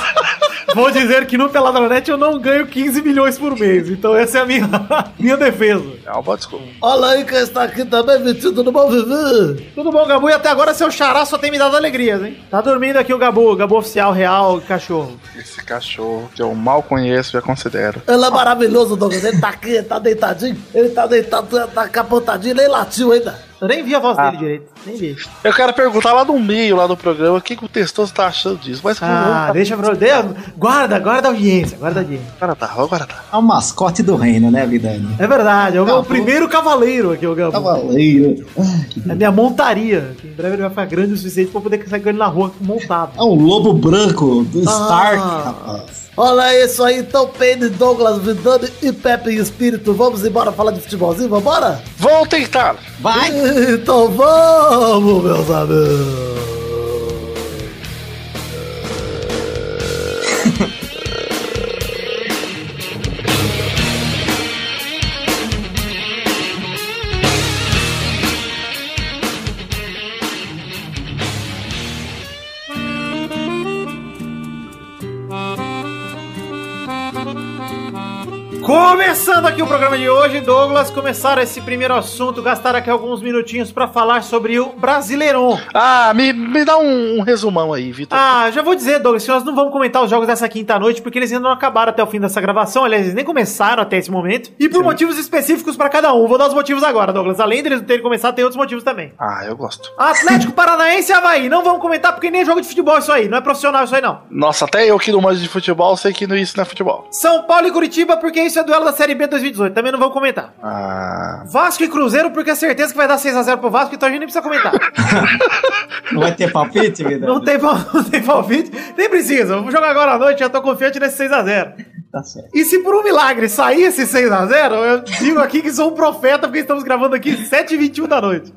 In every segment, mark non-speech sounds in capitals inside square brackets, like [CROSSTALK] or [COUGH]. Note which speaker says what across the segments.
Speaker 1: vou dizer que no Peladronete eu não ganho 15 milhões por mês. Então essa é a minha, [LAUGHS] minha defesa.
Speaker 2: É uma boa desculpa.
Speaker 3: Olha aí quem está aqui também, Vitinho, tudo bom, Vivi?
Speaker 1: Tudo bom, Gabu? E até agora seu xará só tem me dado alegrias, hein? Tá dormindo aqui o Gabu, Gabu oficial, real, cachorro.
Speaker 2: Esse cachorro que eu mal conheço e a considero.
Speaker 3: Ele é maravilhoso, Douglas. Ele tá aqui, ele tá deitadinho, ele tá deitado, tá- tá capotadinho, nem latiu ainda.
Speaker 1: Eu nem vi a voz
Speaker 3: Ah.
Speaker 1: dele direito, nem vi.
Speaker 2: Eu quero perguntar lá no meio, lá do programa, o que, que o Testoso tá achando disso. Mas
Speaker 1: Ah,
Speaker 2: vamos-
Speaker 1: deixa pra... de- Guarda, guarda a audiência, guarda a audiência.
Speaker 2: agora tá, agora tá.
Speaker 4: É o mascote do reino, né, Vidani?
Speaker 1: É verdade, é o
Speaker 3: Tá,
Speaker 1: meu
Speaker 4: Gabu.
Speaker 1: primeiro cavaleiro aqui, o Gabu.
Speaker 4: Cavaleiro. Ah, que
Speaker 1: É minha montaria. que Em breve ele vai ficar grande o suficiente pra eu poder sair com ele na rua montado.
Speaker 4: É o lobo branco do Stark, rapaz.
Speaker 3: Olha isso aí, então Peide, Douglas, Vidani e Pepe em Espírito. Vamos embora falar de futebolzinho, vambora?
Speaker 2: Vou tentar!
Speaker 4: Vai!
Speaker 3: Então vamos, meus amigos.
Speaker 1: Começando aqui o programa de hoje, Douglas, começar esse primeiro assunto, gastar aqui alguns minutinhos pra falar sobre o Brasileirão.
Speaker 2: Ah, me, me dá um, um resumão aí, Vitor.
Speaker 1: Ah, já vou dizer, Douglas, que nós não vamos comentar os jogos dessa quinta-noite, porque eles ainda não acabaram até o fim dessa gravação, aliás, eles nem começaram até esse momento, e por motivos específicos pra cada um. Vou dar os motivos agora, Douglas. Além deles não terem começado, tem outros motivos também.
Speaker 2: Ah, eu gosto.
Speaker 1: Atlético Paranaense e Havaí, não vamos comentar porque nem é jogo de futebol isso aí, não é profissional isso aí não.
Speaker 2: Nossa, até eu que não manjo de futebol sei que isso não é futebol.
Speaker 1: São Paulo e Curitiba, porque isso é duelo da Série B 2018. Também não vou comentar.
Speaker 2: Ah.
Speaker 1: Vasco e Cruzeiro, porque é certeza que vai dar 6x0 pro Vasco, então a gente nem precisa comentar.
Speaker 4: Não vai ter palpite, Vidani?
Speaker 1: não, tem, pal- [LAUGHS] não tem palpite, nem precisa. Vamos jogar agora à noite, já tô confiante nesse 6x0.
Speaker 4: Tá certo.
Speaker 1: E se por um milagre sair esse 6x0, eu digo aqui que sou um profeta, porque estamos gravando aqui 7h21 da noite.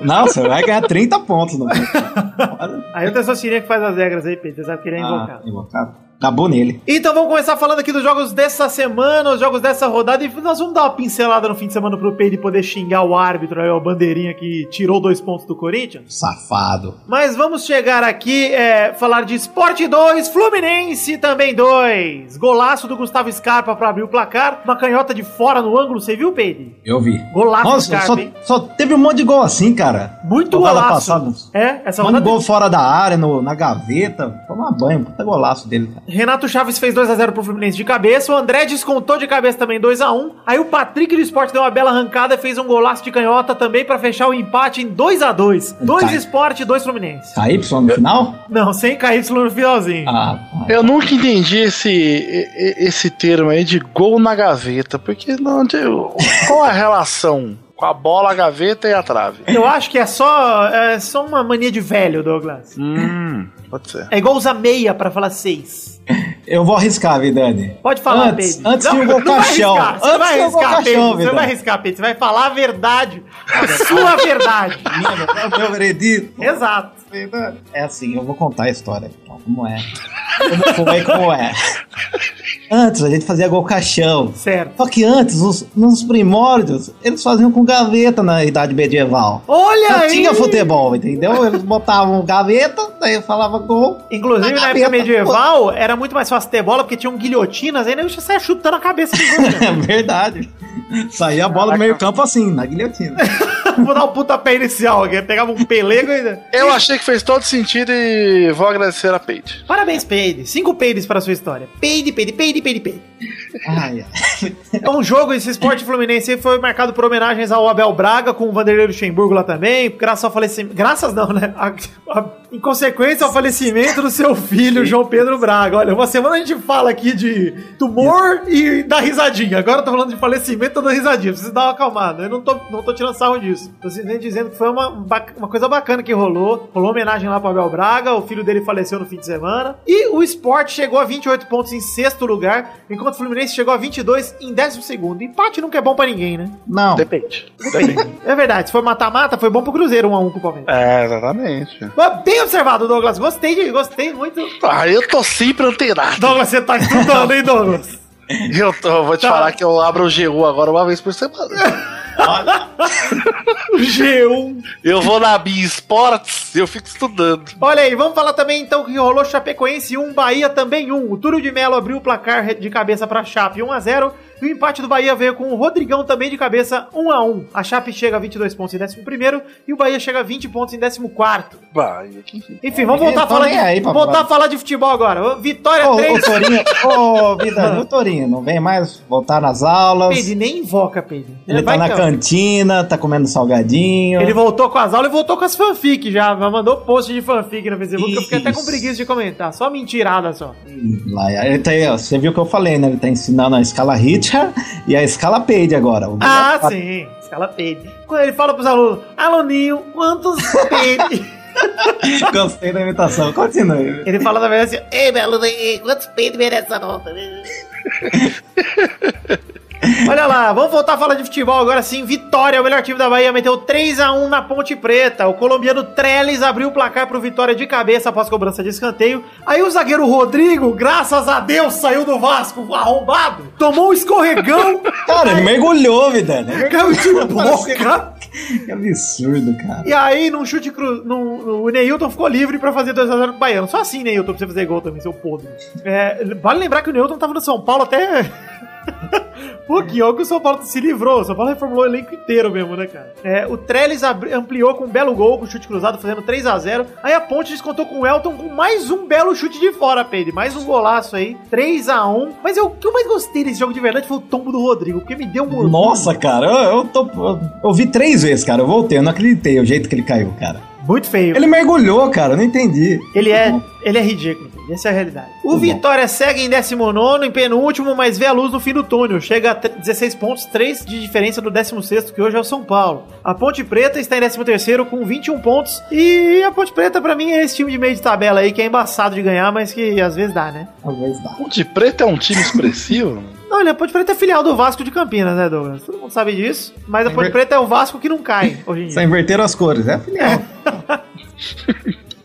Speaker 4: Nossa, vai ganhar 30 pontos no Olha.
Speaker 1: Aí o Tessocirinha que faz as regras aí, Pedro, você sabe que ele é invocado.
Speaker 4: Ah, invocado. Acabou nele.
Speaker 1: Então vamos começar falando aqui dos jogos dessa semana, os jogos dessa rodada, e nós vamos dar uma pincelada no fim de semana pro Peide poder xingar o árbitro aí, o bandeirinha que tirou dois pontos do Corinthians.
Speaker 4: Safado.
Speaker 1: Mas vamos chegar aqui, é, falar de Sport 2, Fluminense também 2. Golaço do Gustavo Scarpa pra abrir o placar, uma canhota de fora no ângulo, você viu, Peide?
Speaker 4: Eu vi.
Speaker 1: Golaço do
Speaker 4: Nossa,
Speaker 1: Scarpa,
Speaker 4: só,
Speaker 1: hein?
Speaker 4: só teve um monte de gol assim, cara.
Speaker 1: Muito
Speaker 4: Rodada
Speaker 1: golaço.
Speaker 4: passada.
Speaker 1: É, essa
Speaker 4: Manda
Speaker 1: rodada.
Speaker 4: um gol fora da área, no- na gaveta. Toma banho, puta golaço dele, cara.
Speaker 1: Renato Chaves fez 2x0 pro Fluminense de cabeça, o André descontou de cabeça também 2x1. Aí o Patrick do Esporte deu uma bela arrancada, fez um golaço de canhota também pra fechar o empate em 2x2. Dois
Speaker 4: Tá.
Speaker 1: Esporte, dois Fluminense.
Speaker 4: KY Tá no final?
Speaker 1: Não, sem KY no finalzinho.
Speaker 4: Ah, tá.
Speaker 2: Eu nunca entendi esse, e- e- esse termo aí de gol na gaveta, porque não, de- qual a relação? Com a bola, a gaveta e a trave.
Speaker 1: Eu acho que é só, é só uma mania de velho, Douglas.
Speaker 2: Hum, pode ser.
Speaker 1: É igual usar meia pra falar seis.
Speaker 4: Eu vou arriscar, Vidani.
Speaker 1: Pode falar,
Speaker 4: Antes-
Speaker 1: Pedro.
Speaker 4: antes que eu vou
Speaker 1: não vai
Speaker 4: caixão.
Speaker 1: arriscar, Você não
Speaker 4: Antes
Speaker 1: vai
Speaker 4: que eu vou caixão,
Speaker 1: arriscar, Pedro. Você não
Speaker 4: Vidal.
Speaker 1: vai arriscar, Pedro. Você vai falar a verdade. A
Speaker 4: [LAUGHS]
Speaker 1: sua verdade.
Speaker 4: Minha, meu
Speaker 1: [LAUGHS]
Speaker 4: veredito.
Speaker 1: Exato.
Speaker 4: É assim, eu vou contar a história, então, como é. Como foi, como é. Antes a gente fazia gol caixão.
Speaker 1: Certo.
Speaker 4: Só que antes, os, nos primórdios, eles faziam com gaveta na idade medieval.
Speaker 1: Olha
Speaker 4: Não
Speaker 1: aí!
Speaker 4: tinha futebol, entendeu? Eles botavam gaveta, daí falava gol. [LAUGHS]
Speaker 1: Inclusive, na época
Speaker 4: Gaveta.
Speaker 1: medieval, era muito mais fácil ter bola, porque tinham guilhotinas, aí não você saia chutando a cabeça do outro.
Speaker 4: É
Speaker 1: [LAUGHS]
Speaker 4: verdade. Saía a bola do meio campo assim, na guilhotina.
Speaker 1: Vou dar um puta pé inicial aqui. Pegava um pelego e...
Speaker 2: Eu achei que fez todo sentido e vou agradecer a Paige.
Speaker 1: Parabéns, Peide. Cinco peides para a sua história. Peide, peide, peide, peide, peide.
Speaker 4: Ai,
Speaker 1: É um jogo, esse [LAUGHS] esporte fluminense aí foi marcado por homenagens ao Abel Braga, com o Vanderlei Luxemburgo lá também, graças ao falecimento... Graças não, né? A- a- em consequência ao falecimento do seu filho, João Pedro Braga. Olha, uma semana a gente fala aqui de tumor e da risadinha. Agora eu tô falando de falecimento e da risadinha. Preciso dar uma acalmada. Eu não tô, não tô tirando sarro disso. Tô simplesmente dizendo que foi uma, bac- uma coisa bacana que rolou. Rolou homenagem lá pro Abel Braga, o filho dele faleceu no fim de semana. E o Sport chegou a 28 pontos em sexto lugar, enquanto o Fluminense chegou a 22 em décimo segundo. Empate nunca é bom pra ninguém, né?
Speaker 4: não.
Speaker 2: Depende. Depende.
Speaker 1: É verdade, se for mata-mata, foi bom pro Cruzeiro 1 a 1 com o Palmeiras.
Speaker 2: é, exatamente.
Speaker 1: Mas Bem observado, Douglas. Gostei, de- gostei muito.
Speaker 2: Ah, eu tô sempre antenado.
Speaker 1: Douglas, você tá estudando, hein, [LAUGHS] Douglas?
Speaker 2: Eu tô- vou te
Speaker 1: Tá.
Speaker 2: falar que eu abro o GU agora uma vez por semana.
Speaker 1: G1
Speaker 2: Eu vou na Bia Sports e eu fico estudando.
Speaker 1: Olha aí, vamos falar também então que rolou Chapecoense 1, Bahia também 1. O Túlio de Melo abriu o placar de cabeça para Chape 1 a 0 e o empate do Bahia veio com o Rodrigão também de cabeça 1 a 1. A Chape chega a 22 pontos em 11 e o Bahia chega a 20 pontos em 14.
Speaker 2: Bahia, é que enfim.
Speaker 1: Enfim, vamos
Speaker 4: Eu
Speaker 1: voltar a
Speaker 4: tô
Speaker 1: falar
Speaker 4: tá nem
Speaker 1: de,
Speaker 4: aí pra
Speaker 1: voltar
Speaker 4: falar.
Speaker 1: a falar de futebol agora. Vitória
Speaker 4: Ô, ô
Speaker 1: 3.
Speaker 4: Torinho, ô Vidani, ô Torinho, não vem mais voltar nas aulas.
Speaker 1: Pedro, nem invoca, Pedro.
Speaker 4: Ele tá na
Speaker 1: cama.
Speaker 4: cantina, tá comendo salgadinho.
Speaker 1: Ele voltou com as aulas e voltou com as fanfic já. Mandou post de fanfic no Facebook. que Eu fiquei até com
Speaker 4: Isso.
Speaker 1: preguiça de comentar. Só mentirada só.
Speaker 4: Lá, ele tá aí, ó, você viu o que eu falei, né? Ele tá ensinando a escala Richard e a escala Page agora. O
Speaker 1: Ah,
Speaker 4: Vidani-
Speaker 1: sim. Escala pede. Quando ele fala pros alunos, aluninho, quantos pede?
Speaker 4: [LAUGHS] Gostei da imitação, continue.
Speaker 1: ele fala na verdade assim,
Speaker 5: Ei, meu aluno, ei, quantos peitos merece essa nota?
Speaker 1: olha lá, vamos voltar a falar de futebol agora sim. Vitória, o melhor time da Bahia, meteu 3x1 na Ponte Preta. O colombiano Trellis abriu o placar pro Vitória de cabeça após cobrança de escanteio. Aí o zagueiro Rodrigo, graças a Deus, saiu do Vasco arrombado. Tomou um escorregão,
Speaker 4: Cara, ele mergulhou, Vidani.
Speaker 1: caiu de boca.
Speaker 4: Que absurdo, cara.
Speaker 1: E aí, num chute cru, num- o Neilton ficou livre pra fazer 2x0 pro Baiano. Só assim, Neilton, pra você fazer gol também, seu podre. É, vale lembrar que o Neilton tava no São Paulo até. [LAUGHS] Pouquinho, olha que o São Paulo se livrou. O São Paulo reformulou o elenco inteiro mesmo, né, cara? É, o Trellis abri- ampliou com um belo gol, com chute cruzado, fazendo 3x0. Aí a Ponte descontou com o Elton com mais um belo chute de fora, Pedro. Mais um golaço aí, 3x1. Mas eu- o que eu mais gostei desse jogo de verdade foi o tombo do Rodrigo, porque me deu um orgulho.
Speaker 4: Nossa, cara, eu, eu tô. Eu, eu vi três vezes, cara. Eu voltei, eu não acreditei o jeito que ele caiu, cara.
Speaker 1: Muito feio.
Speaker 4: Ele mergulhou, cara, eu não entendi.
Speaker 1: Ele é, ele é ridículo, gente. essa é a realidade. O
Speaker 4: Muito bom.
Speaker 1: Vitória segue em 19, em penúltimo, mas vê a luz no fim do túnel. Chega a tre- 16 pontos, 3 de diferença do 16, que hoje é o São Paulo. A Ponte Preta está em 13 com 21 pontos. E a Ponte Preta, pra mim, é esse time de meio de tabela aí que é embaçado de ganhar, mas que às vezes dá, né?
Speaker 4: Talvez dá.
Speaker 2: Ponte Preta é um time expressivo?
Speaker 1: Olha, a Ponte Preta é filial do Vasco de Campinas, né, Douglas? Todo mundo sabe disso. Mas a Ponte Preta é um Vasco que não cai hoje em dia.
Speaker 4: Só inverteram as cores, é filial.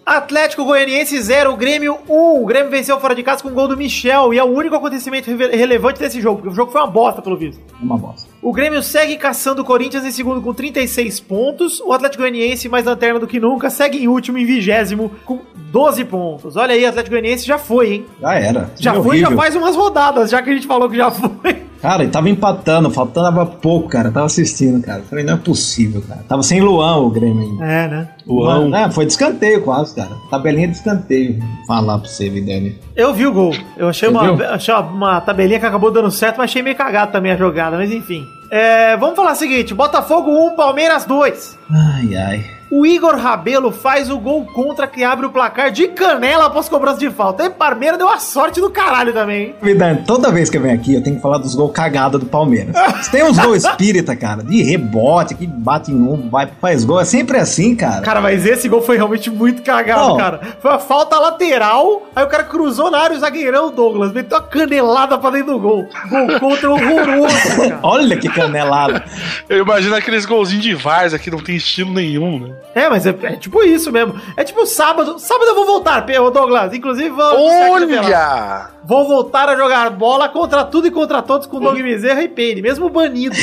Speaker 1: Atlético Goianiense 0, Grêmio 1. O Grêmio venceu fora de casa com um gol do Michel. E é o único acontecimento reve- relevante desse jogo, porque o jogo foi uma bosta, pelo visto.
Speaker 4: Uma bosta.
Speaker 1: O Grêmio segue caçando o Corinthians em segundo com 36 pontos. O Atlético Goianiense, mais lanterna do que nunca, segue em último, em vigésimo, com 12 pontos. Olha aí, Atlético Goianiense já foi, hein?
Speaker 4: Já era.
Speaker 1: Já
Speaker 4: Time
Speaker 1: foi, já
Speaker 4: horrível.
Speaker 1: faz umas rodadas, já que a gente falou que já [LAUGHS] foi.
Speaker 4: Cara, ele tava empatando, faltava pouco, cara. Eu Tava assistindo, cara. Eu Falei, não é possível, cara. Tava sem Luan o Grêmio ainda.
Speaker 1: É, né?
Speaker 4: Luan. É, foi descanteio quase, cara. Tabelinha de escanteio. Falar pra você, Vidani.
Speaker 1: Eu vi o gol. Eu achei,
Speaker 4: Você
Speaker 1: uma,
Speaker 4: viu?
Speaker 1: achei uma tabelinha que acabou dando certo, mas achei meio cagado também a jogada, mas enfim. É, vamos falar o seguinte: Botafogo 1, Palmeiras 2.
Speaker 4: Ai, ai.
Speaker 1: um, O Igor Rabelo faz o gol contra que abre o placar de canela após cobrança de falta. E Parmeira deu a sorte do caralho também, hein?
Speaker 4: Vidani, toda vez que eu venho aqui, eu tenho que falar dos gols cagados do Palmeiras. Se Tem uns gols espírita, cara, de rebote, que bate em um, vai, faz gol. É sempre assim, cara.
Speaker 1: Cara, mas esse gol foi realmente muito cagado,
Speaker 4: Não.
Speaker 1: cara. Foi uma falta lateral, aí o cara cruzou na área, o zagueirão Douglas meteu a canelada pra dentro do gol. Gol contra horroroso, cara.
Speaker 4: Olha que canelada.
Speaker 6: Eu imagino aqueles golzinhos de várzea que não tem estilo nenhum, né?
Speaker 1: É, mas é, é tipo isso mesmo. É tipo sábado. Sábado eu vou voltar, Pe- ô Douglas. Inclusive, vamos.
Speaker 2: Olha!
Speaker 1: Vou voltar a jogar bola contra tudo e contra todos com Doug Bezerra e Payne. Mesmo banido.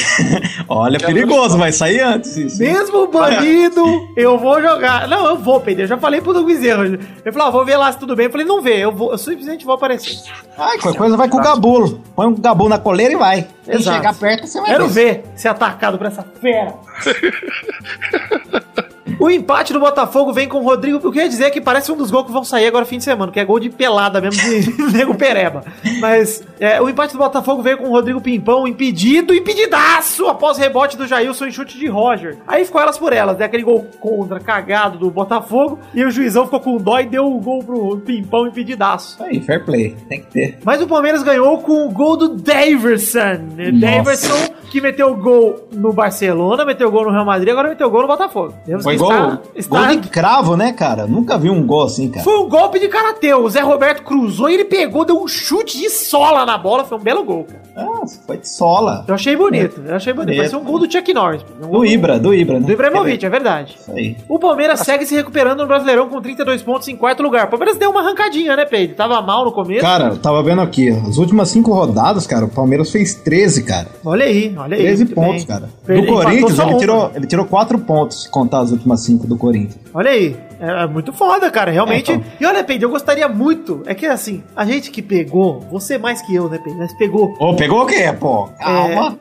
Speaker 4: Olha, perigoso, vai sair antes isso.
Speaker 1: Mesmo banido, eu vou jogar. Não, eu vou, Payne. Eu já falei pro Doug Bezerra. Ele falou, ah, vou ver lá se tudo bem. Eu falei, não vê. Eu, vou, eu simplesmente vou aparecer.
Speaker 4: Ai, qualquer coisa vai com o gabulo. Põe o gabulo na coleira e vai. Se
Speaker 1: Exato.
Speaker 4: chegar perto, você vai
Speaker 1: Quero ver ser atacado por essa fera. O empate do Botafogo vem com o Rodrigo. O que eu ia dizer é que parece um dos gols que vão sair agora fim de semana, que é gol de pelada mesmo de [LAUGHS] Nego Pereba. Mas é, o empate do Botafogo veio com o Rodrigo Pimpão impedido, impedidaço após rebote do Jailson e chute de Roger. Aí ficou elas por elas, né? Aquele gol contra cagado do Botafogo. E o juizão ficou com dó e deu o gol pro Pimpão impedidaço.
Speaker 4: Aí, fair play. Tem que ter.
Speaker 1: Mas o Palmeiras ganhou com o gol do Daverson. Daverson que meteu gol no Barcelona, meteu gol no Real Madrid, agora meteu gol no Botafogo. Temos
Speaker 4: Foi
Speaker 1: que
Speaker 4: gol,
Speaker 1: estar- estar-
Speaker 4: gol de cravo, né, cara? Nunca vi um gol assim, cara.
Speaker 1: Foi um golpe de karatê. O Zé Roberto cruzou e ele pegou, deu um chute de sola na bola. Foi um belo gol. cara.
Speaker 4: Ah, foi de sola.
Speaker 1: Eu achei bonito. Eu achei bonito.
Speaker 4: Bonito.
Speaker 1: Parecia um gol do Chuck Norris. Um gol
Speaker 4: Do Ibra, do Ibra, né?
Speaker 1: do Ibrahimovic, é verdade.
Speaker 4: Isso aí.
Speaker 1: O Palmeiras segue se recuperando no Brasileirão com 32 pontos em quarto lugar. O Palmeiras deu uma arrancadinha, né, Pedro? Tava mal no começo.
Speaker 4: Cara, eu tava vendo aqui, as últimas cinco rodadas, cara, o Palmeiras fez 13, cara.
Speaker 1: Olha aí, olha aí.
Speaker 4: 13
Speaker 1: muito
Speaker 4: pontos,
Speaker 1: bem.
Speaker 4: cara.
Speaker 1: Ele
Speaker 4: Do
Speaker 1: empatou
Speaker 4: Corinthians,
Speaker 1: só
Speaker 4: ele
Speaker 1: um,
Speaker 4: tirou, ele tirou 4 pontos, se contar as últimas 5 do Corinthians.
Speaker 1: Olha aí, é é muito foda, cara, realmente.
Speaker 4: É, então.
Speaker 1: E olha, Peide, eu gostaria muito. É que assim, a gente que pegou, você mais que eu, né, Peide? Mas pegou.
Speaker 4: Ô, pegou o quê, pô? Calma.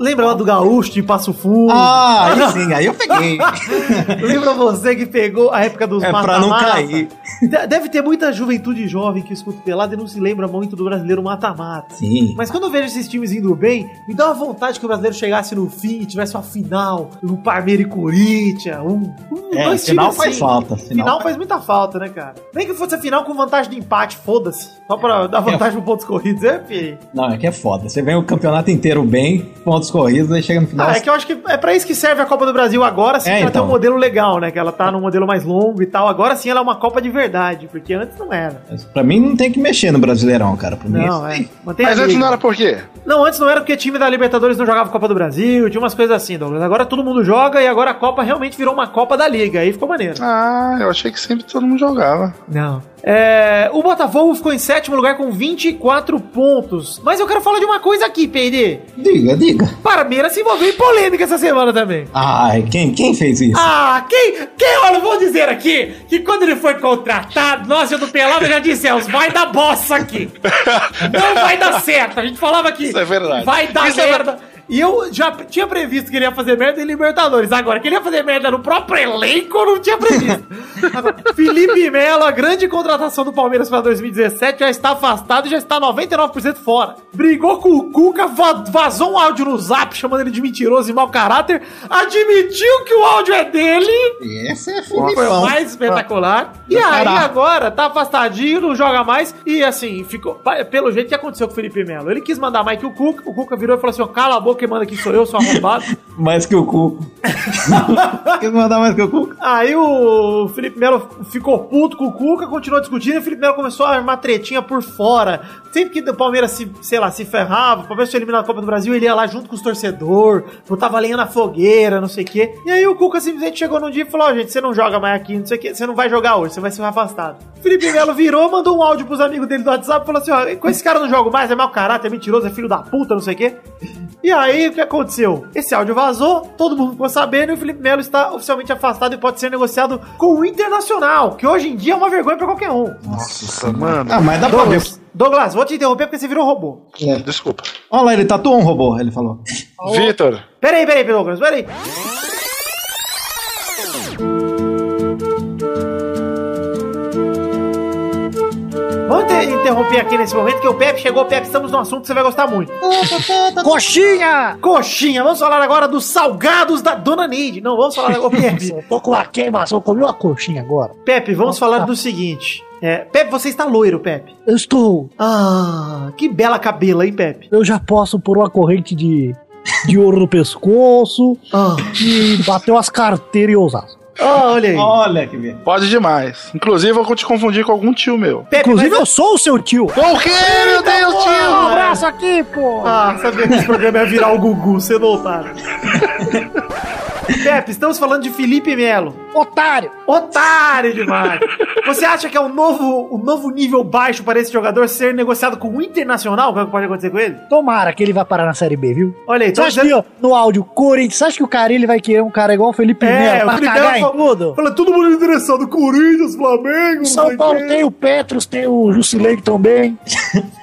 Speaker 1: Lembra lá do Gaúcho de Passo Fundo?
Speaker 4: Ah, aí sim, aí eu
Speaker 1: [LAUGHS]
Speaker 4: peguei.
Speaker 1: Lembra você que pegou a época dos
Speaker 4: É pra não cair.
Speaker 1: De- Deve ter muita juventude jovem que escuta pelado e não se lembra muito do brasileiro mata-mata.
Speaker 4: sim.
Speaker 1: Mas quando eu vejo esses times indo bem, me dá uma vontade que o brasileiro chegasse no fim, e tivesse uma final, no Palmeiras e Corinthians, um, um
Speaker 4: É,
Speaker 1: dois
Speaker 4: final
Speaker 1: times
Speaker 4: faz
Speaker 1: assim.
Speaker 4: falta.
Speaker 1: Final,
Speaker 4: Final,
Speaker 1: faz muita falta, né, cara? Nem que fosse a final com vantagem de empate, foda-se. Só pra dar vantagem pro pontos corridos, é, fi.
Speaker 4: Não, é que é foda. Você vem o campeonato inteiro bem, pontos corridos, aí chega no final.
Speaker 1: Ah, é que eu acho que é pra isso que serve a Copa do Brasil agora, sim,
Speaker 4: É,
Speaker 1: que ela
Speaker 4: então.
Speaker 1: tem um modelo legal, né? Que ela tá num modelo mais longo e tal. Agora sim ela é uma Copa de verdade, porque antes não era.
Speaker 4: Pra mim não tem que mexer no Brasileirão, cara. Pra mim
Speaker 1: Não,
Speaker 4: isso-
Speaker 1: é. Mantém
Speaker 2: Mas
Speaker 1: a
Speaker 2: antes
Speaker 1: liga.
Speaker 2: não era por quê?
Speaker 1: Não, antes não era porque time da Libertadores não jogava Copa do Brasil, tinha umas coisas assim, Douglas. Agora todo mundo joga e agora a Copa realmente virou uma Copa da Liga. Aí ficou maneiro.
Speaker 2: Ah, eu achei que sempre todo mundo
Speaker 6: Ah.
Speaker 2: jogava.
Speaker 1: Não. É, o Botafogo ficou em sétimo lugar com 24 pontos. Mas eu quero falar de uma coisa aqui, PD.
Speaker 4: Diga, diga.
Speaker 1: Parmeira se envolveu em polêmica essa semana também.
Speaker 4: Ai, é quem, quem fez isso?
Speaker 1: Ah, quem, quem, olha, eu vou dizer aqui que quando ele foi contratado, nós eu do Pelado já dissemos, vai dar bossa aqui. Não vai dar certo. A gente falava que
Speaker 2: Isso é verdade.
Speaker 1: vai dar
Speaker 2: Isso é
Speaker 1: merda. E eu já tinha previsto que ele ia fazer merda em Libertadores. Agora, que ele ia fazer merda no próprio elenco, eu não tinha previsto. Agora, Felipe Melo, a grande contratação do Palmeiras para 2017, já está afastado e já está 99% fora. Brigou com o Cuca, va- vazou um áudio no zap chamando ele de mentiroso e mau caráter, admitiu que o áudio é dele.
Speaker 4: Essa é
Speaker 1: Foi o
Speaker 4: Filipão.
Speaker 1: mais espetacular. E aí,
Speaker 4: Caraca.
Speaker 1: agora, tá afastadinho, não joga mais. E assim, ficou. pa- Pelo jeito que aconteceu com o Felipe Melo. Ele quis mandar mais que o Cuca. O Cuca virou e falou assim: ó, cala a boca, quem manda aqui sou eu, sou arrombado.
Speaker 4: Mais que o
Speaker 1: [LAUGHS]
Speaker 4: cu. Quer mandar mais que o cu?
Speaker 1: aí o Felipe Melo ficou puto com o Cuca, continuou discutindo. E o Felipe Melo começou a armar tretinha por fora. Sempre que o Palmeiras se, sei lá, se ferrava, o Palmeiras foi eliminado da Copa do Brasil, ele ia lá junto com os torcedores, botava lenha na fogueira, não sei o quê. E aí o Cuca simplesmente chegou num dia e falou: ó, gente, você não joga mais aqui, não sei o quê, você não vai jogar hoje, você vai ser um afastado. Felipe Melo virou, mandou um áudio pros amigos dele do WhatsApp e falou assim: ó, com esse cara eu não jogo mais, é mau caráter, é mentiroso, é filho da puta, não sei o quê. E aí, o que aconteceu? Esse áudio vazou, todo mundo ficou sabendo e o Felipe Melo está oficialmente afastado e pode ser negociado com o Internacional, que hoje em dia é uma vergonha pra qualquer um.
Speaker 2: Nossa, mano.
Speaker 4: Ah, mas dá pra ver.
Speaker 1: Douglas, vou te interromper porque você virou robô.
Speaker 6: Ah,
Speaker 2: Desculpa.
Speaker 4: Olha lá, ele tatuou um robô, ele falou.
Speaker 2: Vitor,
Speaker 1: Peraí, peraí, Douglas, peraí. Vamos ter- interromper aqui nesse momento que o Pepe chegou. Pepe, estamos num assunto que você vai gostar muito.
Speaker 7: Coxinha!
Speaker 1: Coxinha, vamos falar agora dos salgados da Dona Neide. Não, vamos falar agora, Pepe.
Speaker 7: Um pouco aquém, mas eu comi uma coxinha agora.
Speaker 1: Pepe, vamos falar do seguinte. É, Pepe, você está loiro, Pepe.
Speaker 7: Eu estou.
Speaker 1: Ah, que bela cabela, hein, Pepe?
Speaker 7: Eu já posso por uma corrente de, de ouro no pescoço
Speaker 1: Ah,
Speaker 7: e bateu as carteiras e ousadas.
Speaker 1: ah, olha aí.
Speaker 4: Olha que beleza.
Speaker 6: Pode demais. Inclusive, eu vou te confundir com algum tio meu.
Speaker 1: Pepe,
Speaker 7: Inclusive,
Speaker 1: mas-
Speaker 7: eu sou o seu tio.
Speaker 6: O quê, meu Deus,
Speaker 7: Um
Speaker 6: tio?
Speaker 7: abraço aqui, pô!
Speaker 1: Ah, sabia que esse programa ia virar o Gugu, você não otário. Pepe, estamos falando de Felipe Melo.
Speaker 7: Otário!
Speaker 1: Otário demais! Você acha que é o novo, o novo nível baixo para esse jogador ser negociado com o Internacional? Que é o que pode acontecer com ele?
Speaker 7: Tomara que ele vai parar na Série B, viu?
Speaker 1: Olha aí,
Speaker 7: Você
Speaker 1: tô
Speaker 7: acha que, é ó, no áudio, Corinthians, você acha que o cara ele vai querer um cara igual o Felipe
Speaker 1: É,
Speaker 7: Melo
Speaker 1: o
Speaker 7: pra
Speaker 1: Felipe
Speaker 7: cagar
Speaker 1: Melo
Speaker 7: em tudo?
Speaker 1: Fala, todo mundo interessado, Corinthians, Flamengo... não sei
Speaker 7: São
Speaker 1: o
Speaker 7: Paulo
Speaker 1: quê.
Speaker 7: tem o Petros, tem o Jusilei também.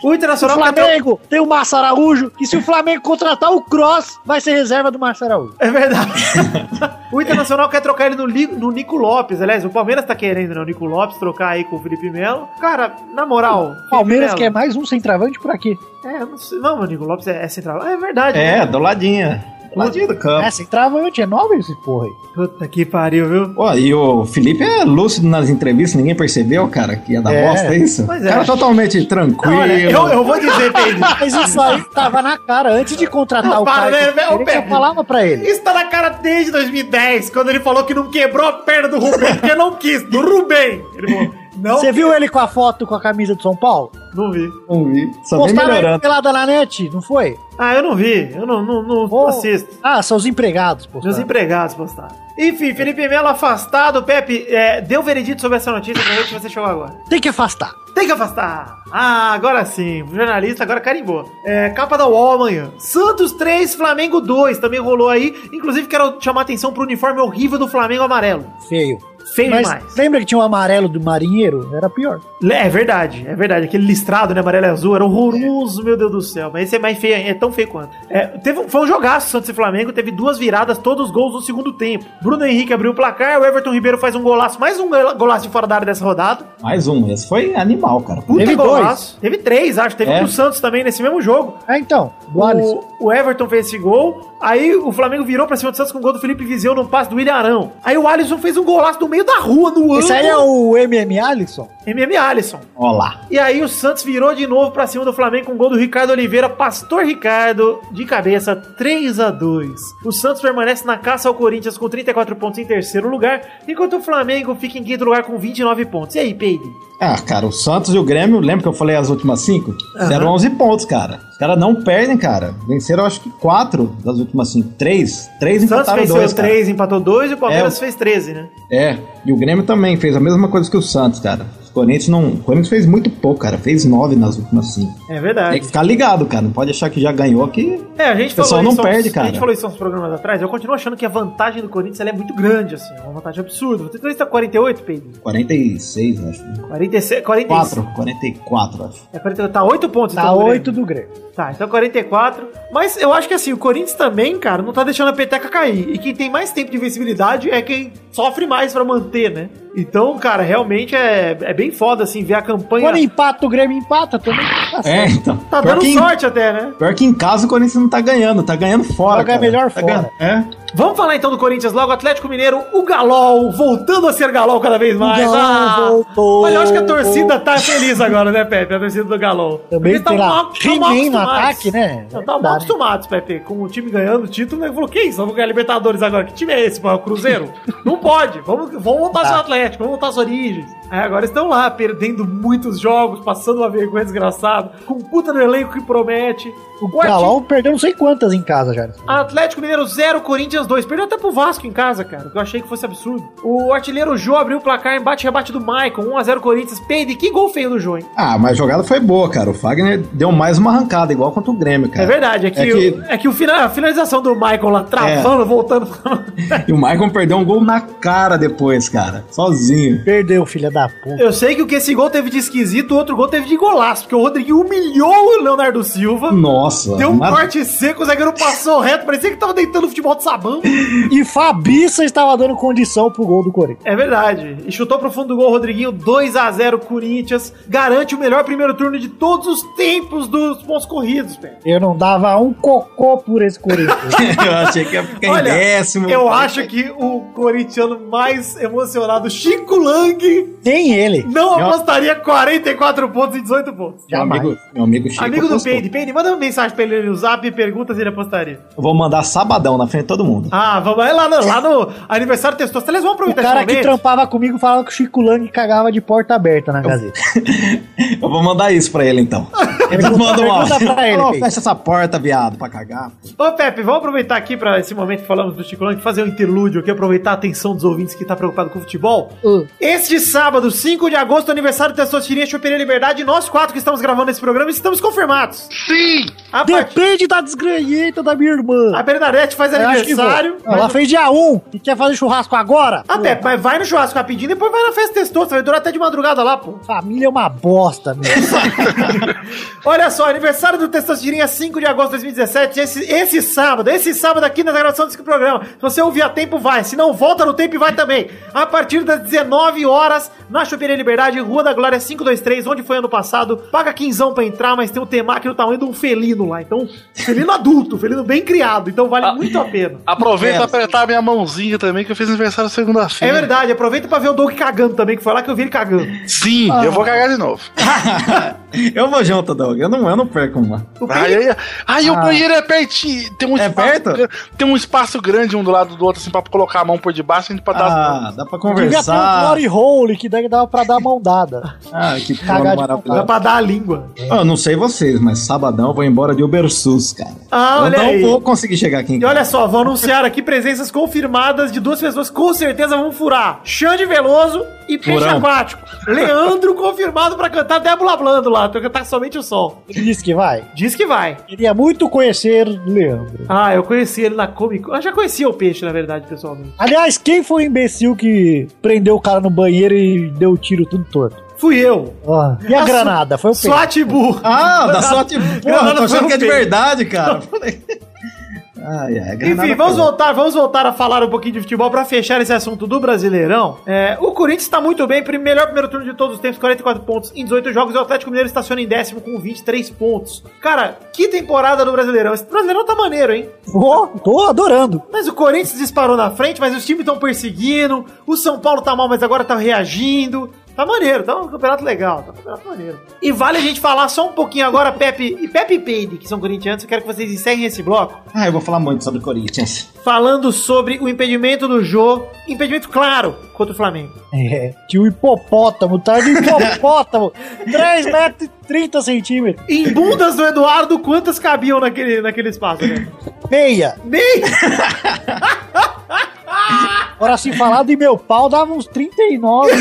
Speaker 1: O
Speaker 7: O
Speaker 1: Internacional... quer
Speaker 7: Flamengo tem o Márcio Araújo. E se o Flamengo contratar o Cross, vai ser reserva do Márcio Araújo.
Speaker 1: É verdade. [LAUGHS] o Internacional quer trocar ele no, Li- no Nico Lopes. Aliás, o Palmeiras tá querendo, né? O Nico Lopes trocar aí com o Felipe Melo. Cara, na moral. Felipe
Speaker 7: Palmeiras
Speaker 1: Melo-
Speaker 7: quer mais um centroavante por aqui.
Speaker 1: É, eu não sei. Não, o Nico Lopes é, é central. É verdade. né?
Speaker 4: É, do ladinho. Do ladinho do campo.
Speaker 7: É, centroavante é nove esse porra aí.
Speaker 1: Puta que pariu, viu?
Speaker 4: Ó, e o Felipe é lúcido nas entrevistas, ninguém percebeu, cara, que ia dar
Speaker 7: É.
Speaker 4: bosta isso.
Speaker 1: Pois é.
Speaker 4: cara totalmente tranquilo.
Speaker 1: Olha, eu, eu vou
Speaker 7: [LAUGHS]
Speaker 1: dizer,
Speaker 7: [LAUGHS]
Speaker 1: Pedro.
Speaker 7: Mas isso aí tava na cara antes de contratar
Speaker 1: Não,
Speaker 7: o
Speaker 1: para,
Speaker 7: cara.
Speaker 1: velho, velho,
Speaker 7: ele já
Speaker 1: Pepe.
Speaker 7: falava pra ele.
Speaker 1: Isso tá na cara desde 2010, quando ele falou que não quebrou a perna do Rubem, porque não quis, do Rubem. Ele falou, não,
Speaker 7: Você viu ele com a foto com a camisa do São Paulo?
Speaker 1: não vi.
Speaker 4: Não vi. Só vem
Speaker 7: Postaram ele
Speaker 4: melhorando.
Speaker 7: pelada na net, não foi?
Speaker 1: Ah, eu não vi, eu não, não, não
Speaker 7: Pô.
Speaker 1: assisto.
Speaker 7: Ah, são os empregados, pô.
Speaker 1: Meus empregados postaram. Enfim, Felipe Melo afastado, Pepe, é, deu veredito sobre essa notícia pra gente, você chegou agora.
Speaker 7: Tem que afastar.
Speaker 1: Tem que afastar! Ah, agora sim, o jornalista agora carimbou. É, capa da UOL amanhã. Santos 3, Flamengo 2, também rolou aí. Inclusive, quero chamar atenção pro uniforme horrível do Flamengo amarelo.
Speaker 7: Feio.
Speaker 1: Feio
Speaker 7: Mas
Speaker 1: demais.
Speaker 7: lembra que tinha um amarelo do marinheiro? Era pior.
Speaker 1: É verdade, é verdade. Aquele listrado, né, amarelo e azul, era horroroso, meu Deus do céu. Mas esse é mais feio, é tão feio quanto. É, teve, um- foi um jogaço, Santos e Flamengo, teve duas viradas, todos os gols no segundo tempo. Bruno Henrique abriu o placar, o Everton Ribeiro faz um golaço, mais um gola- golaço de fora da área dessa rodada.
Speaker 4: Mais um, esse foi animal, cara.
Speaker 1: Puta
Speaker 7: Teve dois.
Speaker 1: golaço. Teve três, acho. Teve
Speaker 4: É.
Speaker 1: um do Santos também nesse mesmo jogo.
Speaker 7: Ah, então. Do Alisson.
Speaker 1: O, o Everton fez esse gol, aí o Flamengo virou pra cima do Santos com o gol do Felipe Viseu num passe do William Arão. Aí o Alisson fez um golaço no meio da rua, no ângulo.
Speaker 7: Esse aí é o MM Alisson?
Speaker 1: MM Alisson.
Speaker 4: Ó lá.
Speaker 1: E aí o Santos virou de novo pra cima do Flamengo com o gol do Ricardo Oliveira, Pastor Ricardo, de cabeça, 3 a 2 O Santos permanece na caça ao Corinthians com 34 pontos em terceiro lugar, enquanto o Flamengo fica em quinto lugar com 29 pontos. E aí, Peide?
Speaker 4: Ah, cara, o Santos e o Grêmio, lembra que eu falei as últimas cinco? Fizeram 11 pontos, cara. Os caras não perdem, cara. Venceram, acho que quatro das últimas cinco. Três. Três
Speaker 1: O Santos
Speaker 4: empataram
Speaker 1: venceu
Speaker 4: dois, cara.
Speaker 1: 3, empatou 2 e o Palmeiras
Speaker 4: É,
Speaker 1: fez 13, né?
Speaker 4: É, e o Grêmio também fez a mesma coisa que o Santos, cara. O Corinthians não. O Corinthians fez muito pouco, cara. Fez nove nas últimas cinco.
Speaker 1: É
Speaker 4: Tem que
Speaker 1: verdade.
Speaker 4: ficar ligado, cara. Não pode achar que já ganhou aqui.
Speaker 1: É, a gente
Speaker 4: O pessoal
Speaker 1: falou
Speaker 4: não
Speaker 1: isso, há uns-
Speaker 4: perde,
Speaker 1: A gente
Speaker 4: cara.
Speaker 1: falou isso há uns programas atrás. Eu continuo achando que a vantagem do Corinthians ela é muito grande, assim. É uma vantagem absurda. Você tá está 48, Pedro?
Speaker 4: 46, acho.
Speaker 1: 46, 46.
Speaker 4: 4, 44, acho.
Speaker 1: É 48, tá 8 pontos.
Speaker 7: Tá
Speaker 1: então, Grêmio.
Speaker 7: oito do Grêmio.
Speaker 1: Tá, então 44. Mas eu acho que assim, o Corinthians também, cara, não tá deixando a peteca cair. E quem tem mais tempo de invencibilidade é quem sofre mais pra manter, né? Então, cara, realmente é, é bem foda, assim, ver a campanha.
Speaker 7: Quando empata, o Grêmio empata também.
Speaker 4: É, então.
Speaker 1: Tá
Speaker 4: pior,
Speaker 1: dando
Speaker 4: que em,
Speaker 1: sorte até, né?
Speaker 4: pior que em casa o Corinthians não tá ganhando, tá ganhando fora.
Speaker 7: Joga
Speaker 4: cara.
Speaker 7: melhor
Speaker 4: Tá
Speaker 7: fora.
Speaker 4: ganhando- É.
Speaker 1: Vamos falar então do Corinthians logo, Atlético Mineiro, o Galol, voltando a ser Galol cada vez mais.
Speaker 7: Galol
Speaker 1: Ah!
Speaker 7: voltou.
Speaker 1: Olha, eu acho que a torcida tá feliz agora, né, Pepe? A torcida do Galol.
Speaker 7: Também
Speaker 1: Eles tão
Speaker 7: terá
Speaker 1: mal- tão mal
Speaker 7: He-Man no
Speaker 1: acostumados.
Speaker 7: ataque, né?
Speaker 1: Não, tá mal
Speaker 7: Dá, né?
Speaker 1: acostumados, Pepe. Com o time ganhando o título, né? Falou, que isso? Vamos ganhar Libertadores agora. Que time é esse, pô?
Speaker 7: [LAUGHS]
Speaker 1: Cruzeiro? Não pode. Vamos, vamos voltar
Speaker 7: Tá.
Speaker 1: seu Atlético, vamos voltar as origens. Aí agora estão lá, perdendo muitos jogos, passando uma vergonha desgraçada, com um puta no elenco que promete. O Guardiola-
Speaker 7: Galão perdeu não sei quantas em casa já.
Speaker 1: Atlético Mineiro 0, Corinthians 2. Perdeu até pro Vasco em casa, cara. Que eu achei que fosse absurdo. O artilheiro Jô abriu o placar, embate e rebate do Maicon. 1x0 Corinthians. Peide, que gol feio do Jô, hein?
Speaker 4: Ah, mas a jogada foi boa, cara. O Fagner deu mais uma arrancada, igual contra o Grêmio, cara.
Speaker 1: É verdade, é que,
Speaker 4: É
Speaker 1: o-
Speaker 4: que- É.
Speaker 1: é que o final, a finalização do Maicon lá, travando, voltando.
Speaker 4: E o Maicon perdeu um gol na cara depois, cara. Sozinho.
Speaker 7: Perdeu, filha da puta.
Speaker 1: [LAUGHS] Eu sei que o que esse gol teve de esquisito, o outro gol teve de golaço, porque o Rodriguinho humilhou o Leonardo Silva.
Speaker 4: Nossa.
Speaker 1: Deu um
Speaker 4: Hum, mas-
Speaker 1: corte seco, o zagueiro passou reto, parecia que tava deitando futebol de sabão. Porra.
Speaker 7: E Fabiça estava dando condição pro gol do Corinthians.
Speaker 1: É verdade. E chutou pro fundo do gol, Rodriguinho. 2 a 0 Corinthians. Garante o melhor primeiro turno de todos os tempos dos pontos corridos, velho.
Speaker 7: Eu não dava um cocô por esse Corinthians.
Speaker 4: [LAUGHS]
Speaker 1: [LAUGHS]
Speaker 4: eu achei que ia ficar
Speaker 1: Olha,
Speaker 4: em décimo.
Speaker 1: Eu acho que o corintiano mais emocionado, Chico Lang,
Speaker 7: Nem ele.
Speaker 1: não apostaria 44 pontos e 18 pontos.
Speaker 4: Meu amigo, meu amigo Chico.
Speaker 1: Amigo do
Speaker 4: postou.
Speaker 1: Peide, Peide, manda uma mensagem pra ele no zap e pergunta se ele apostaria.
Speaker 4: Eu Vou mandar sabadão na frente de todo mundo.
Speaker 1: Ah, vamos é lá no, lá no aniversário testou. Vocês vão
Speaker 7: O
Speaker 1: aproveitar
Speaker 7: cara
Speaker 1: esse
Speaker 7: que
Speaker 1: momento.
Speaker 7: trampava comigo falava que o Chico Lang cagava de porta aberta na Gazeta.
Speaker 4: Eu vou mandar isso pra ele então. Ele
Speaker 7: Pergunta-
Speaker 4: manda uma.
Speaker 7: pergunta pra ele,
Speaker 4: Ô,
Speaker 7: Peide.
Speaker 4: fecha essa porta, viado, pra cagar.
Speaker 1: Ô Pepe, vamos aproveitar aqui pra esse momento que falamos do Chico Lang, fazer um interlúdio aqui, aproveitar a atenção dos ouvintes que tá preocupado com o futebol.
Speaker 7: Uh.
Speaker 1: Este sábado, 5 de agosto, aniversário do Testosterinha Choperia Liberdade, nós quatro que estamos gravando esse programa estamos confirmados.
Speaker 6: Sim!
Speaker 1: A partir
Speaker 7: Depende da desgranheta da minha
Speaker 1: A
Speaker 7: irmã.
Speaker 1: Bernadette faz
Speaker 7: Eu É, acho que vou.
Speaker 1: aniversário.
Speaker 7: Não, Ela
Speaker 1: mas-
Speaker 7: fez dia 1 e quer fazer churrasco agora?
Speaker 1: Ah, Pepe, mas vai no churrasco rapidinho, depois vai na festa testou, vai durar até de madrugada lá, pô.
Speaker 7: Família é uma bosta, meu.
Speaker 1: Olha só, aniversário do Testosterinha, 5 de agosto de 2017, esse, esse sábado, esse sábado aqui na gravação desse programa. Se você ouvir a tempo, vai. Se não, volta no tempo e vai também. A partir das 19 horas, na Choperia Liberdade, Rua da Glória 523, onde foi ano passado. Paga quinzão pra entrar, mas tem um temaki do tamanho de um felino lá. Então, felino adulto, felino bem criado. Então vale muito a pena.
Speaker 6: Aproveita
Speaker 4: É.
Speaker 6: pra apertar minha mãozinha também, que eu fiz aniversário
Speaker 1: É
Speaker 6: segunda-feira.
Speaker 1: verdade, aproveita pra ver o Doug cagando também, que foi lá que eu vi ele cagando.
Speaker 6: Sim, eu vou cagar de novo.
Speaker 4: eu vou junto, Doug. Eu não, eu não perco uma.
Speaker 1: O
Speaker 6: Aí,
Speaker 1: Pedro-
Speaker 6: aí, aí o banheiro é pertinho. Tem um
Speaker 4: É perto?
Speaker 6: gran- Tem um espaço grande um do lado do outro, assim, pra colocar a mão por debaixo e a gente pra dar as mãos.
Speaker 4: Ah, dá
Speaker 7: Devia ter
Speaker 4: pra
Speaker 7: um
Speaker 4: conversar.
Speaker 7: glory hole que daí dava pra dar mão dada.
Speaker 4: Ah, que
Speaker 7: Cagar
Speaker 4: plano
Speaker 7: de
Speaker 1: Dá
Speaker 4: maravilhoso.
Speaker 1: pra dar a língua.
Speaker 4: Ah, Eu não sei vocês, mas sabadão eu vou embora de Uber SUS, cara.
Speaker 1: Ah,
Speaker 4: eu
Speaker 1: olha
Speaker 4: não
Speaker 1: aí.
Speaker 4: vou conseguir chegar aqui em
Speaker 1: E olha só, vou anunciar aqui presenças confirmadas de duas pessoas que com certeza vão furar. Xande Veloso e Peixe
Speaker 4: Furão.
Speaker 1: Aquático. Leandro [LAUGHS] confirmado pra cantar Débora Blando lá, pra cantar somente o sol.
Speaker 7: Diz que vai.
Speaker 1: Diz que vai.
Speaker 7: Queria muito conhecer Leandro.
Speaker 1: Ah, eu conheci ele na Comic Con. Eu já conhecia o Peixe, na verdade, pessoalmente.
Speaker 7: Aliás, quem foi o imbecil que prendeu o cara no banheiro e deu o tiro tudo torto?
Speaker 1: Fui eu.
Speaker 7: Ah, e a
Speaker 1: Ah,
Speaker 7: granada? Foi o Pedro.
Speaker 1: Swatibu. [LAUGHS]
Speaker 4: Ah, dá sorte. Porra,
Speaker 1: Granada
Speaker 4: tô achando que é de
Speaker 1: foi um
Speaker 4: verdade, cara. Falei. Ai, ai, granada
Speaker 1: Enfim, vamos
Speaker 4: foi.
Speaker 1: voltar, vamos voltar a falar um pouquinho de futebol pra fechar esse assunto do Brasileirão. É, o Corinthians está muito bem, prim- melhor primeiro turno de todos os tempos, 44 pontos em 18 jogos, e o Atlético Mineiro estaciona em décimo com 23 pontos. Cara, que temporada do Brasileirão. Esse Brasileirão tá maneiro, hein?
Speaker 7: Ó, tô adorando.
Speaker 1: Mas o Corinthians disparou na frente, mas os times estão perseguindo, o São Paulo tá mal, mas agora tá reagindo. Tá maneiro, tá um campeonato legal, tá um campeonato maneiro. E vale a gente falar só um pouquinho agora, Pepe e Pepe e Peide, que são corintianos, eu quero que vocês encerrem esse bloco
Speaker 4: Ah, eu vou falar muito sobre Corinthians.
Speaker 1: falando sobre o impedimento do Jô. Impedimento claro contra o Flamengo.
Speaker 7: É, que o hipopótamo, tá de
Speaker 4: [LAUGHS]
Speaker 7: hipopótamo. 3 metros e 30 centímetros.
Speaker 1: Em bundas do Eduardo, quantas cabiam naquele, naquele espaço? Né?
Speaker 7: Meia.
Speaker 1: Nem!
Speaker 7: Ora, se falar de meu pau, dava uns
Speaker 4: [LAUGHS]
Speaker 7: 39.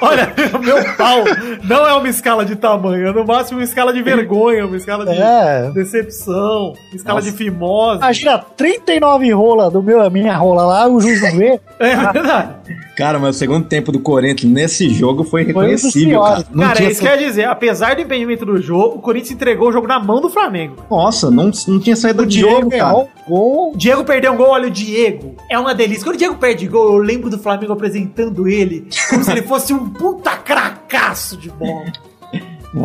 Speaker 1: Olha, [LAUGHS] meu pau não é uma escala de tamanho, é no máximo uma escala de vergonha, uma escala de
Speaker 7: é.
Speaker 1: decepção, uma escala de fimose.
Speaker 7: Imagina, 39 rola do meu, a minha rola lá, o juiz não vê.
Speaker 1: É verdade.
Speaker 4: Cara, mas o segundo tempo do Corinthians nesse jogo foi
Speaker 7: Foi um dos
Speaker 4: reconhecível,
Speaker 7: piores.
Speaker 4: cara. Não
Speaker 1: Cara,
Speaker 4: tinha
Speaker 1: isso
Speaker 4: sa-
Speaker 1: quer dizer, apesar do impedimento do Jô, o Corinthians entregou o jogo na mão do
Speaker 7: é-
Speaker 1: Flamengo.
Speaker 4: Nossa, não, não tinha saído do jogo, cara.
Speaker 7: errou o gol.
Speaker 1: Diego perdeu um gol, olha o Diego. É uma delícia. Quando o Diego perde gol, eu lembro do Flamengo apresentando ele como se ele fosse um puta cracaço de bola.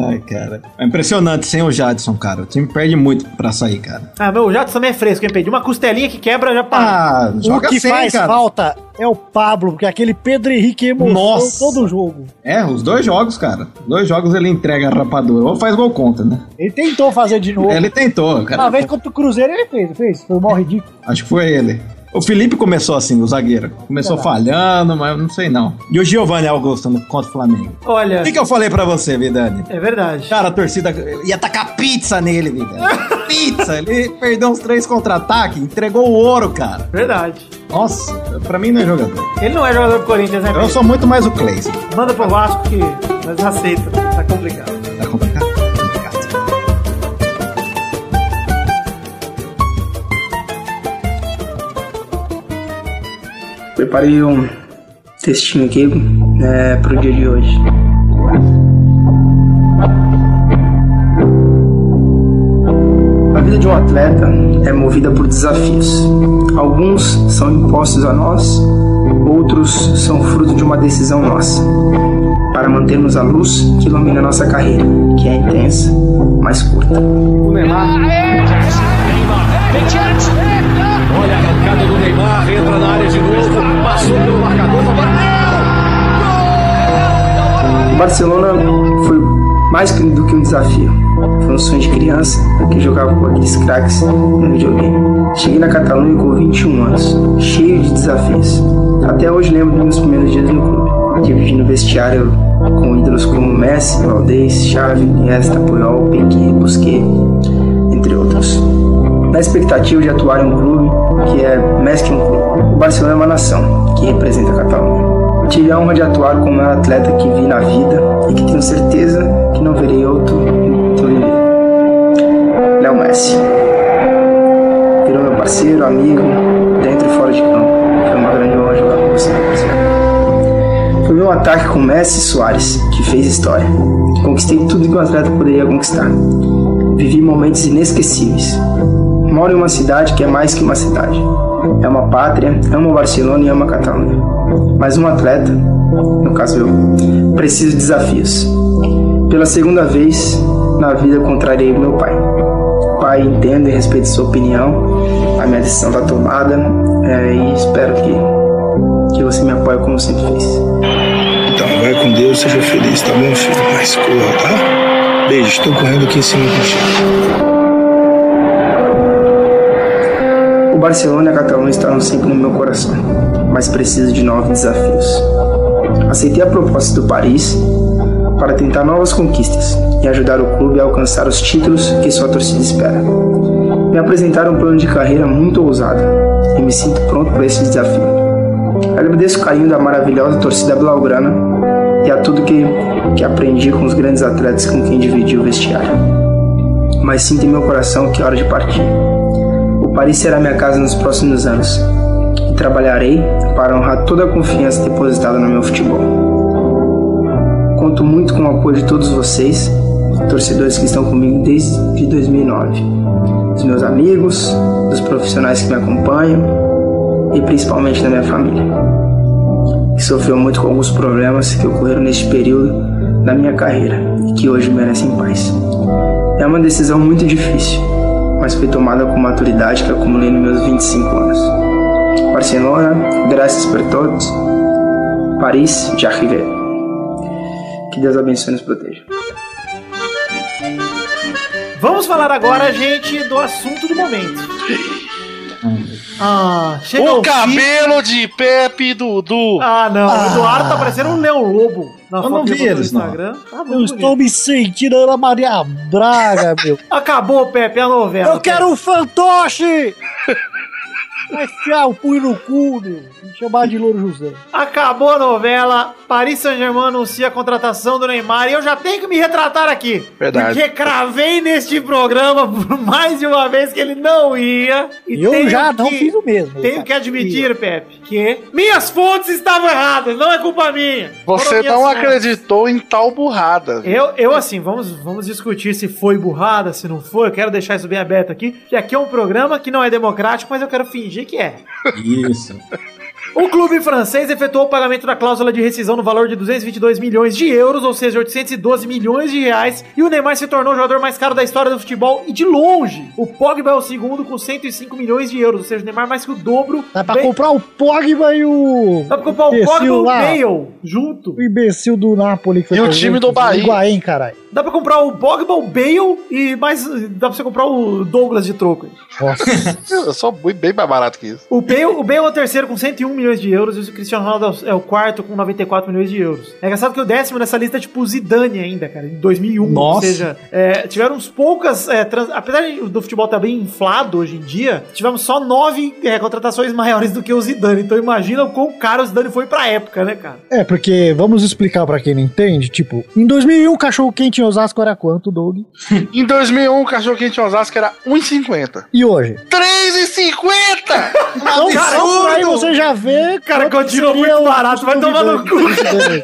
Speaker 4: Ai, cara. É impressionante sem o Jadson, cara. O time perde muito pra sair, cara.
Speaker 1: Ah, meu, o Jato também é fresco, hein, Pedro? Uma costelinha que quebra já para.
Speaker 4: Ah, joga
Speaker 7: o que
Speaker 4: sem,
Speaker 7: faz
Speaker 4: cara.
Speaker 7: falta é o Pablo, porque aquele Pedro Henrique emocionou
Speaker 4: Nossa.
Speaker 7: todo o jogo.
Speaker 4: É, os dois jogos, cara. Dois jogos ele entrega a rapadura. Ou faz gol contra, né?
Speaker 7: Ele tentou fazer de
Speaker 2: É,
Speaker 7: novo.
Speaker 4: Ele tentou, cara.
Speaker 7: Uma vez contra o Cruzeiro ele fez, fez. Foi mal ridículo.
Speaker 4: Acho que foi ele. O Felipe começou assim, o zagueiro.
Speaker 7: É.
Speaker 4: Começou falhando, mas eu não sei não. E o Giovanni Augusto no- contra o Flamengo.
Speaker 1: Olha,
Speaker 4: O que, que eu falei pra você, Vidani?
Speaker 1: é verdade.
Speaker 4: Cara, a torcida ia tacar pizza nele, Vidani. pizza! Ele perdeu uns três contra-ataques, entregou o ouro, cara.
Speaker 1: Verdade.
Speaker 4: Nossa, pra mim não é jogador.
Speaker 1: Ele não é jogador do Corinthians, né,
Speaker 4: Eu
Speaker 1: Pedro?
Speaker 4: sou muito mais o Clayson.
Speaker 1: Manda pro Vasco que nós aceita. Tá complicado.
Speaker 4: Tá complicado? Complicado.
Speaker 8: Preparei um textinho aqui é, pro dia de hoje. vida de um atleta é movida por desafios. Alguns são impostos a nós, outros são fruto de uma decisão nossa. Para mantermos a luz que ilumina nossa carreira, que é intensa, mas curta. O Neymar O Barcelona foi mais que- do que um desafio. Foi um sonho de criança, que jogava com aqueles craques no videogame. Cheguei na Catalunha com 21 anos, cheio de desafios. Até hoje lembro dos meus primeiros dias no clube, dividindo o vestiário com ídolos como Messi, Valdez, Xavi, Iniesta, Puyol, Piquet, Busquets, entre outros na expectativa de atuar em um clube que é mais que um clube. O Barcelona é uma nação que representa a Catalunha. Tive a honra de atuar com o maior atleta que vi na vida e que tenho certeza que não verei outro em todo ele. Léo Messi. Virou meu parceiro, amigo, dentro e fora de campo. Foi uma grande honra jogar com você, Barcelona. Foi meu ataque com Messi e Soares que fez história. Conquistei tudo que um atleta poderia conquistar. Vivi momentos inesquecíveis. Moro em uma cidade que é mais que uma cidade. É uma pátria, amo Barcelona e amo a Catalunha. Mas um atleta, no caso eu, preciso de desafios. Pela segunda vez na vida contrariei meu pai. Pai, entendo e respeito sua opinião. A minha decisão está tomada é, e espero que, que você me apoie como sempre fez.
Speaker 9: Então, vai com Deus, seja feliz, tá bom, filho? Mas corra, tá? Beijo, estou correndo aqui em cima do chão.
Speaker 8: O Barcelona e a Catalunha estarão sempre no meu coração, mas preciso de novos desafios. Aceitei a proposta do Paris para tentar novas conquistas e ajudar o clube a alcançar os títulos que sua torcida espera. Me apresentaram um plano de carreira muito ousado e me sinto pronto para esse desafio. Agradeço o carinho da maravilhosa torcida blaugrana e a tudo que, que aprendi com os grandes atletas com quem dividi o vestiário. Mas sinto em meu coração que é hora de partir. O Paris será minha casa nos próximos anos e trabalharei para honrar toda a confiança depositada no meu futebol. Conto muito com o apoio de todos vocês, torcedores que estão comigo desde 2009, dos meus amigos, dos profissionais que me acompanham e principalmente da minha família, que sofreu muito com alguns problemas que ocorreram neste período da minha carreira e que hoje merecem paz. É uma decisão muito difícil, mas foi tomada com maturidade que acumulei nos meus 25 anos. Barcelona, graças por todos. Paris, já arrivei. Que Deus abençoe e nos proteja.
Speaker 1: Vamos falar agora, gente, do assunto do momento. Ah, chega
Speaker 2: O
Speaker 1: ao fim-
Speaker 2: cabelo de Pepe Dudu.
Speaker 1: Ah, não. O Eduardo tá parecendo um Leão Lobo na
Speaker 4: Eu
Speaker 1: foto
Speaker 4: não
Speaker 1: que
Speaker 4: vi
Speaker 1: botou no
Speaker 4: eles, não.
Speaker 1: Instagram. Tá muito
Speaker 7: Eu estou me sentindo Ana Maria Braga,
Speaker 2: [LAUGHS]
Speaker 7: meu.
Speaker 1: bonito. Acabou, Pepe, a
Speaker 2: É,
Speaker 1: novela.
Speaker 7: Eu quero um fantoche! Vai enfiar o punho no cu, meu. Me chamar de Louro José.
Speaker 1: Acabou a novela, Paris Saint-Germain anuncia a contratação do Neymar e eu já tenho que me retratar aqui.
Speaker 2: Verdade.
Speaker 1: Porque cravei neste programa por mais de uma vez que ele não ia.
Speaker 7: E eu
Speaker 1: tenho
Speaker 7: já não
Speaker 1: que-
Speaker 7: fiz o mesmo.
Speaker 1: Tenho que admitir, Pepe, que minhas fontes estavam erradas, não é culpa minha.
Speaker 2: Você
Speaker 1: Foram minhas
Speaker 2: não
Speaker 1: fontes.
Speaker 2: acreditou em tal burrada.
Speaker 1: Eu, eu assim, vamos, vamos discutir se foi burrada, se não foi. Eu quero deixar isso bem aberto aqui, que aqui é um programa que não é democrático, mas eu quero fingir que é.
Speaker 4: Isso.
Speaker 1: O clube francês efetuou o pagamento da cláusula de rescisão no valor de 222 milhões de euros, ou seja, 812 milhões de reais, e o Neymar se tornou o jogador mais caro da história do futebol e de longe. O Pogba é o segundo com 105 milhões de euros, ou seja, o Neymar mais que o dobro.
Speaker 7: Dá pra
Speaker 1: Bem-
Speaker 7: comprar o Pogba e o.
Speaker 1: Dá pra comprar o
Speaker 7: imbecil
Speaker 1: Pogba e o
Speaker 7: lá.
Speaker 1: Bale junto.
Speaker 7: O imbecil do Napoli que foi
Speaker 2: E o
Speaker 7: pra
Speaker 2: time do
Speaker 7: Juventus,
Speaker 2: Bahia.
Speaker 7: O Higuaín, caralho.
Speaker 1: Dá pra comprar o Pogba, o Bale e mais... Dá pra você comprar o Douglas de troco.
Speaker 2: Eu sou bem- bem mais barato que isso.
Speaker 1: O Bale, o Bale é o terceiro com 101 milhões de euros e o Cristiano Ronaldo é o quarto com 94 milhões de euros. É engraçado que o décimo nessa lista é tipo o Zidane ainda, cara, em 2001. Ou
Speaker 4: Nossa.
Speaker 1: seja, é, tiveram uns poucas... é, trans- Apesar de- do futebol estar bem inflado hoje em dia, tivemos só nove é, contratações maiores do que o Zidane. Então imagina o quão caro o Zidane foi pra época, né, cara?
Speaker 7: É, porque vamos explicar pra quem não entende. Tipo, em 2001 o cachorro quente em Osasco era quanto, Doug?
Speaker 6: um, Em 2001, o cachorro quente em Osasco era 1,50.
Speaker 7: E hoje?
Speaker 2: 3,50! Eita!
Speaker 6: [LAUGHS]
Speaker 7: Então, só aí você já vê.
Speaker 1: Cara,
Speaker 7: quanto
Speaker 1: continua
Speaker 7: seria
Speaker 1: muito
Speaker 7: o
Speaker 1: barato, vai
Speaker 7: custo
Speaker 1: tomar
Speaker 7: de
Speaker 1: no
Speaker 7: dois-
Speaker 1: cu.
Speaker 7: custo dele.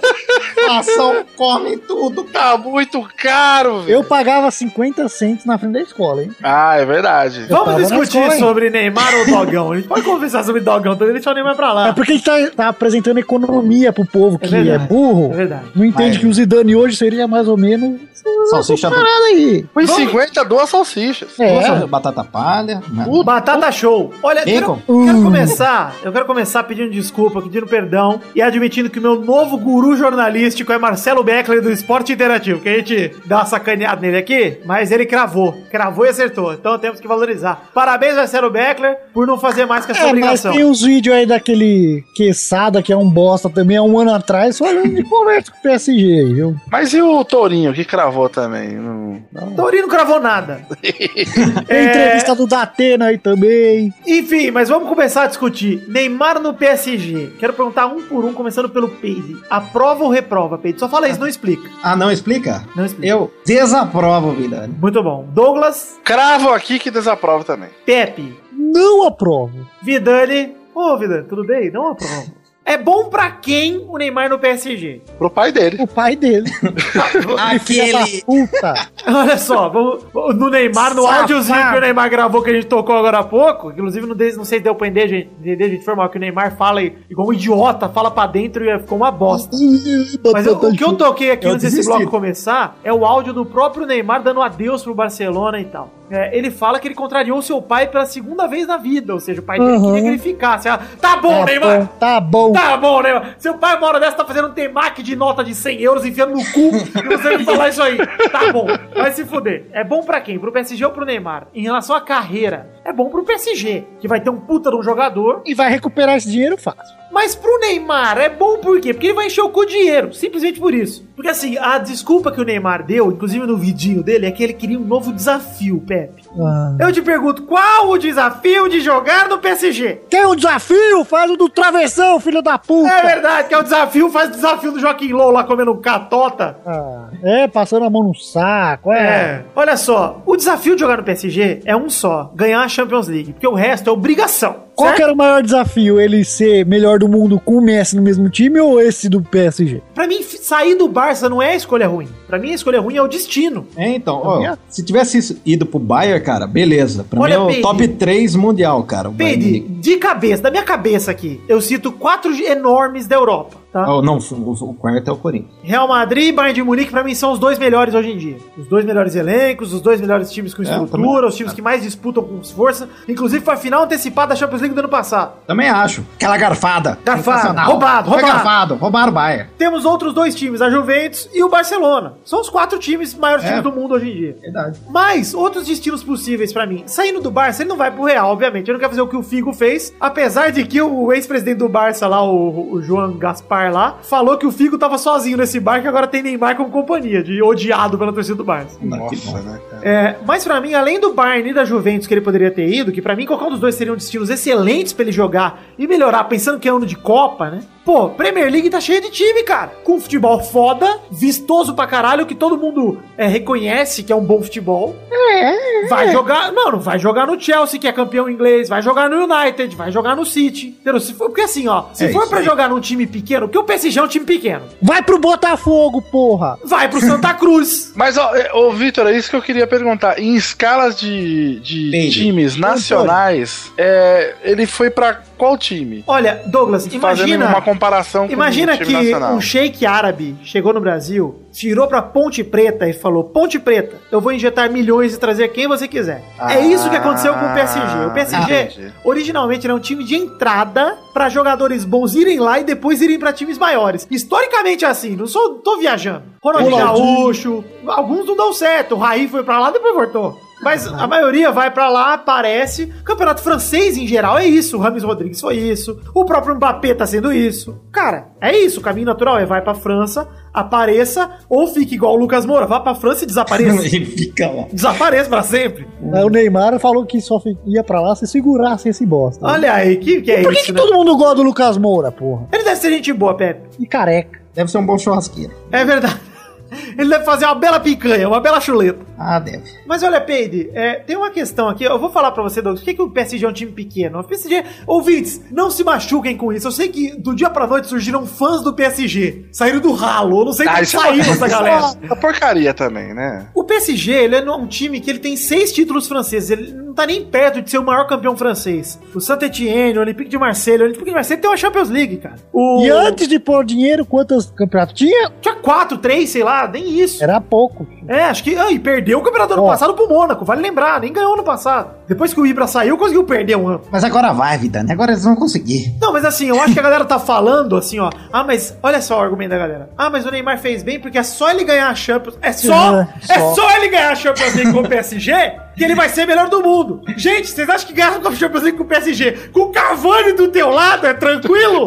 Speaker 4: Ah,
Speaker 2: Ação come tudo, tá muito caro, velho.
Speaker 7: [LAUGHS] Eu pagava 50 centos na frente da escola, hein?
Speaker 6: Ah, é verdade.
Speaker 7: Eu tava
Speaker 1: Vamos
Speaker 7: na
Speaker 1: discutir
Speaker 7: escola, hein?
Speaker 1: sobre Neymar ou Dogão. A gente pode conversar sobre Dogão também, deixar o Neymar pra
Speaker 7: É
Speaker 1: lá.
Speaker 7: porque a gente tá, tá apresentando economia pro povo que é,
Speaker 1: verdade,
Speaker 7: burro.
Speaker 1: É verdade.
Speaker 7: Não entende
Speaker 4: Mas-
Speaker 7: que o Zidane hoje seria mais ou menos.
Speaker 4: Salsicha
Speaker 7: Essa parada aí.
Speaker 6: Foi 52 salsichas.
Speaker 7: É.
Speaker 4: batata palha. né?
Speaker 1: Batata show. Olha, quero,
Speaker 4: Bacon.
Speaker 1: quero começar. Eu quero começar pedindo desculpa, pedindo perdão e admitindo que o meu novo guru jornalístico é Marcelo Beckler do Esporte Interativo. Que a gente dá uma sacaneada nele aqui, mas ele cravou. Cravou e acertou. Então temos que valorizar. Parabéns, Marcelo Beckler, por não fazer mais que essa
Speaker 7: É, mas
Speaker 1: obrigação.
Speaker 7: tem uns vídeos aí daquele Quesada, que é um bosta também, há um ano atrás, falando de conversa com o PSG, aí, viu?
Speaker 6: Mas e o Tourinho, que cravou também? Não- não.
Speaker 1: Torino Então, cravou nada. É.
Speaker 7: Tem entrevista do Datena aí também.
Speaker 1: Enfim, mas vamos começar a discutir. Neymar no PSG. Quero perguntar um por um, começando pelo Peide. Aprova ou reprova, Peide? Só fala isso, não explica.
Speaker 4: Ah, não explica?
Speaker 1: Não explica.
Speaker 4: Eu desaprovo, vida.
Speaker 1: Muito bom. Douglas,
Speaker 6: Cravo aqui que desaprova também.
Speaker 1: Pepe,
Speaker 7: Não aprovo.
Speaker 1: Vidani. Ô, Vidani, tudo bem? Não aprova. É bom pra quem o Neymar no PSG?
Speaker 6: Pro pai dele.
Speaker 7: O pai dele. Filha da
Speaker 4: Aquele.
Speaker 7: Puta.
Speaker 1: [LAUGHS] [LAUGHS] Olha só, vamos, no Neymar, no
Speaker 7: Safado.
Speaker 1: áudiozinho que o Neymar gravou, que a gente tocou agora há pouco, inclusive não, dei- não sei se deu pra entender, gente, entender, gente, foi mal, que o Neymar fala e- igual um idiota, fala pra dentro e é, ficou uma bosta. Mas eu- o que eu toquei aqui
Speaker 4: Eu
Speaker 1: antes desse
Speaker 4: desisti.
Speaker 1: bloco começar é o áudio do próprio Neymar dando adeus pro Barcelona e tal. É, ele fala que ele contrariou seu pai pela segunda vez na vida, ou seja, o pai dele
Speaker 7: Uhum.
Speaker 1: queria que ele ficasse. Ah, tá bom,
Speaker 7: É,
Speaker 1: Neymar!
Speaker 7: pô, Tá bom.
Speaker 1: Tá bom, Neymar! Seu pai uma hora dessa tá fazendo um temaki de nota de 100 euros enfiando no cu e você me falar isso aí. Tá bom, vai se fuder. É bom pra quem? Pro PSG ou pro Neymar? Em relação à carreira, é bom pro PSG, que vai ter um puta de um jogador
Speaker 7: E vai recuperar esse dinheiro fácil.
Speaker 1: mas pro Neymar é bom por quê? Porque ele vai encher o cu de dinheiro, simplesmente por isso. Porque assim, a desculpa que o Neymar deu, inclusive no vidinho dele, é que ele queria um novo desafio, Pepe. Eu te pergunto, qual o desafio de jogar no PSG?
Speaker 7: Tem um desafio? Faz o do travessão, filho da puta.
Speaker 1: É verdade, que é o desafio, faz o desafio do Joaquim Low lá comendo catota.
Speaker 7: Ah, é, passando a mão no saco, é.
Speaker 1: É, olha só, o desafio de jogar no PSG é um só, ganhar a Champions League, porque o resto é obrigação.
Speaker 7: Qual
Speaker 1: certo?
Speaker 7: que era o maior desafio? Ele ser melhor do mundo com o Messi no mesmo time ou esse do PSG?
Speaker 1: Pra mim, f- sair do Barça não é a escolha ruim. Pra mim, a escolha ruim é o destino.
Speaker 4: É, então, ó, se tivesse isso- ido pro Bayern, cara, beleza. Pra
Speaker 1: Olha,
Speaker 4: mim é o
Speaker 1: Pedro.
Speaker 4: top 3 mundial, cara. o Bayern
Speaker 1: Pede,
Speaker 4: Munique.
Speaker 1: de cabeça, da minha cabeça aqui, eu cito quatro enormes da Europa, tá?
Speaker 4: Oh, não, o, o quarto é o Corinthians.
Speaker 1: Real Madrid e Bayern de Munique, pra mim, são os dois melhores hoje em dia. Os dois melhores elencos, os dois melhores times com
Speaker 4: É, eu
Speaker 1: estrutura,
Speaker 4: também-
Speaker 1: os times que mais disputam com força. Inclusive, foi a final antecipada da Champions League do ano passado.
Speaker 4: Também acho. Aquela garfada.
Speaker 1: Garfada.
Speaker 4: Sensacional.
Speaker 1: Roubado,
Speaker 4: Foi
Speaker 1: roubado.
Speaker 4: garfado. Roubaram o Bayern.
Speaker 1: Temos outros dois times, a Juventus e o Barcelona. São os quatro times, maiores
Speaker 4: É.
Speaker 1: times do mundo hoje em dia.
Speaker 4: Verdade.
Speaker 1: Mas, outros destinos possíveis pra mim. Saindo do Barça, ele não vai pro Real, obviamente. Ele não quer fazer o que o Figo fez. Apesar de que o ex-presidente do Barça lá, o, o João Gaspar lá, falou que o Figo tava sozinho nesse barco e agora tem Neymar como companhia, de odiado pela torcida do Barça.
Speaker 6: Nossa, né, cara?
Speaker 1: É, mas pra mim, além do Bayern e da Juventus que ele poderia ter ido, que pra mim qualquer um dos dois seriam destinos excelentes pra ele jogar e melhorar, pensando que é ano de Copa, né? Pô, Premier League tá cheia de time, cara. Com futebol foda, vistoso pra caralho, que todo mundo é, reconhece que é um bom futebol. Vai jogar, mano, vai jogar no Chelsea, que é campeão inglês, vai jogar no United, vai jogar no City. Entendeu? Se for, porque assim, ó, se
Speaker 4: É
Speaker 1: for
Speaker 4: isso
Speaker 1: pra
Speaker 4: aí.
Speaker 1: jogar num time pequeno, porque o PSG é um time pequeno,
Speaker 7: Vai pro Botafogo, porra!
Speaker 1: vai pro Santa Cruz.
Speaker 6: Mas, ó, é, ô, Vitor, é isso que eu queria perguntar. Em escalas de, de
Speaker 4: Entendi.
Speaker 6: times nacionais, é, ele foi pra qual time?
Speaker 1: Olha, Douglas,
Speaker 6: Fazendo
Speaker 1: imagina.
Speaker 6: uma comparação com
Speaker 1: Imagina
Speaker 6: o time
Speaker 1: que
Speaker 6: nacional.
Speaker 1: um sheik árabe chegou no Brasil, tirou pra Ponte Preta e falou: Ponte Preta, eu vou injetar milhões e trazer quem você quiser. é isso que aconteceu com o PSG. O PSG,
Speaker 6: Ah, entendi.
Speaker 1: originalmente, era um time de entrada pra jogadores bons irem lá e depois irem pra times maiores. Historicamente é assim, não sou, tô viajando. Ronaldinho
Speaker 7: Ronaldinho.
Speaker 1: Gaúcho, alguns não dão certo. O Raí foi pra lá, depois voltou. Mas a maioria vai pra lá, aparece. Campeonato francês em geral é isso. O Rames Rodrigues foi isso. O próprio Mbappé tá sendo isso. Cara, é isso. O caminho natural é vai pra França, apareça, ou fique igual o Lucas Moura, vá pra França
Speaker 7: [LAUGHS]
Speaker 1: e
Speaker 4: [LAUGHS]
Speaker 1: desapareça.
Speaker 4: Ele fica lá.
Speaker 1: desapareça pra sempre.
Speaker 7: Aí o Neymar falou que só fi- ia pra lá se segurasse esse bosta.
Speaker 1: Olha aí, que, que é
Speaker 7: Por que,
Speaker 1: isso,
Speaker 7: que
Speaker 1: né?
Speaker 7: todo mundo gosta do Lucas Moura, porra?
Speaker 1: Ele deve ser gente boa, Pepe.
Speaker 7: E careca.
Speaker 4: Deve ser um bom churrasqueiro.
Speaker 1: É verdade. Ele deve fazer uma bela picanha, uma bela chuleta.
Speaker 4: Ah, deve.
Speaker 1: Mas olha, Peide, é, tem uma questão aqui. Eu vou falar pra você, Douglas. Por que, que o PSG é um time pequeno? O PSG. Ouvintes, não se machuquem com isso. Eu sei que do dia pra noite surgiram fãs do PSG. Saíram do ralo. Eu não sei
Speaker 6: Ah,
Speaker 1: como
Speaker 6: isso-
Speaker 1: saiu essa galera.
Speaker 6: Isso é uma porcaria também, né?
Speaker 1: O PSG, ele é um time que ele tem seis títulos franceses. Ele não tá nem perto de ser o maior campeão francês. O Saint-Étienne, o Olympique de Marseille. O Olympique de Marseille tem uma Champions League, cara. O...
Speaker 7: E
Speaker 6: é?
Speaker 7: antes de pôr dinheiro, quantos campeonatos tinha?
Speaker 1: Tinha quatro, três, sei lá, nem isso.
Speaker 7: Era pouco.
Speaker 1: É, acho que. Ah, e perdeu o campeonato ano
Speaker 7: Ó.
Speaker 1: passado pro Mônaco, vale lembrar, nem ganhou ano passado. Depois que o Ibra saiu, conseguiu perder um ano.
Speaker 4: Mas agora vai, Vidani. Agora eles vão conseguir.
Speaker 1: Não, mas assim, eu acho que a galera tá falando assim, ó. Ah, mas olha só o argumento da galera. Ah, mas o Neymar fez bem porque é só ele ganhar a Champions. É só,
Speaker 7: É,
Speaker 1: é só. ele ganhar a Champions League com o PSG que ele vai ser melhor do mundo. Gente, vocês acham que ganhar a Champions League com o PSG com o Cavani do teu lado é tranquilo?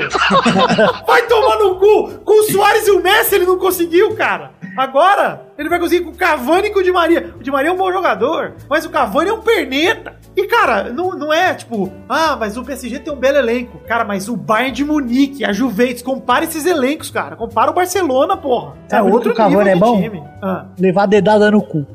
Speaker 1: vai tomar no cu. Com o Soares e o Messi ele não conseguiu, cara. Agora ele vai conseguir com o Cavani e com o Di Maria. O Di Maria é um bom jogador, mas o Cavani é um perneta. E, cara, não, não é tipo, ah, mas o PSG tem um belo elenco. Cara, mas o Bayern de Munique, a Juventus, compara esses elencos, cara. Compara o Barcelona, porra.
Speaker 7: Sabe outro Cavani é
Speaker 1: de
Speaker 7: bom?
Speaker 1: time. Ah.
Speaker 7: Levar dedada no cu.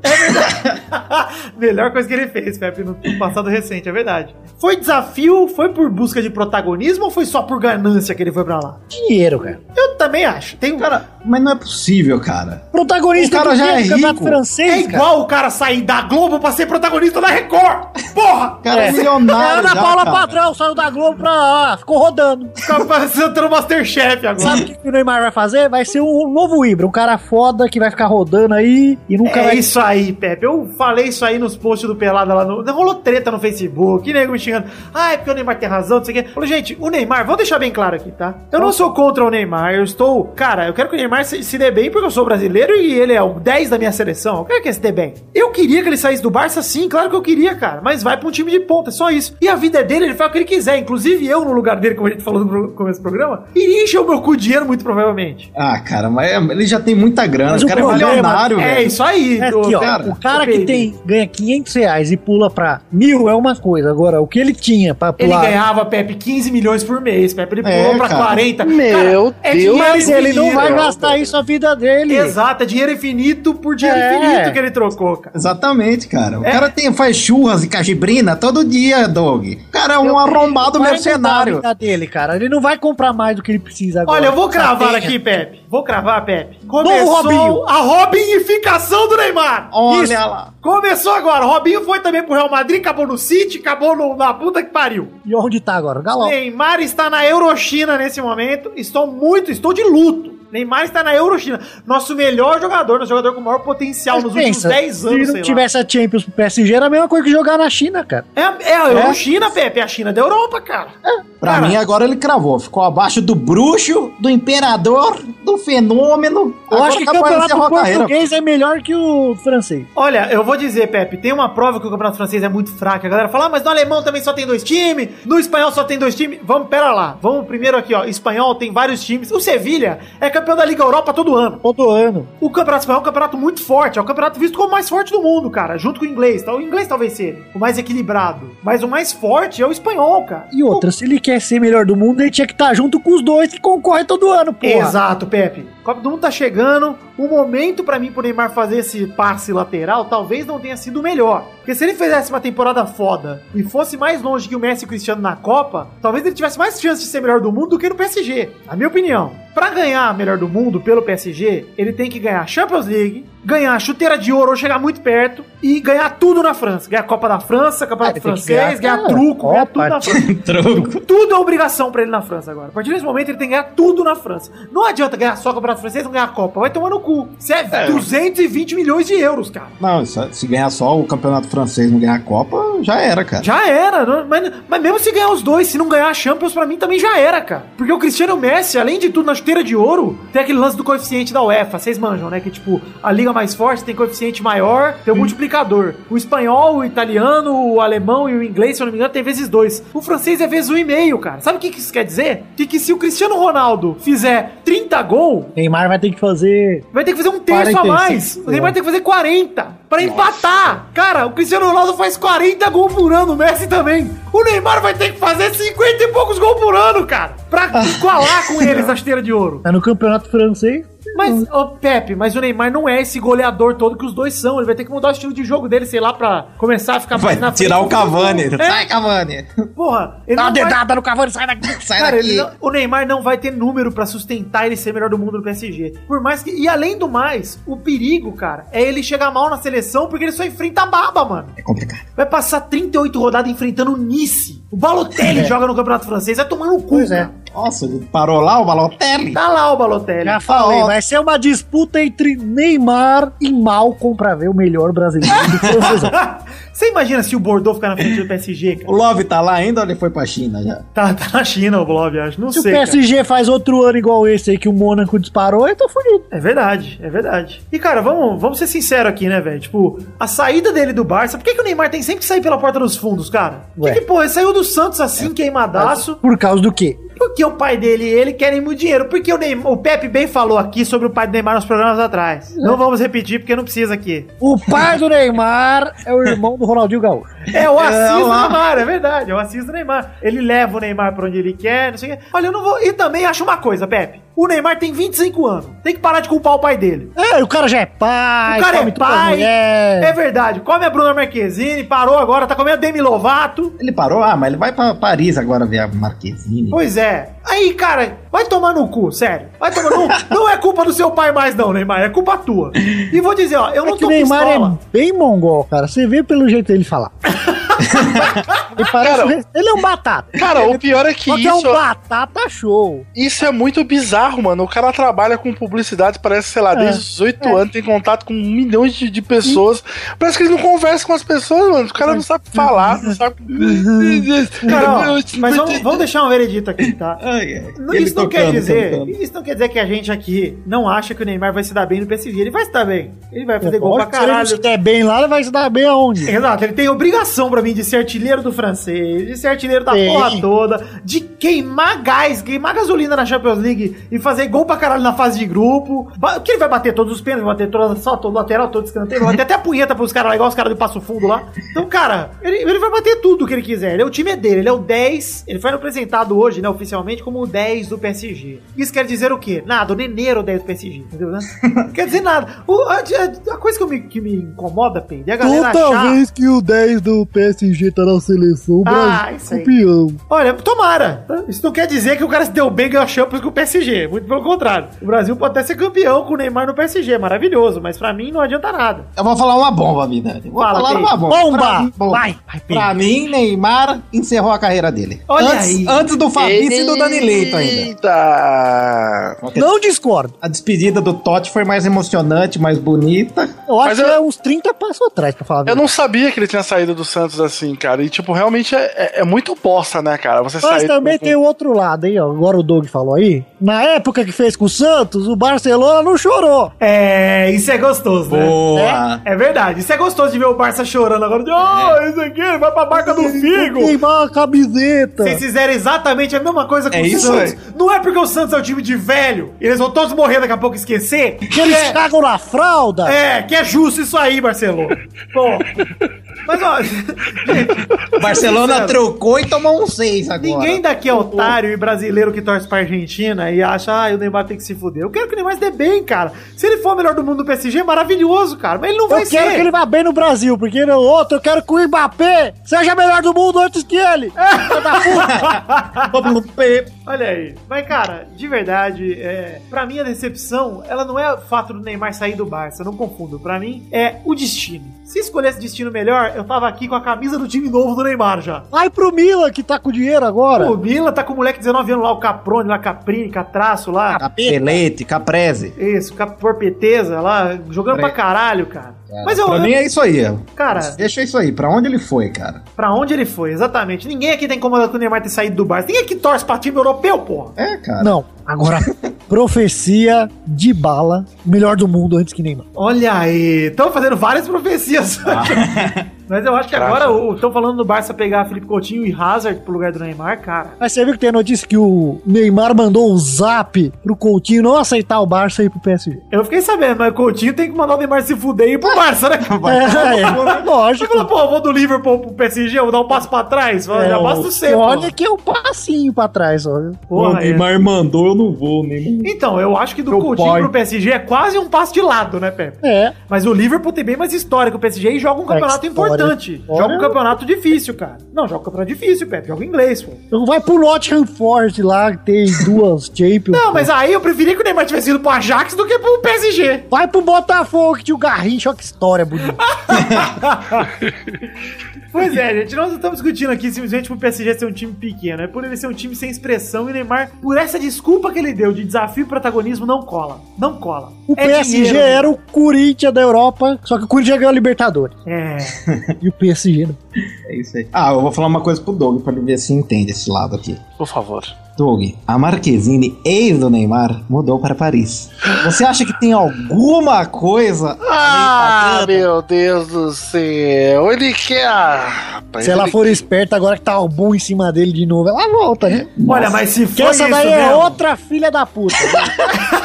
Speaker 1: [LAUGHS] Melhor coisa que ele fez, Pepe, no passado recente, é verdade. Foi desafio, foi por busca de protagonismo ou foi só por ganância que ele foi pra lá?
Speaker 7: É Dinheiro, cara.
Speaker 1: Eu também acho. Tem, um- cara,
Speaker 4: Mas não é possível, cara.
Speaker 7: Protagonista
Speaker 4: O cara
Speaker 7: do
Speaker 4: já
Speaker 7: quê?
Speaker 4: é
Speaker 7: Do campeonato
Speaker 4: rico.
Speaker 1: é
Speaker 7: francês, cara.
Speaker 1: igual o cara sair da Globo pra ser protagonista da Record.
Speaker 7: [LAUGHS]
Speaker 1: Porra!
Speaker 4: Cara, é
Speaker 7: É [LAUGHS] a
Speaker 4: milionário.
Speaker 7: Ana
Speaker 4: já,
Speaker 7: Paula
Speaker 4: cara.
Speaker 7: Patrão saiu da Globo pra lá, ficou rodando.
Speaker 1: Tá parecendo no Masterchef agora.
Speaker 7: Sabe o que, que o Neymar vai fazer? Vai ser um novo Ibra, um cara foda que vai ficar rodando aí e nunca
Speaker 1: É
Speaker 7: vai.
Speaker 1: isso aí, Pepe. Eu falei isso aí nos posts do Pelada lá no. Rolou treta no Facebook, que nego me xingando. Ah, é porque o Neymar tem razão, não sei o quê. Falei, gente, o Neymar, vamos deixar bem claro aqui, tá? Eu não sou contra o Neymar, eu estou. Cara, eu quero que o Neymar se, se dê bem porque eu sou brasileiro e ele é o 10 da minha seleção. Eu quero que ele se dê bem. Eu queria que ele saísse do Barça, sim, claro que eu queria, cara. Mas vai pra um time de ponta, é só isso. E a vida é dele, ele faz o que ele quiser. Inclusive eu, no lugar dele, como a gente falou no começo do programa, iria encher o meu cu de dinheiro, muito provavelmente.
Speaker 4: Ah, cara, mas ele já tem muita grana.
Speaker 7: Mas
Speaker 4: o
Speaker 7: o
Speaker 4: cara é
Speaker 7: problema
Speaker 4: milionário,
Speaker 1: é
Speaker 4: velho.
Speaker 1: isso aí,
Speaker 7: É
Speaker 1: do-
Speaker 7: aqui, ó.
Speaker 4: cara.
Speaker 7: o cara que tem, ganha 500 reais e pula pra mil é uma coisa. Agora, o que ele tinha pra
Speaker 1: Ele
Speaker 7: pular.
Speaker 1: ganhava, Pepe, 15 milhões por mês, Pepe. Ele
Speaker 4: É,
Speaker 1: pulou pra
Speaker 4: cara.
Speaker 1: 40.
Speaker 2: Meu
Speaker 1: é
Speaker 2: Deus,
Speaker 1: dinheiro
Speaker 7: mas ele não
Speaker 1: infinito.
Speaker 7: vai gastar isso a vida dele.
Speaker 1: Exato, é dinheiro infinito por dinheiro
Speaker 7: É.
Speaker 1: infinito que ele trocou, cara.
Speaker 4: Exatamente, cara. O cara tem, faz churras e cajibrina todo dia, Dog. O cara é um arrombado
Speaker 7: Vai mudar a
Speaker 4: mercenário.
Speaker 7: vida dele, cara. Ele não vai comprar mais do que ele precisa agora.
Speaker 1: Olha, eu vou cravar
Speaker 7: Sapenha.
Speaker 1: aqui, Pepe. Vou cravar, Pepe. Começou
Speaker 7: Robinho.
Speaker 1: a robinificação do Neymar.
Speaker 4: Olha
Speaker 1: Isso.
Speaker 4: lá.
Speaker 1: Começou agora. Robinho foi também pro Real Madrid, acabou no City, acabou no- na puta que pariu.
Speaker 7: E onde tá agora? Galão.
Speaker 1: Neymar está na Eurochina nesse momento. Estou muito, estou de luto. Neymar está na Eurochina. Nosso melhor jogador, nosso jogador com maior potencial
Speaker 7: Mas
Speaker 1: nos
Speaker 7: pensa,
Speaker 1: últimos 10 anos,
Speaker 7: Se
Speaker 1: sei
Speaker 7: não
Speaker 1: lá.
Speaker 7: tivesse a Champions pro PSG, era a mesma coisa que jogar na China, cara.
Speaker 1: É, é a Eurochina, Pepe. É a China da Europa, cara.
Speaker 7: É.
Speaker 4: Pra
Speaker 1: Cara.
Speaker 4: mim, agora ele cravou. Ficou abaixo do bruxo, do imperador, do fenômeno.
Speaker 7: Eu
Speaker 4: agora
Speaker 7: acho que o
Speaker 4: tá
Speaker 7: campeonato
Speaker 4: parecendo a Rocaíra.
Speaker 7: português é melhor que o francês.
Speaker 1: Olha, eu vou dizer, Pepe, tem uma prova que o campeonato francês é muito fraco. A galera fala, ah, mas no alemão também só tem dois times, no espanhol só tem dois times. Vamos, pera lá. Vamos primeiro aqui, ó. Espanhol tem vários times. O Sevilha é campeão da Liga Europa todo ano.
Speaker 7: Todo ano.
Speaker 1: O campeonato espanhol é um campeonato muito forte, é o campeonato visto como o mais forte do mundo, cara, junto com o inglês. Tá? O inglês talvez seja o mais equilibrado, mas o mais forte é o espanhol, cara.
Speaker 7: E outra, se ele quer ser melhor do mundo, ele tinha que estar junto com os dois que concorrem todo ano, porra.
Speaker 1: Exato, Pepe. Copa do Mundo tá chegando. O momento pra mim pro Neymar fazer esse passe lateral talvez não tenha sido o melhor. Porque se ele fizesse uma temporada foda e fosse mais longe que o Messi e o Cristiano na Copa, talvez ele tivesse mais chance de ser melhor do mundo do que no PSG. Na minha opinião. Pra ganhar melhor do mundo pelo PSG, ele tem que ganhar a Champions League, ganhar a chuteira de ouro ou chegar muito perto e ganhar tudo na França. Ganhar a Copa da França,
Speaker 7: Ah,
Speaker 1: Campeonato
Speaker 7: ele tem que
Speaker 1: Francês, ganhar,
Speaker 7: ganhar, cara,
Speaker 1: truco, ganhar
Speaker 7: Copa,
Speaker 1: tudo na França. Tudo é obrigação pra ele na França agora. A partir desse momento, ele tem que ganhar tudo na França. Não adianta ganhar só o Campeonato Francês e não ganhar a Copa. Vai tomar no cu. Isso é, 220 milhões de euros, cara.
Speaker 4: Não, isso- é, se ganhar só o campeonato francês e não ganhar a Copa, já era, cara.
Speaker 1: Já era. não- mas, mas mesmo se ganhar os dois, se não ganhar a Champions, pra mim também já era, cara. Porque o Cristiano Messi, além de tudo, na chuteira de ouro, tem aquele lance do coeficiente da UEFA. Vocês manjam, né? Que, tipo, a liga mais forte tem coeficiente maior, tem o multiplicador. O espanhol, o italiano, o alemão e o inglês, se eu não me engano, tem vezes dois. O francês é vezes um e meio, cara. Sabe o que que isso quer dizer? Que, que se o Cristiano Ronaldo fizer 30 gols,
Speaker 7: Neymar vai ter que fazer.
Speaker 1: Vai ter que fazer um terço a
Speaker 7: 45,
Speaker 1: mais. O Neymar vai ter que fazer 40 pra empatar. Cara, o Cristiano Ronaldo faz 40 gols por ano, o Messi também. O Neymar vai ter que fazer 50 e poucos gols por ano, cara, pra igualar com eles na esteira de ouro.
Speaker 7: Tá no campeonato francês.
Speaker 1: Mas, ô Pepe, mas o Neymar não é esse goleador todo que os dois são. Ele vai ter que mudar o estilo de jogo dele, sei lá, pra começar a ficar mais na
Speaker 4: Vai tirar o
Speaker 1: frente.
Speaker 4: Cavani. Tá
Speaker 1: É,
Speaker 4: Sai, Cavani.
Speaker 1: porra, ele
Speaker 5: Dá uma
Speaker 1: não vai-
Speaker 5: dedada no cavalo, sai daqui, sai
Speaker 1: Cara,
Speaker 5: daqui.
Speaker 1: ele não- o Neymar não vai ter número pra sustentar ele ser melhor do mundo no PSG. Por mais que. E além do mais, o perigo, cara, é ele chegar mal na seleção porque ele só enfrenta a baba, mano.
Speaker 4: É complicado.
Speaker 1: Vai passar 38 rodadas enfrentando o Nice. O Balotelli joga no Campeonato Francês, vai tomar no cu.
Speaker 7: Pois é.
Speaker 1: cara.
Speaker 4: Nossa, ele parou lá o Balotelli.
Speaker 1: Tá lá o Balotelli.
Speaker 7: [LAUGHS] Já
Speaker 1: [LAUGHS]
Speaker 7: falei,
Speaker 4: Ó.
Speaker 7: vai ser uma disputa entre Neymar e Malcom pra ver o melhor brasileiro do francês.
Speaker 1: Você imagina se o Bordeaux ficar na frente do
Speaker 4: [LAUGHS]
Speaker 1: PSG, cara?
Speaker 4: O Love tá lá ainda ou ele foi pra China já?
Speaker 1: Tá, tá na China o Blob, acho. Não
Speaker 7: Se o
Speaker 1: sei. cara.
Speaker 7: PSG faz outro ano igual esse aí que o Mônaco disparou, eu tô fudido.
Speaker 1: É verdade, é verdade. E, cara, vamos, vamos ser sinceros aqui, né, velho? Tipo, a saída dele do Barça, por que, que o Neymar tem sempre que sair pela porta dos fundos, cara? Por
Speaker 7: Ué.
Speaker 1: que, que pô, ele saiu do Santos assim, queimadaço?
Speaker 7: Por causa do quê?
Speaker 1: Porque o pai dele e ele querem muito dinheiro. Porque o, Neymar, o Pepe bem falou aqui sobre o pai do Neymar nos programas atrás. Não vamos repetir, porque não precisa aqui.
Speaker 7: O pai do Neymar é o irmão do Ronaldinho Gaúcho.
Speaker 1: É o Assis
Speaker 4: É,
Speaker 1: do
Speaker 4: lá.
Speaker 1: Neymar, é verdade. É o Assis do Neymar. Ele leva o Neymar pra onde ele quer, não sei o quê. Olha, eu não vou. E também acho uma coisa, Pepe. O Neymar tem 25 anos. Tem que parar de culpar o pai dele.
Speaker 7: É, o cara já é pai,
Speaker 1: o cara é
Speaker 7: come todas as
Speaker 1: pai.
Speaker 7: mulheres.
Speaker 1: É verdade. Come a Bruna Marquezine, parou agora, tá comendo a Demi Lovato.
Speaker 4: Ele parou, ah, mas ele vai pra Paris agora ver a Marquezine.
Speaker 1: Pois é. Aí, cara, vai tomar no cu, sério. Vai tomar no cu. Não é culpa do seu pai mais, não, Neymar. É culpa tua. E vou dizer, ó, eu
Speaker 7: É
Speaker 1: não
Speaker 7: que
Speaker 1: tô
Speaker 7: o Neymar
Speaker 1: pistola.
Speaker 7: é bem mongol, cara. Você vê pelo jeito dele falar. ele, parece- ele é um batata.
Speaker 6: Cara, o pior é que
Speaker 7: Só que é um
Speaker 6: isso,
Speaker 7: batata show.
Speaker 6: isso é muito bizarro, mano. O cara trabalha com publicidade, parece, sei lá, desde os 18 anos, tem contato com milhões de, de pessoas. Parece que ele não conversa com as pessoas, mano. O cara não sabe falar, não sabe.
Speaker 1: Cara, ó, mas vamos, vamos deixar um veredito aqui, tá?
Speaker 7: É.
Speaker 4: Ai, ai.
Speaker 1: Não-
Speaker 4: Ele
Speaker 1: isso não quer
Speaker 4: tocando,
Speaker 1: dizer,
Speaker 4: cantando.
Speaker 1: isso não quer dizer que a gente aqui não acha que o Neymar vai se dar bem no PSG. Ele vai se dar bem. Ele vai fazer gol pra
Speaker 7: Se ele não se
Speaker 1: caralho.
Speaker 7: der bem lá, ele vai se dar bem
Speaker 1: [LAUGHS]
Speaker 7: aonde?
Speaker 1: Exato, ele tem obrigação pra mim de ser artilheiro do francês, de ser artilheiro da
Speaker 7: Tem.
Speaker 1: porra toda, de queimar gás, queimar gasolina na Champions League e fazer gol pra caralho na fase de grupo. Ba- Que ele vai bater todos os pênaltis, vai bater todo assalto, todo lateral, todo escanteio, vai bater até a punheta pros caras lá, igual os caras do Passo Fundo lá. Então, cara, ele, ele vai bater tudo que ele quiser. Ele, é- o time é dele, ele é o 10, ele foi apresentado hoje, né, oficialmente, como o 10 do PSG. Isso quer dizer o quê? Nada, o Nenê era o 10 do PSG, entendeu, né? Não quer dizer nada. O- a, a- a coisa que, eu me, que me incomoda, Pedro, é a galera achar...
Speaker 7: que o 10 do PSG tá na seleção, o
Speaker 1: Ah, isso aí.
Speaker 7: campeão.
Speaker 1: Olha, tomara. tá? Isso não quer dizer que o cara se deu bem ganhou a Champions com o PSG. Muito pelo contrário. O Brasil pode até ser campeão com o Neymar no PSG. Maravilhoso. Mas pra mim não adianta nada.
Speaker 4: Eu vou falar uma bomba, vida. Eu Vou
Speaker 1: Fala,
Speaker 4: falar
Speaker 1: Pedro.
Speaker 4: uma bomba.
Speaker 7: Bomba!
Speaker 4: Pra mim, bomba.
Speaker 1: Vai, vai, Pedro.
Speaker 4: Pra mim, Neymar encerrou a carreira dele.
Speaker 1: Olha
Speaker 4: antes,
Speaker 1: aí.
Speaker 4: antes do Fabrício e do Dani Leito ainda.
Speaker 6: Eita!
Speaker 7: Não discordo.
Speaker 4: A despedida do Totti foi mais emocionante, mais bonita. né?
Speaker 7: Eu acho
Speaker 6: Mas
Speaker 7: que
Speaker 6: eu-
Speaker 7: é uns 30 passos atrás, pra falar a
Speaker 6: Eu
Speaker 7: verdade.
Speaker 6: não sabia que ele tinha saído do Santos assim, cara. E, tipo, realmente é, é- é muito bosta, né, cara? Você
Speaker 7: Mas
Speaker 6: sair
Speaker 7: também
Speaker 6: com-
Speaker 7: tem o outro lado, hein? ó. Agora o Doug falou aí. Na época que fez com o Santos, o Barcelona não chorou.
Speaker 1: É, isso é gostoso,
Speaker 4: Boa.
Speaker 1: É verdade. Isso é gostoso de ver o Barça chorando agora. De,
Speaker 4: É.
Speaker 1: oh, isso aqui vai pra marca do
Speaker 4: né?
Speaker 1: Figo.
Speaker 7: Queimar a camiseta.
Speaker 1: Vocês fizeram exatamente a mesma coisa com
Speaker 4: É
Speaker 1: o
Speaker 4: isso
Speaker 1: Santos. Não é porque o Santos é um time de velho e eles vão todos morrer daqui a pouco e esquecer.
Speaker 7: Que eles cagam na fralda.
Speaker 1: É, que é justo isso aí, Barcelona. Bom, mas ó, [LAUGHS] gente,
Speaker 4: Barcelona
Speaker 1: sincero,
Speaker 4: trocou e tomou um 6 agora.
Speaker 1: Ninguém daqui é otário e brasileiro que torce pra Argentina e acha, ah, o Neymar tem que se fuder. Eu quero que o Neymar se dê bem, cara. Se ele for o melhor do mundo do PSG, é maravilhoso, cara. Mas ele não vai
Speaker 7: Eu quero
Speaker 1: ser.
Speaker 7: que ele vá bem no Brasil, porque no outro eu quero que o Mbappé seja melhor do mundo antes que ele.
Speaker 1: É. [LAUGHS] Olha aí. Mas, cara, de verdade, é, pra mim a decepção, ela não é o fato do Neymar sair do Barça, não confundo. Pra mim, é o destino. Se escolhesse destino melhor, eu tava aqui com a camisa do time novo do Neymar já.
Speaker 7: Vai pro Milan, que tá com dinheiro agora.
Speaker 1: O Mila tá com o moleque de 19 anos lá, o Caprone, lá, Caprini, Catraço lá.
Speaker 4: Capelete, Caprese.
Speaker 1: Isso, Cap- Porpeteza lá, jogando pra caralho, cara. Mas eu,
Speaker 4: pra
Speaker 1: eu-
Speaker 4: mim é isso aí. ó.
Speaker 1: cara,
Speaker 4: Deixa isso aí. Pra onde ele foi, cara?
Speaker 1: pra onde ele foi? Exatamente. Ninguém aqui tá incomodado com o Neymar ter saído do Barça. Ninguém aqui torce pra time europeu, porra.
Speaker 4: É, cara.
Speaker 7: Não,
Speaker 1: [LAUGHS]
Speaker 7: agora, profecia de bala, melhor do mundo antes que Neymar.
Speaker 4: Ah. [LAUGHS]
Speaker 1: Olha aí, estão fazendo várias profecias. Mas eu acho que agora estão falando do Barça pegar Felipe Coutinho e Hazard pro lugar do Neymar, cara.
Speaker 7: Mas você viu que tem notícia que o Neymar mandou um zap pro Coutinho não aceitar o Barça e ir pro PSG.
Speaker 1: Eu fiquei sabendo, mas o Coutinho tem que mandar o Neymar se fuder e ir pro
Speaker 7: [LAUGHS]
Speaker 1: Barça, né?
Speaker 7: É, é,
Speaker 1: Você
Speaker 7: lógico.
Speaker 1: falou, pô, eu vou do Liverpool pro PSG, eu vou dar um passo pra trás. Fala, já basta o seu.
Speaker 7: É, olha que é um passinho pra trás, olha.
Speaker 4: O
Speaker 1: Porra, é.
Speaker 4: Neymar mandou, eu não vou, Neymar.
Speaker 1: Então, eu acho que do
Speaker 4: Meu
Speaker 1: Coutinho
Speaker 4: pai.
Speaker 1: pro PSG é quase um passo de lado, né, Pepe?
Speaker 7: É.
Speaker 1: Mas o Liverpool tem bem mais história que o PSG e joga um campeonato
Speaker 7: história.
Speaker 1: importante.
Speaker 7: Olha.
Speaker 1: Joga um campeonato difícil, cara. Não, joga um campeonato difícil, Pepe. Joga inglês, pô.
Speaker 7: Então vai pro Nottingham Forest lá, que tem
Speaker 1: [LAUGHS]
Speaker 7: duas Champions.
Speaker 1: Não, mas aí eu preferia que o Neymar tivesse ido pro Ajax do que pro PSG.
Speaker 7: Vai pro Botafogo, que tinha o Garrincha, olha que história bonita.
Speaker 1: Pois é, gente, nós não estamos discutindo aqui simplesmente pro PSG ser um time pequeno. É por ele ser um time sem expressão e o Neymar, por essa desculpa que ele deu de desafio e protagonismo, não cola. Não cola.
Speaker 7: O
Speaker 1: É
Speaker 7: PSG
Speaker 1: dinheiro,
Speaker 7: era o Corinthians da Europa, só que o Corinthians ganhou a Libertadores.
Speaker 1: É.
Speaker 7: [LAUGHS] E o PSG não.
Speaker 4: É isso aí. Ah, eu vou falar uma coisa pro Doug pra ele ver se entende esse lado aqui.
Speaker 6: Por favor.
Speaker 4: Doug, a Marquezine, ex do Neymar, mudou para Paris. Você acha que tem alguma coisa?
Speaker 7: tá
Speaker 6: Ah, meu Deus do céu. Ele quer. Ah, rapaz,
Speaker 7: Se ela
Speaker 6: ele
Speaker 7: for esperta agora que tá o bom em cima dele de novo, ela volta, né?
Speaker 1: Olha, mas se
Speaker 7: Que
Speaker 1: for
Speaker 7: essa daí é
Speaker 1: mesmo-
Speaker 7: outra filha da puta.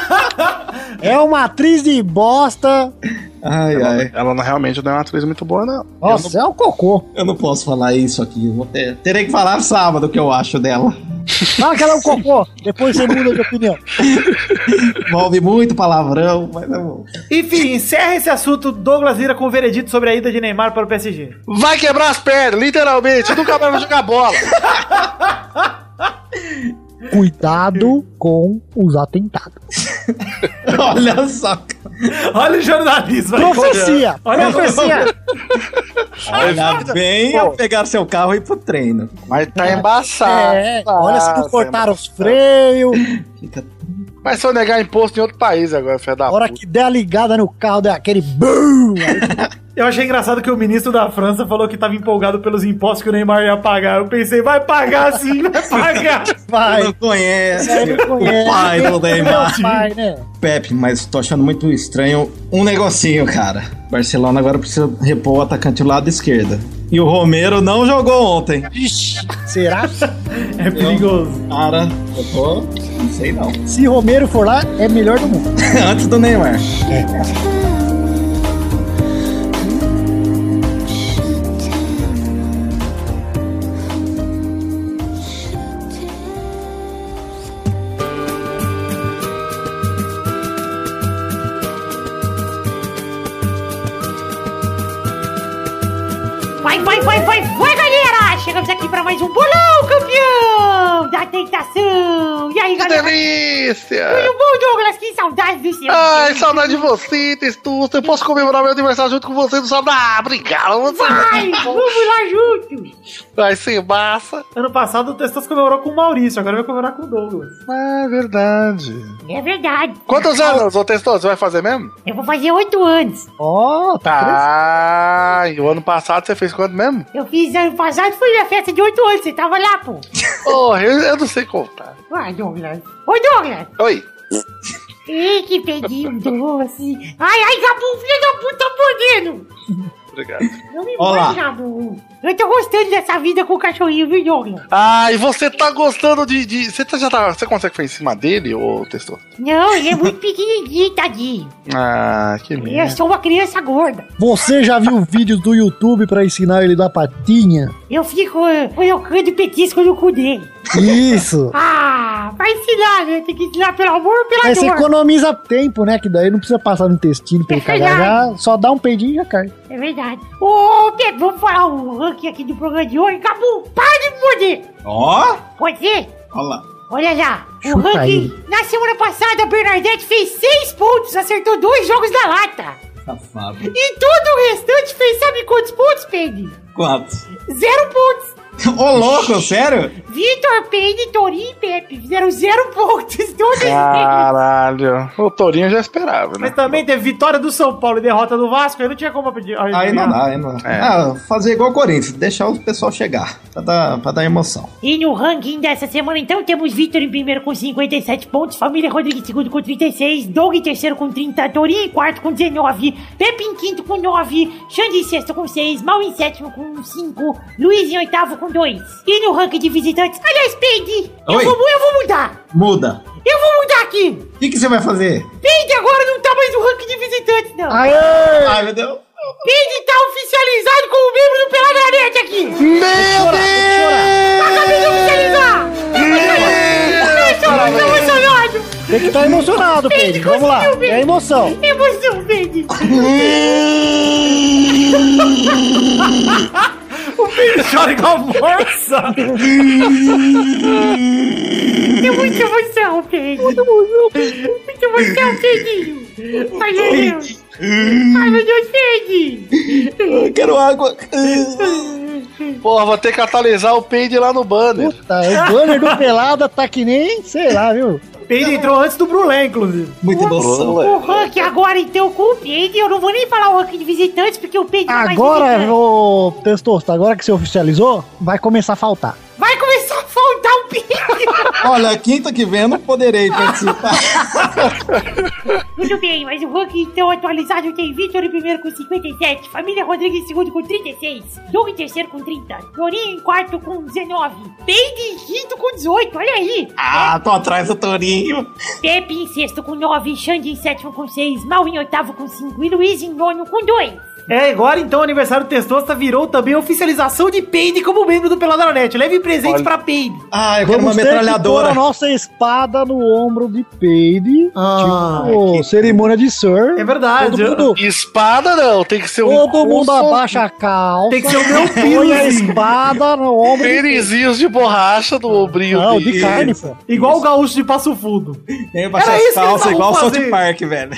Speaker 7: [LAUGHS] é uma atriz de bosta.
Speaker 4: Ai,
Speaker 6: Ela,
Speaker 4: ai.
Speaker 6: ela não- realmente não é uma atriz muito boa, não.
Speaker 7: Nossa, é um cocô.
Speaker 4: Eu não posso falar isso aqui. Eu vou ter- terei que falar sábado o que eu acho dela.
Speaker 7: Fala que ela é um cocô. Depois você muda de opinião.
Speaker 4: Envolve muito palavrão, mas é bom.
Speaker 1: Enfim, encerra esse assunto. Douglas vira com o veredito sobre a ida de Neymar para o PSG.
Speaker 6: Vai quebrar as pernas, literalmente. Nunca mais vai jogar bola.
Speaker 7: Cuidado com os atentados.
Speaker 4: [LAUGHS] Olha só. cara.
Speaker 1: Olha o jornalismo aí.
Speaker 6: é?
Speaker 7: Profecia!
Speaker 1: Olha a
Speaker 7: Profecia!
Speaker 4: Olha bem
Speaker 6: Pô.
Speaker 4: ao pegar seu carro e ir pro treino.
Speaker 6: Mas tá embaçado.
Speaker 7: É,
Speaker 6: tá,
Speaker 7: olha se
Speaker 6: tá
Speaker 7: tu cortaram os freios.
Speaker 4: Fica
Speaker 6: embaçado. Mas se eu negar imposto em outro país agora, filha da
Speaker 7: A hora
Speaker 6: puta.
Speaker 7: que der a ligada no carro, der aquele BUM!
Speaker 1: Eu achei engraçado que o ministro da França falou que tava empolgado pelos impostos que o Neymar ia pagar. Eu pensei, vai pagar sim, vai pagar.
Speaker 7: Vai!
Speaker 4: não conhece
Speaker 7: Aí não
Speaker 4: o pai do Neymar.
Speaker 7: Meu pai, né?
Speaker 4: Pepe, mas tô achando muito estranho um negocinho, cara. Barcelona agora precisa repor o atacante do lado esquerdo. E o Romero não jogou ontem.
Speaker 7: Ixi, será?
Speaker 1: É perigoso.
Speaker 4: Cara, eu tô. Não sei não. [LAUGHS]
Speaker 7: Se Romero for lá, é melhor do mundo.
Speaker 4: Antes do Neymar.
Speaker 5: Vai, vai, vai, vai, vai, galera! Chegamos aqui para mais um bolão, campeão! Da tentação! E aí,
Speaker 6: Que
Speaker 5: galera?
Speaker 6: delícia!
Speaker 5: Tudo bom, Douglas? Que saudade do seu.
Speaker 6: Ai, saudade de você, Testusta. Eu posso comemorar meu aniversário junto com você no sábado. Ah, obrigado.
Speaker 5: Vai, vamos lá juntos!
Speaker 6: Vai ser massa.
Speaker 1: Ano passado o Testas comemorou com o Maurício, agora vai comemorar com o Douglas.
Speaker 6: É verdade.
Speaker 5: É verdade,
Speaker 6: Quantos anos, ô Testoso? Você vai fazer mesmo?
Speaker 5: eu vou fazer oito anos.
Speaker 7: Ó, tá.
Speaker 6: Tá. E o ano passado você fez quanto mesmo?
Speaker 5: Eu fiz ano passado, foi minha festa de oito anos, você tava lá, pô.
Speaker 6: Porra, eu, eu não sei contar.
Speaker 5: Vai, Douglas. Ô, Douglas!
Speaker 6: Oi.
Speaker 5: Ih, que peguinho doce! Ai, ai, Gabu, filho da puta, podendo!
Speaker 6: Obrigado.
Speaker 5: Não me
Speaker 4: Olá.
Speaker 5: morde, Gabu. Eu tô gostando dessa vida com o cachorrinho, viu, Douglas?
Speaker 6: Ah, e você tá gostando de. de- você tá- já tá. Você consegue ficar em cima dele, ô Testoso?
Speaker 5: Não, ele é muito pequenininho, tadinho.
Speaker 6: Ah, que
Speaker 5: Eu
Speaker 6: lindo.
Speaker 5: sou uma criança gorda.
Speaker 7: Você já viu vídeos do YouTube pra ensinar ele da patinha?
Speaker 5: Eu fico eh, colocando petisco no cu dele.
Speaker 7: Isso!
Speaker 5: Ah, vai ensinar, né? Tem que ensinar pelo amor ou pela
Speaker 7: Aí você
Speaker 5: dor.
Speaker 7: economiza tempo, né? Que daí não precisa passar no intestino pra ele
Speaker 5: É
Speaker 7: cagar.
Speaker 5: verdade.
Speaker 7: Já só dá um peidinho e já cai.
Speaker 5: É verdade. Ô, Pedro, vamos falar o ranking aqui do programa de hoje. Acabou, para de me foder.
Speaker 4: Ó!
Speaker 5: Pode ser?
Speaker 4: Olha lá.
Speaker 5: Olha lá, o
Speaker 7: Chupa
Speaker 5: ranking...
Speaker 7: ele.
Speaker 5: Na semana passada, a Bernadette fez seis pontos, acertou dois jogos da lata.
Speaker 4: Safado.
Speaker 5: E todo o restante fez sabe quantos pontos, Pedro?
Speaker 4: Quantos?
Speaker 5: Zero pontos.
Speaker 4: Ô, louco, sério?
Speaker 5: Vitor Peine, Torinho e Pepe fizeram zero pontos. [LAUGHS] Todos
Speaker 6: Ah.
Speaker 5: eles.
Speaker 6: Caralho. O Torinho já esperava, né?
Speaker 1: Mas tá- também teve vitória do São Paulo e derrota do Vasco, aí não tinha como pedir.
Speaker 4: Aí não
Speaker 1: [LAUGHS]
Speaker 4: dá, aí não dá.
Speaker 6: É.
Speaker 4: Ah, fazer igual o Corinthians, deixar o pessoal chegar, pra dar, pra dar emoção.
Speaker 5: E no ranking dessa semana, então, temos Vitor em primeiro com 57 pontos, Família Rodrigues em segundo com 36, Doug em terceiro com 30, Torinho em quarto com 19, Pepe em quinto com 9, Xande em sexto com 6, Mal em sétimo com 5, Luiz em oitavo com 2. E no ranking de visitantes, aliás, Peide, eu
Speaker 4: Oi.
Speaker 5: vou, mu- eu vou mudar,
Speaker 4: Muda.
Speaker 5: eu vou mudar aqui.
Speaker 4: O que, que você vai fazer?
Speaker 5: Peide agora não tá mais no ranking de visitantes, não.
Speaker 4: Ai, meu Deus.
Speaker 5: Peide tá oficializado como membro do Peladranet aqui.
Speaker 6: Meu Deus!
Speaker 5: Acabei de oficializar. Deixa eu
Speaker 7: Tem que
Speaker 5: tô emocionado.
Speaker 7: estar emocionado, Pedro. Vamos lá.
Speaker 5: conseguiu, Pedro.
Speaker 7: É emoção.
Speaker 5: Emoção, Peide.
Speaker 1: Chora igual moça.
Speaker 5: Tem É muita emoção, Pedro. Muita emoção, Muita emoção, Pedrinho. Ai, meu Deus. Ai, meu Deus, Pedro.
Speaker 4: Quero água.
Speaker 6: Porra, vou ter que atualizar o Paid lá no banner.
Speaker 7: Puta, o banner do Pelada tá que nem, sei lá, viu?
Speaker 1: Peide entrou antes do Brulé, inclusive.
Speaker 4: Muita emoção.
Speaker 5: O ranking agora, então, com o Pedro. Eu não vou nem falar o ranking de visitantes, porque o Pedro é mais
Speaker 7: Agora,
Speaker 5: visitante.
Speaker 7: ô Testosta, agora que você oficializou, vai começar a faltar.
Speaker 5: Vai começar a faltar o Pedro.
Speaker 4: Olha, quinta que vem eu não poderei participar.
Speaker 5: Muito bem, mas o ranking, então, atualizado tem Vitor em primeiro com 57, Família Rodrigues em segundo com 36, Doug em terceiro com 30, Dorinho em quarto com 19, Pedro em quinto com 18, olha aí.
Speaker 4: [LAUGHS] Ah, tô atrás do Torinho.
Speaker 5: Pepe em sexto com nove, Xande em sétimo com seis, Mal em oitavo com cinco e Luiz em nono com dois.
Speaker 1: É, agora então o aniversário do Testosta virou também a oficialização de Peide como membro do Peladranet. Leve presente
Speaker 6: Olha.
Speaker 1: pra Peide.
Speaker 4: Ah, eu quero uma
Speaker 7: ter que pôr
Speaker 4: metralhadora.
Speaker 7: a nossa espada no ombro de Peide.
Speaker 1: Ah,
Speaker 7: tipo, cerimônia de Sir.
Speaker 1: É verdade.
Speaker 7: Todo mundo,
Speaker 6: Espada não, tem que ser um.
Speaker 7: todo mundo
Speaker 6: um-
Speaker 7: abaixa a calça.
Speaker 1: Tem que ser o meu
Speaker 7: Põe a
Speaker 1: pino.
Speaker 7: espada no ombro de
Speaker 1: [LAUGHS]
Speaker 7: Peide.
Speaker 6: Tênisinhos de borracha do ombrinho
Speaker 7: Não,
Speaker 6: dele.
Speaker 7: de carne, pô.
Speaker 1: Igual o gaúcho de Passo Fundo.
Speaker 4: Eu baixei
Speaker 1: Era
Speaker 4: as
Speaker 1: isso que eles
Speaker 4: calças
Speaker 1: estavam
Speaker 4: igual o South
Speaker 1: fazendo.
Speaker 4: Park, velho.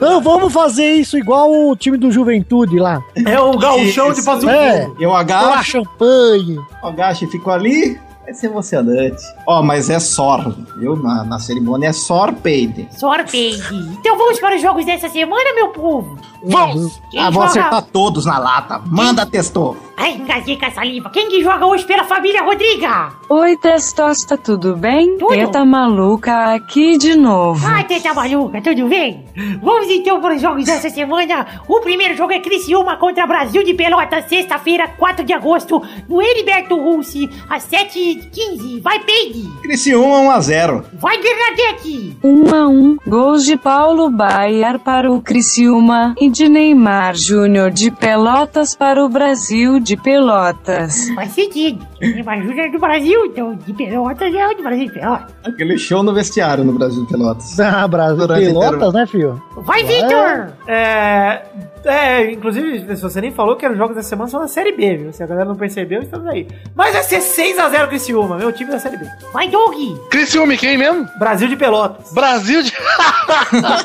Speaker 7: Não, vamos fazer isso igual o time do Juventude lá.
Speaker 1: É o gauchão de Passo
Speaker 7: É.
Speaker 1: Fundo.
Speaker 4: Eu
Speaker 7: Tomar
Speaker 4: agacho,
Speaker 7: champanhe.
Speaker 4: agacho e fico ali. Vai ser emocionante. Ó, mas é sor. Eu, na, na cerimônia, é sor peide.
Speaker 5: Sorteio. Então vamos para os jogos dessa semana, meu povo.
Speaker 6: Vamos!
Speaker 5: Quem
Speaker 4: Ah, vou
Speaker 5: joga-
Speaker 4: acertar todos na lata. Manda, testou.
Speaker 5: Ai, engasguei com a saliva. Quem que joga hoje pela família Rodriga?
Speaker 10: Oi, Testosta, tudo bem?
Speaker 5: Tudo.
Speaker 10: Teta maluca aqui de novo.
Speaker 5: Ai, teta maluca, tudo bem? Vamos então para os jogos dessa semana. O primeiro jogo é Criciúma contra Brasil de Pelotas, sexta-feira, 4 de agosto, no Heriberto Russi, às 7h15. Vai, Peide!
Speaker 4: Criciúma 1 a 0
Speaker 5: Vai, Bernadette!
Speaker 10: 1 a 1, gols de Paulo Baiar para o Criciúma e de Neymar Júnior de Pelotas para o Brasil de Pelotas.
Speaker 5: Faz sentido. Neymar Júnior é do Brasil, então de Pelotas é do Brasil de Pelotas.
Speaker 4: Aquele show no vestiário no Brasil de Pelotas.
Speaker 7: Ah, Brasil.
Speaker 4: Durante
Speaker 7: Pelotas, né, filho?
Speaker 5: Vai, Vitor!
Speaker 1: É, é, inclusive, se você nem falou que os jogos dessa semana são da Série B, viu? Se a galera não percebeu, estamos aí. Mas vai ser 6x0 Criciúma, meu time da Série B.
Speaker 5: Vai, Doug!
Speaker 6: Criciúma, quem mesmo?
Speaker 1: Brasil de Pelotas.
Speaker 6: Brasil de.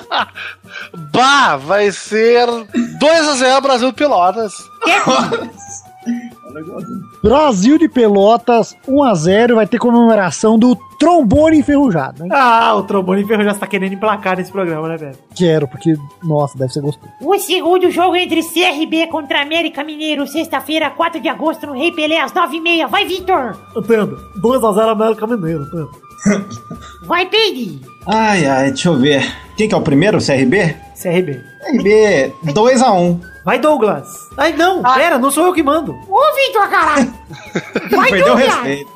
Speaker 6: [LAUGHS] bah, vai ser 2x0 Brasil de Pelotas.
Speaker 7: Brasil de Pelotas, 1x0. Vai ter comemoração do trombone enferrujado, hein?
Speaker 1: Ah, o trombone ferro já está querendo emplacar nesse programa, né, velho?
Speaker 7: Quero, porque, nossa, deve ser gostoso.
Speaker 5: O segundo jogo é entre CRB contra América Mineiro, sexta-feira, 4 de agosto, no Rei Pelé, às 9h30. Vai, Vitor!
Speaker 1: Entendo. 2x0 América Mineiro, entendo.
Speaker 5: Vai, Peide!
Speaker 4: Ai, ai, deixa eu ver. Quem que é o primeiro? CRB?
Speaker 1: CRB.
Speaker 4: CRB 2 a 1
Speaker 1: Vai, Douglas. Ai, não, pera, não sou eu que mando.
Speaker 5: Ô, Vitor, caralho! Vai,
Speaker 4: Perdeu o
Speaker 5: Douglas!
Speaker 4: respeito.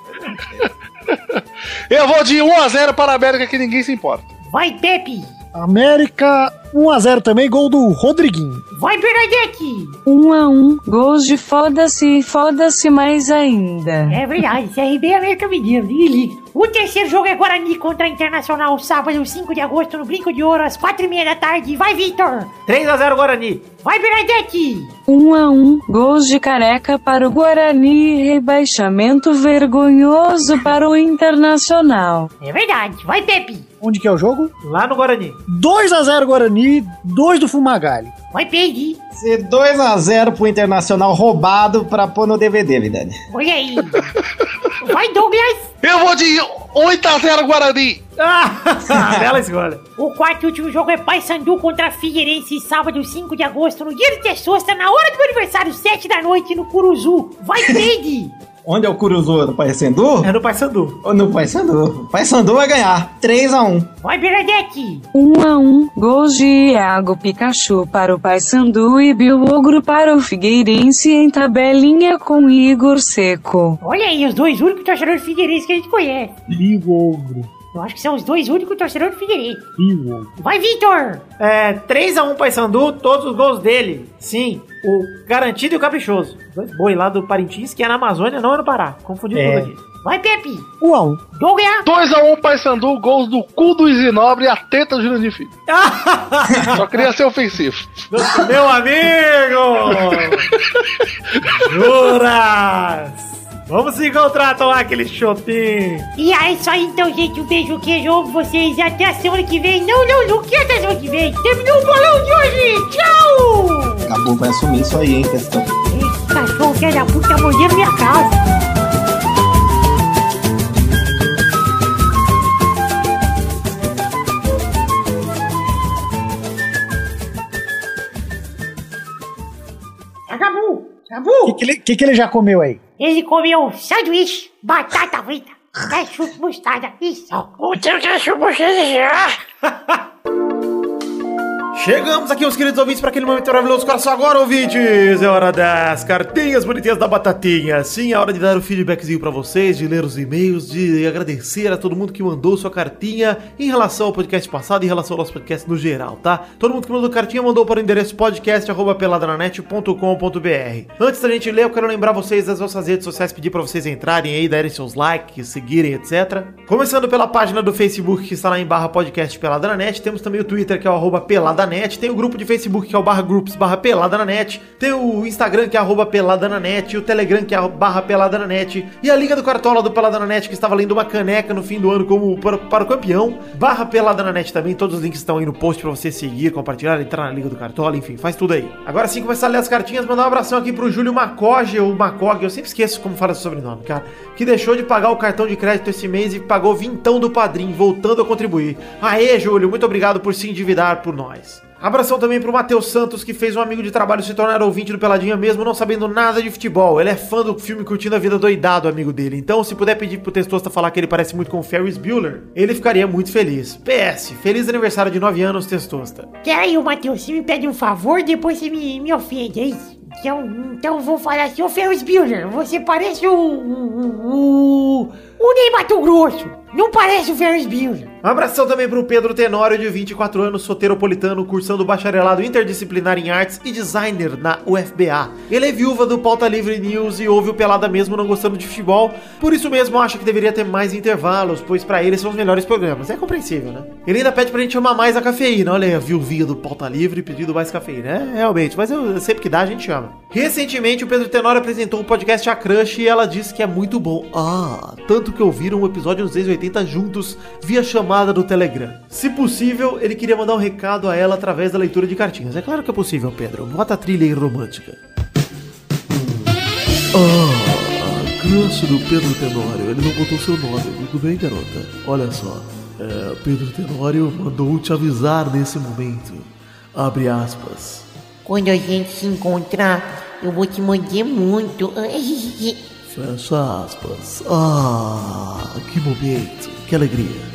Speaker 6: Eu vou de 1x0 para a América que ninguém se importa.
Speaker 5: Vai, Pepe!
Speaker 7: América, 1x0 também. Gol do Rodriguinho.
Speaker 5: Vai, Bernadette!
Speaker 10: 1 a 1, gols de foda-se e foda-se mais ainda.
Speaker 5: É verdade, CRB é América Mineiro, ninguém liga. O terceiro jogo é Guarani contra Internacional, sábado, 5 de agosto, no Brinco de Ouro, às 4h30 da tarde. Vai, Vitor!
Speaker 1: 3x0 Guarani.
Speaker 5: Vai, Bernadette!
Speaker 10: 1 a 1, gols de careca para o Guarani e rebaixamento vergonhoso para o Internacional.
Speaker 5: É verdade, vai, Pepe!
Speaker 7: Onde que é o jogo?
Speaker 1: Lá no Guarani.
Speaker 7: 2x0 Guarani e dois do Fumagalli.
Speaker 5: Vai perder.
Speaker 4: Se 2x0 pro Internacional roubado pra pôr no DVD, Vidani.
Speaker 5: Olha aí. Vai, Douglas.
Speaker 2: Eu vou de 8x0 Guarani.
Speaker 1: [LAUGHS] Ah, bela escolha.
Speaker 5: O quarto e último jogo é Paysandu contra Figueirense, sábado 5 de agosto, no dia do Tessosta, na hora do meu aniversário, 7 da noite, no Curuzu. Vai, Peide.
Speaker 4: Onde é o Curuzu? No Paysandu?
Speaker 1: É no Paysandu.
Speaker 4: Ou no Paysandu? Paysandu vai ganhar. 3x1.
Speaker 5: Vai, Bernadette.
Speaker 10: 1 a 1, gols de Iago Pikachu para o Paysandu e Bilogro para o Figueirense em tabelinha com Igor Seco.
Speaker 5: Olha aí, os dois únicos torcedores do Figueirense que a gente conhece.
Speaker 7: Biogro.
Speaker 5: Eu acho que são os dois únicos torcedores do Figueirense. Vai, Vitor.
Speaker 1: É, 3x1 Paysandu, todos os gols dele. Sim, o garantido e o caprichoso. Dois boi lá do Parintins, que é na Amazônia, não é no Pará. Confundiu
Speaker 4: É.
Speaker 1: tudo aqui.
Speaker 5: [LAUGHS] Vai, Pepe.
Speaker 7: 1 a 1.
Speaker 5: Douglas.
Speaker 6: 2x1 Paysandu, gols do cu do Isinobre e a teta do Jurandir Filho. Só queria ser ofensivo.
Speaker 1: Meu amigo! Juras! Vamos se encontrar, tomar aquele shopping.
Speaker 5: E é isso aí, então, gente. Um beijo, queijo, amo vocês. E até a semana que vem. Não, não, não. Que até a semana que vem. Terminou o bolão de hoje. Tchau.
Speaker 4: Acabou, vai assumir isso aí, hein, questão.
Speaker 5: Esse cachorro que é da puta mordendo minha casa. É Acabou.
Speaker 7: O
Speaker 5: Acabou.
Speaker 7: que, que ele- que que ele já comeu aí?
Speaker 5: Ele comeu um sanduíche, batata frita, ketchup, mostarda e sal. O é? teu ketchup, mostarda
Speaker 1: Chegamos aqui, os queridos ouvintes, para aquele momento maravilhoso. Cara, só agora, ouvintes, é hora das cartinhas bonitinhas da batatinha. Sim, é hora de dar o feedbackzinho para vocês, de ler os e-mails, de agradecer a todo mundo que mandou sua cartinha em relação ao podcast passado, em relação ao nosso podcast no geral, tá? Todo mundo que mandou cartinha mandou para o endereço podcast.peladranet.com.br. Antes da gente ler, eu quero lembrar vocês das nossas redes sociais, pedir para vocês entrarem aí, darem seus likes, seguirem, etc. Começando pela página do Facebook, que está lá em barra podcast Peladranet. Temos também o Twitter, que é o arroba Peladanet. Tem o grupo de Facebook, que é o barra groups barra Peladanet. Tem o Instagram, que é arroba Peladanet. O Telegram, que é arro- barra Peladanet. E a Liga do Cartola do Peladanet, que estava lendo uma caneca no fim do ano como para, para o campeão. Barra Peladanet também. Todos os links estão aí no post para você seguir, compartilhar, entrar na Liga do Cartola, enfim, faz tudo aí. Agora sim, começar a ler as cartinhas, mandar um abração aqui pro Júlio Macoge, ou Macog, eu sempre esqueço como fala esse sobrenome, cara, que deixou de pagar o cartão de crédito esse mês e pagou vintão do padrinho, voltando a contribuir. Aê, Júlio, muito obrigado por se endividar por nós. Abração também pro Matheus Santos, que fez um amigo de trabalho se tornar ouvinte do Peladinha mesmo, não sabendo nada de futebol. Ele é fã do filme Curtindo a Vida Doidado, amigo dele. Então, se puder pedir pro Testosta falar que ele parece muito com o Ferris Bueller, ele ficaria muito feliz. PS, feliz aniversário de 9 anos, Testosta.
Speaker 5: Peraí, ô Matheus, você me pede um favor, depois você me, me ofende, é isso? Então, então eu vou falar assim, ô Ferris Bueller, você parece um, o... o... o... o um Ney Mato Grosso, não parece o Ferris Bueller.
Speaker 1: Um Abração também pro Pedro Tenório, de 24 anos, soteropolitano, cursando bacharelado interdisciplinar em artes e designer na UFBA. Ele é viúva do Pauta Livre News e ouve o Pelada mesmo não gostando de futebol, por isso mesmo acha que deveria ter mais intervalos, pois pra ele são os melhores programas. É compreensível, né? Ele ainda pede pra gente chamar mais a cafeína, olha aí, a viúvinha do Pauta Livre pedindo mais cafeína. É, realmente, mas eu, sempre que dá a gente chama. Recentemente, o Pedro Tenório apresentou o podcast A Crush e ela disse que é muito bom. Ah, tanto que ouviram um episódio nos 280 juntos via chamada do Telegram. Se possível, ele queria mandar um recado a ela através da leitura de cartinhas. É claro que é possível, Pedro. Bota a trilha aí romântica. Ah, crush do Pedro Tenório. Ele não botou seu nome, tudo bem, garota? Olha só, é, Pedro Tenório mandou te avisar nesse momento. Abre aspas.
Speaker 5: Quando a gente se encontrar, eu vou te mandar muito. [LAUGHS]
Speaker 1: Fecha aspas. Ah, que momento, que alegria.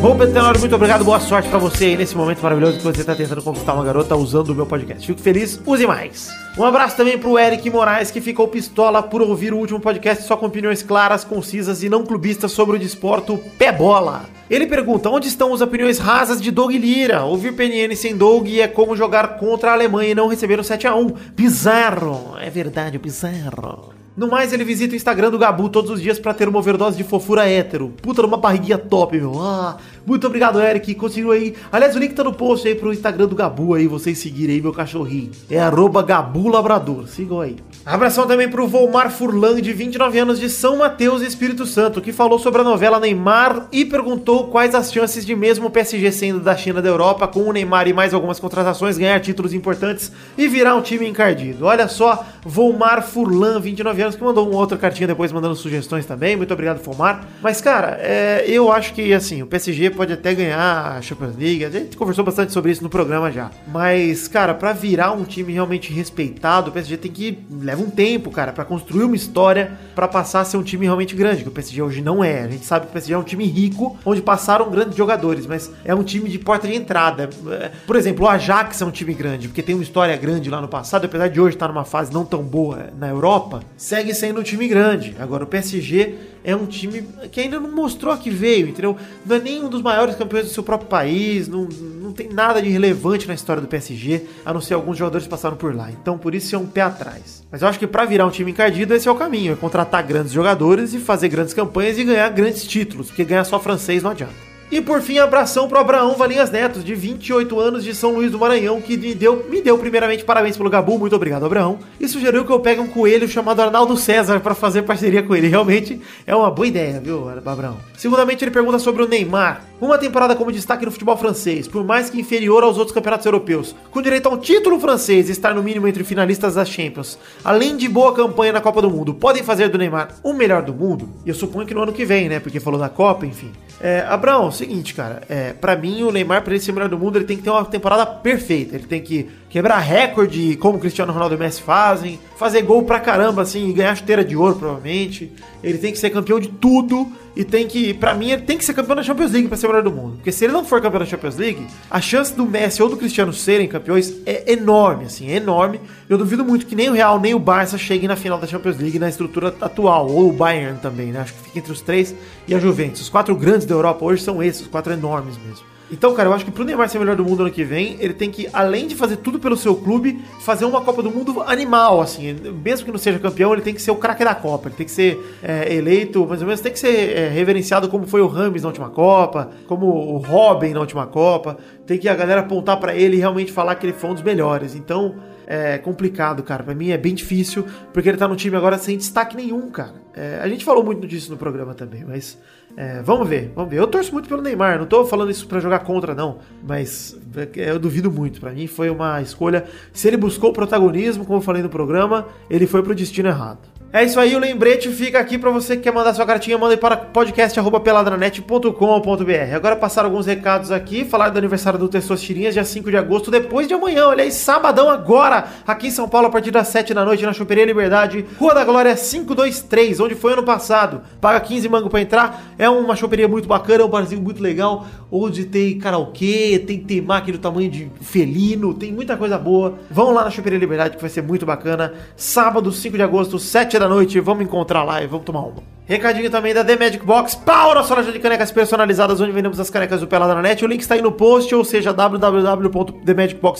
Speaker 1: Bom, Pedro Tenório, muito obrigado. Boa sorte pra você aí nesse momento maravilhoso que você tá tentando conquistar uma garota usando o meu podcast. Fico feliz, use mais. Um abraço também pro Eric Moraes, que ficou pistola por ouvir o último podcast só com opiniões claras, concisas e não clubistas sobre o desporto pé bola. Ele pergunta: onde estão as opiniões rasas de Doug Lira? Ouvir PNN sem Doug é como jogar contra a Alemanha e não receber o 7x1. Bizarro! É verdade, bizarro. No mais, ele visita o Instagram do Gabu todos os dias pra ter uma overdose de fofura hétero. Puta numa barriguinha top, meu. Ah,
Speaker 3: Muito obrigado, Eric. Continua aí. Aliás, o link tá no post aí pro Instagram do Gabu aí, vocês seguirem aí, meu cachorrinho. É arroba Gabu Labrador. Sigam aí.
Speaker 1: Abração também pro Volmar Furlan, de 29 anos, de São Mateus, Espírito Santo, que falou sobre a novela Neymar e perguntou quais as chances de mesmo o PSG sendo da China da Europa, com o Neymar e mais algumas contratações, ganhar títulos importantes e virar um time encardido. Olha só, Volmar Furlan, 29 anos, que mandou uma outra cartinha depois mandando sugestões também. Muito obrigado, Volmar. Mas, cara, é, eu acho que, assim, o PSG pode até ganhar a Champions League. A gente conversou bastante sobre isso no programa já. Mas, cara, pra virar um time realmente respeitado, o PSG tem que leva um tempo, cara, pra construir uma história pra passar a ser um time realmente grande, que o PSG hoje não é. A gente sabe que o PSG é um time rico, onde passaram grandes jogadores, mas é um time de porta de entrada. É, Por exemplo, o Ajax é um time grande, porque tem uma história grande lá no passado, apesar de hoje estar numa fase não tão boa na Europa, segue sendo um time grande. Agora, o PSG é um time que ainda não mostrou a que veio, entendeu? Não é nem um dos maiores campeões do seu próprio país, não, não tem nada de relevante na história do PSG, a não ser alguns jogadores que passaram por lá. Então, por isso é um pé atrás. Mas eu acho que pra virar um time encardido, esse é o caminho: é contratar grandes jogadores e fazer grandes campanhas e ganhar grandes títulos, porque ganhar só francês não adianta. E por fim, abração pro Abraão Valinhas Neto, de 28 anos, de São Luís do Maranhão, que me deu, me deu primeiramente parabéns pelo Gabu, muito obrigado, Abraão, e sugeriu que eu pegue um coelho chamado Arnaldo César pra fazer parceria com ele. Realmente é uma boa ideia, viu, Abraão? Segundamente, ele pergunta sobre o Neymar. Uma temporada como destaque no futebol francês, por mais que inferior aos outros campeonatos europeus, com direito a um título francês e estar no mínimo entre finalistas da Champions, além de boa campanha na Copa do Mundo, podem fazer do Neymar o melhor do mundo? E eu suponho que no ano que vem, né? Porque falou da Copa, enfim. É, Abraão, seguinte, cara. É, para mim, o Neymar, pra ele ser o melhor do mundo, ele tem que ter uma temporada perfeita. Ele tem que quebrar recorde, como o Cristiano Ronaldo e o Messi fazem, fazer gol pra caramba, assim, e ganhar chuteira de ouro, provavelmente. Ele tem que ser campeão de tudo e tem que, pra mim, ele tem que ser campeão da Champions League pra ser o melhor do mundo. Porque se ele não for campeão da Champions League, a chance do Messi ou do Cristiano serem campeões é enorme, assim, é enorme. Eu duvido muito que nem o Real nem o Barça cheguem na final da Champions League na estrutura atual, ou o Bayern também, né? Acho que fica entre os três e a Juventus. Os quatro grandes da Europa hoje são esses, os quatro enormes mesmo. Então, cara, eu acho que pro Neymar ser o melhor do mundo ano que vem, ele tem que, além de fazer tudo pelo seu clube, fazer uma Copa do Mundo animal, assim. Mesmo que não seja campeão, ele tem que ser o craque da Copa. Ele tem que ser é, eleito, mais ou menos, tem que ser é, reverenciado como foi o Rames na última Copa, como o Robin na última Copa. Tem que a galera apontar pra ele e realmente falar que ele foi um dos melhores. Então, é complicado, cara. Pra mim é bem difícil, porque ele tá no time agora sem destaque nenhum, cara. É, a gente falou muito disso no programa também, mas é, vamos ver, vamos ver. Eu torço muito pelo Neymar, não tô falando isso pra jogar contra, não. Mas é, eu duvido muito. Pra mim foi uma escolha. Se ele buscou o protagonismo, como eu falei no programa, ele foi pro destino errado. É isso aí, o lembrete fica aqui pra você que quer mandar sua cartinha, manda aí para podcast@peladranet.com.br. Agora passar alguns recados aqui, falar do aniversário do Tessor Tirinhas, dia 5 de agosto, depois de amanhã, olha aí, sabadão agora, aqui em São Paulo, a partir das 7 da noite, na Choperia Liberdade, Rua da Glória 523, onde foi ano passado. Paga 15 mango pra entrar, é uma choperia muito bacana, é um barzinho muito legal, onde tem karaokê, tem temaki do tamanho de felino, tem muita coisa boa. Vão lá na Choperia Liberdade, que vai ser muito bacana. Sábado, 5 de agosto, 7 da noite, vamos encontrar lá e vamos tomar uma. Recadinho também da The Magic Box, pau na sua loja de canecas personalizadas, onde vendemos as canecas do Pelada na Net. O link está aí no post, ou seja,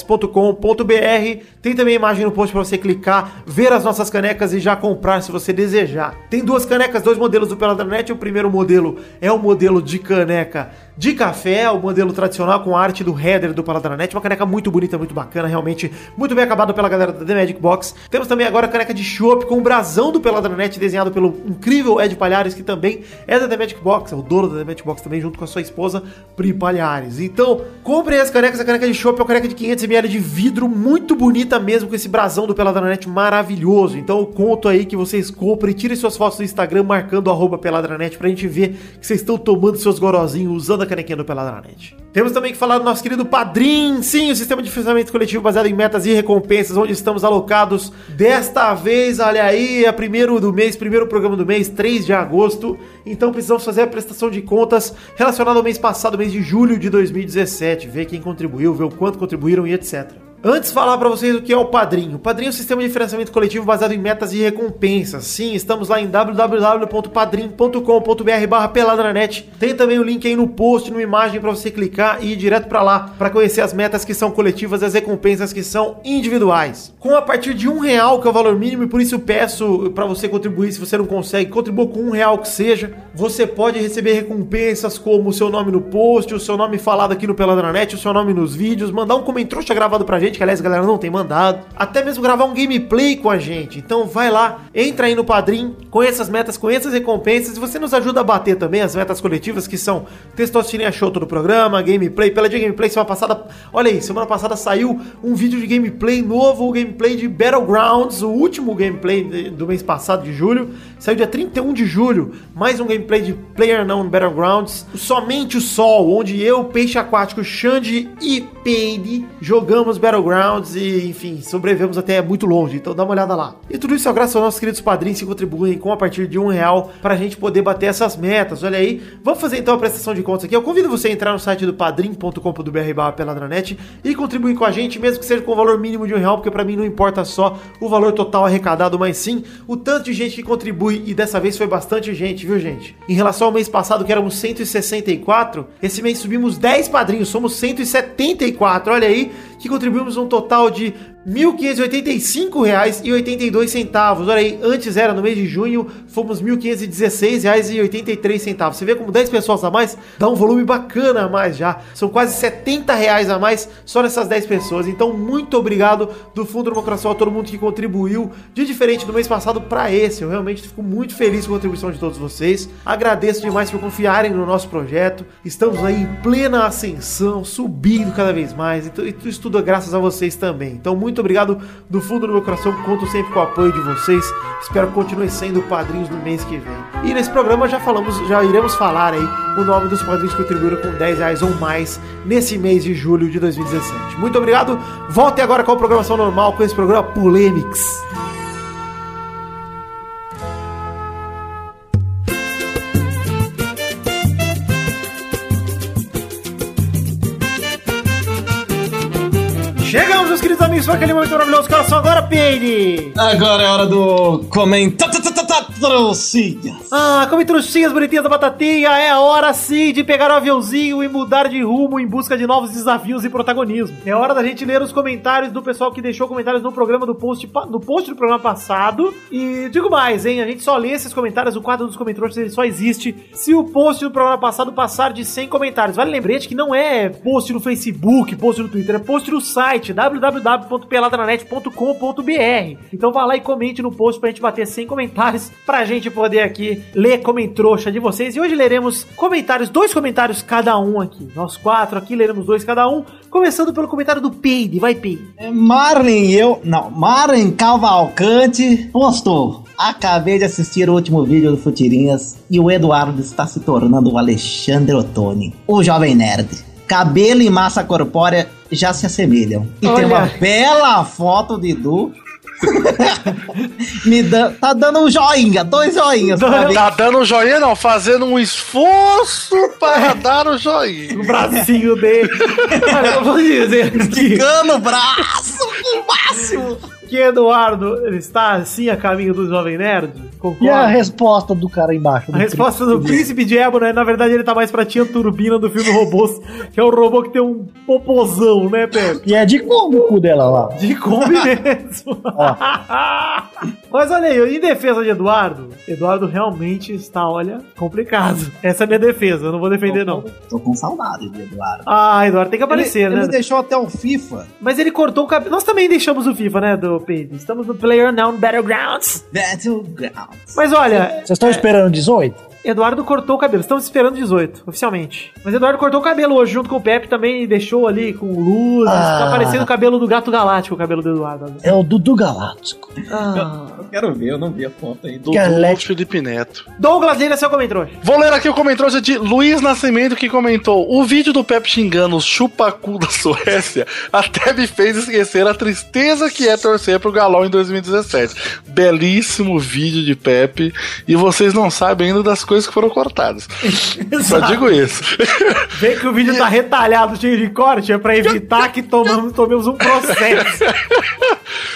Speaker 1: www.themagicbox.com.br. Tem também a imagem no post para você clicar, ver as nossas canecas e já comprar se você desejar. Tem duas canecas, dois modelos do Pelada na Net. O primeiro modelo é o modelo de caneca de café, o modelo tradicional com a arte do header do Pelada na Net. Uma caneca muito bonita, muito bacana, realmente muito bem acabada pela galera da The Magic Box. Temos também agora a caneca de chopp com o brasão do Pelada na Net, desenhado pelo incrível Ed Palhares, que também é da The Magic Box, é o dono da The Magic Box também, junto com a sua esposa, Pri Palhares. Então, comprem as canecas, a caneca de chopp é uma caneca de 500ml de vidro, muito bonita mesmo, com esse brasão do Peladranet maravilhoso. Então, eu conto aí que vocês comprem, tirem suas fotos do Instagram, marcando o arroba Peladranet, pra gente ver que vocês estão tomando seus gorozinhos, usando a canequinha do Peladranet. Temos também que falar do nosso querido Padrim, sim, o sistema de financiamento coletivo baseado em metas e recompensas, onde estamos alocados desta vez, olha aí, é primeiro do mês, primeiro programa do mês, 3 de agosto. Então precisamos fazer a prestação de contas relacionada ao mês passado, mês de julho de 2017, ver quem contribuiu, ver o quanto contribuíram e etc. Antes falar para vocês o que é o Padrinho. O Padrinho é um sistema de financiamento coletivo baseado em metas e recompensas. Sim, estamos lá em www.padrim.com.br barra peladranet. Tem também o link aí no post, no imagem para você clicar e ir direto para lá para conhecer as metas que são coletivas e as recompensas que são individuais. Com a partir de um real que é o valor mínimo e por isso eu peço para você contribuir se você não consegue, contribua com um real que seja. Você pode receber recompensas como o seu nome no post, o seu nome falado aqui no Peladranet, o seu nome nos vídeos, mandar um comentrouxa gravado pra gente, que aliás a galera não tem mandado, até mesmo gravar um gameplay com a gente. Então vai lá, entra aí no Padrim, conheça as metas, conheça as recompensas e você nos ajuda a bater também as metas coletivas que são Testosterina Show todo o programa, gameplay, pela de gameplay semana passada. Olha aí, semana passada saiu um vídeo de gameplay novo, o gameplay de Battlegrounds, o último gameplay de- do mês passado de julho, saiu dia 31 de julho, mais um gameplay de Player Não Battlegrounds, somente o sol, onde eu, Peixe Aquático, Xande e Peide jogamos Battlegrounds e, enfim, sobrevivemos até muito longe, então dá uma olhada lá. E tudo isso é graças aos nossos queridos padrinhos que contribuem com a partir de um real para a gente poder bater essas metas, olha aí. Vamos fazer então a prestação de contas aqui, eu convido você a entrar no site do padrim.com.br barra peladranet e contribuir com a gente, mesmo que seja com o valor mínimo de um real, porque para mim não importa só o valor total arrecadado, mas sim o tanto de gente que contribui e dessa vez foi bastante gente, viu gente? Em relação ao mês passado que éramos 164, esse mês subimos 10 padrinhos, somos 174, olha aí, que contribuímos um total de R$ 1.585,82. Olha aí, antes era no mês de junho, fomos R$ 1.516,83. Você vê como 10 pessoas a mais dá um volume bacana a mais já. São quase R$ 70 reais a mais só nessas 10 pessoas. Então, muito obrigado do fundo do meu coração a todo mundo que contribuiu de diferente do mês passado para esse. Eu realmente fico muito feliz com a contribuição de todos vocês. Agradeço demais por confiarem no nosso projeto. Estamos aí em plena ascensão, subindo cada vez mais. E tu- e tu- isso tudo é graças a vocês também. Então, muito obrigado do fundo do meu coração. Conto sempre com o apoio de vocês. Espero que continuem sendo padrinhos no mês que vem. E nesse programa já falamos, já iremos falar aí o nome dos padrinhos que contribuíram com 10 reais ou mais nesse mês de julho de 2017. Muito obrigado. Volte agora com a programação normal, com esse programa Polêmix. Chegamos, meus queridos amigos, para aquele momento maravilhoso. Coração agora, Peide!
Speaker 4: Agora é hora do comentar. Trouxinha.
Speaker 1: Ah, come trouxinhas bonitinhas da batatinha, é hora sim de pegar o aviãozinho e mudar de rumo em busca de novos desafios e protagonismo. É hora da gente ler os comentários do pessoal que deixou comentários no programa do post, pa- no post do programa passado. E digo mais, hein, a gente só lê esses comentários, o quadro dos comentários ele só existe se o post do programa passado passar de 100 comentários. Vale lembrete que não é post no Facebook, post no Twitter, é post no site www.peladranet.com.br. Então vá lá e comente no post pra gente bater 100 comentários pra gente poder aqui ler comentrouxa de vocês. E hoje leremos comentários, dois comentários cada um aqui. Nós quatro aqui leremos dois cada um, começando pelo comentário do Peide. Vai, Peide.
Speaker 4: É Marlin e eu. Não, Marlin Cavalcante postou. Acabei de assistir o último vídeo do Futirinhas e o Eduardo está se tornando o Alexandre Ottoni, o jovem nerd. Cabelo e massa corpórea já se assemelham. E tem uma
Speaker 1: Olha.
Speaker 4: bela foto de Du. [LAUGHS] Me dan- tá dando um joinha, dois joinhas. pra mim.
Speaker 6: Tá dando um joinha, não, fazendo um esforço para dar o joinha.
Speaker 1: O bracinho [LAUGHS] dele. Olha, eu vou dizer que...
Speaker 4: Esticando o braço no máximo.
Speaker 1: que Eduardo ele está assim a caminho do Jovem Nerd?
Speaker 7: E a
Speaker 1: Concorda?
Speaker 7: resposta do cara embaixo?
Speaker 1: A
Speaker 7: do
Speaker 1: resposta do Príncipe de Ébano é, na verdade, ele tá mais pra Tia Turbina do filme Robôs, que é o robô que tem um popozão, né, Pepe?
Speaker 7: E é de como o cu dela lá?
Speaker 4: [LAUGHS]
Speaker 1: De Kombi mesmo. [LAUGHS] Mas olha aí, em defesa de Eduardo, Eduardo realmente está, olha, complicado. Essa é a minha defesa, eu não vou defender, não.
Speaker 4: Tô com saudade do Eduardo.
Speaker 1: Ah, Eduardo, tem que aparecer,
Speaker 4: ele,
Speaker 1: né?
Speaker 4: ele deixou até o FIFA.
Speaker 1: Mas ele cortou o cabelo. Nós também deixamos o FIFA, né, do Pedro? Estamos no Player Now Battlegrounds.
Speaker 4: Battlegrounds.
Speaker 1: Mas olha,
Speaker 7: Vocês
Speaker 4: É.
Speaker 7: estão esperando 18?
Speaker 1: Eduardo cortou o cabelo. Estamos esperando 18, oficialmente. Mas Eduardo cortou o cabelo hoje junto com o Pepe também e deixou ali com luzes. Tá
Speaker 7: Ah.
Speaker 1: parecendo o cabelo do gato galáctico, o cabelo do Eduardo.
Speaker 7: É o Dudu Galáctico.
Speaker 4: Eu quero ver, eu não vi a foto ainda.
Speaker 6: Do
Speaker 7: Galete.
Speaker 6: Felipe Neto.
Speaker 1: Douglas Lira, seu comentário.
Speaker 6: Vou ler aqui o comentário de Luiz Nascimento que comentou: O vídeo do Pep xingando o chupacu da Suécia até me fez esquecer a tristeza que é torcer pro Galol em 2017. Belíssimo vídeo de Pepe e vocês não sabem ainda das coisas
Speaker 2: coisas que foram
Speaker 7: [LAUGHS]
Speaker 2: cortadas. Só digo isso.
Speaker 1: Vê que o vídeo tá retalhado, cheio de corte, é pra evitar que tomamos, tomemos um processo.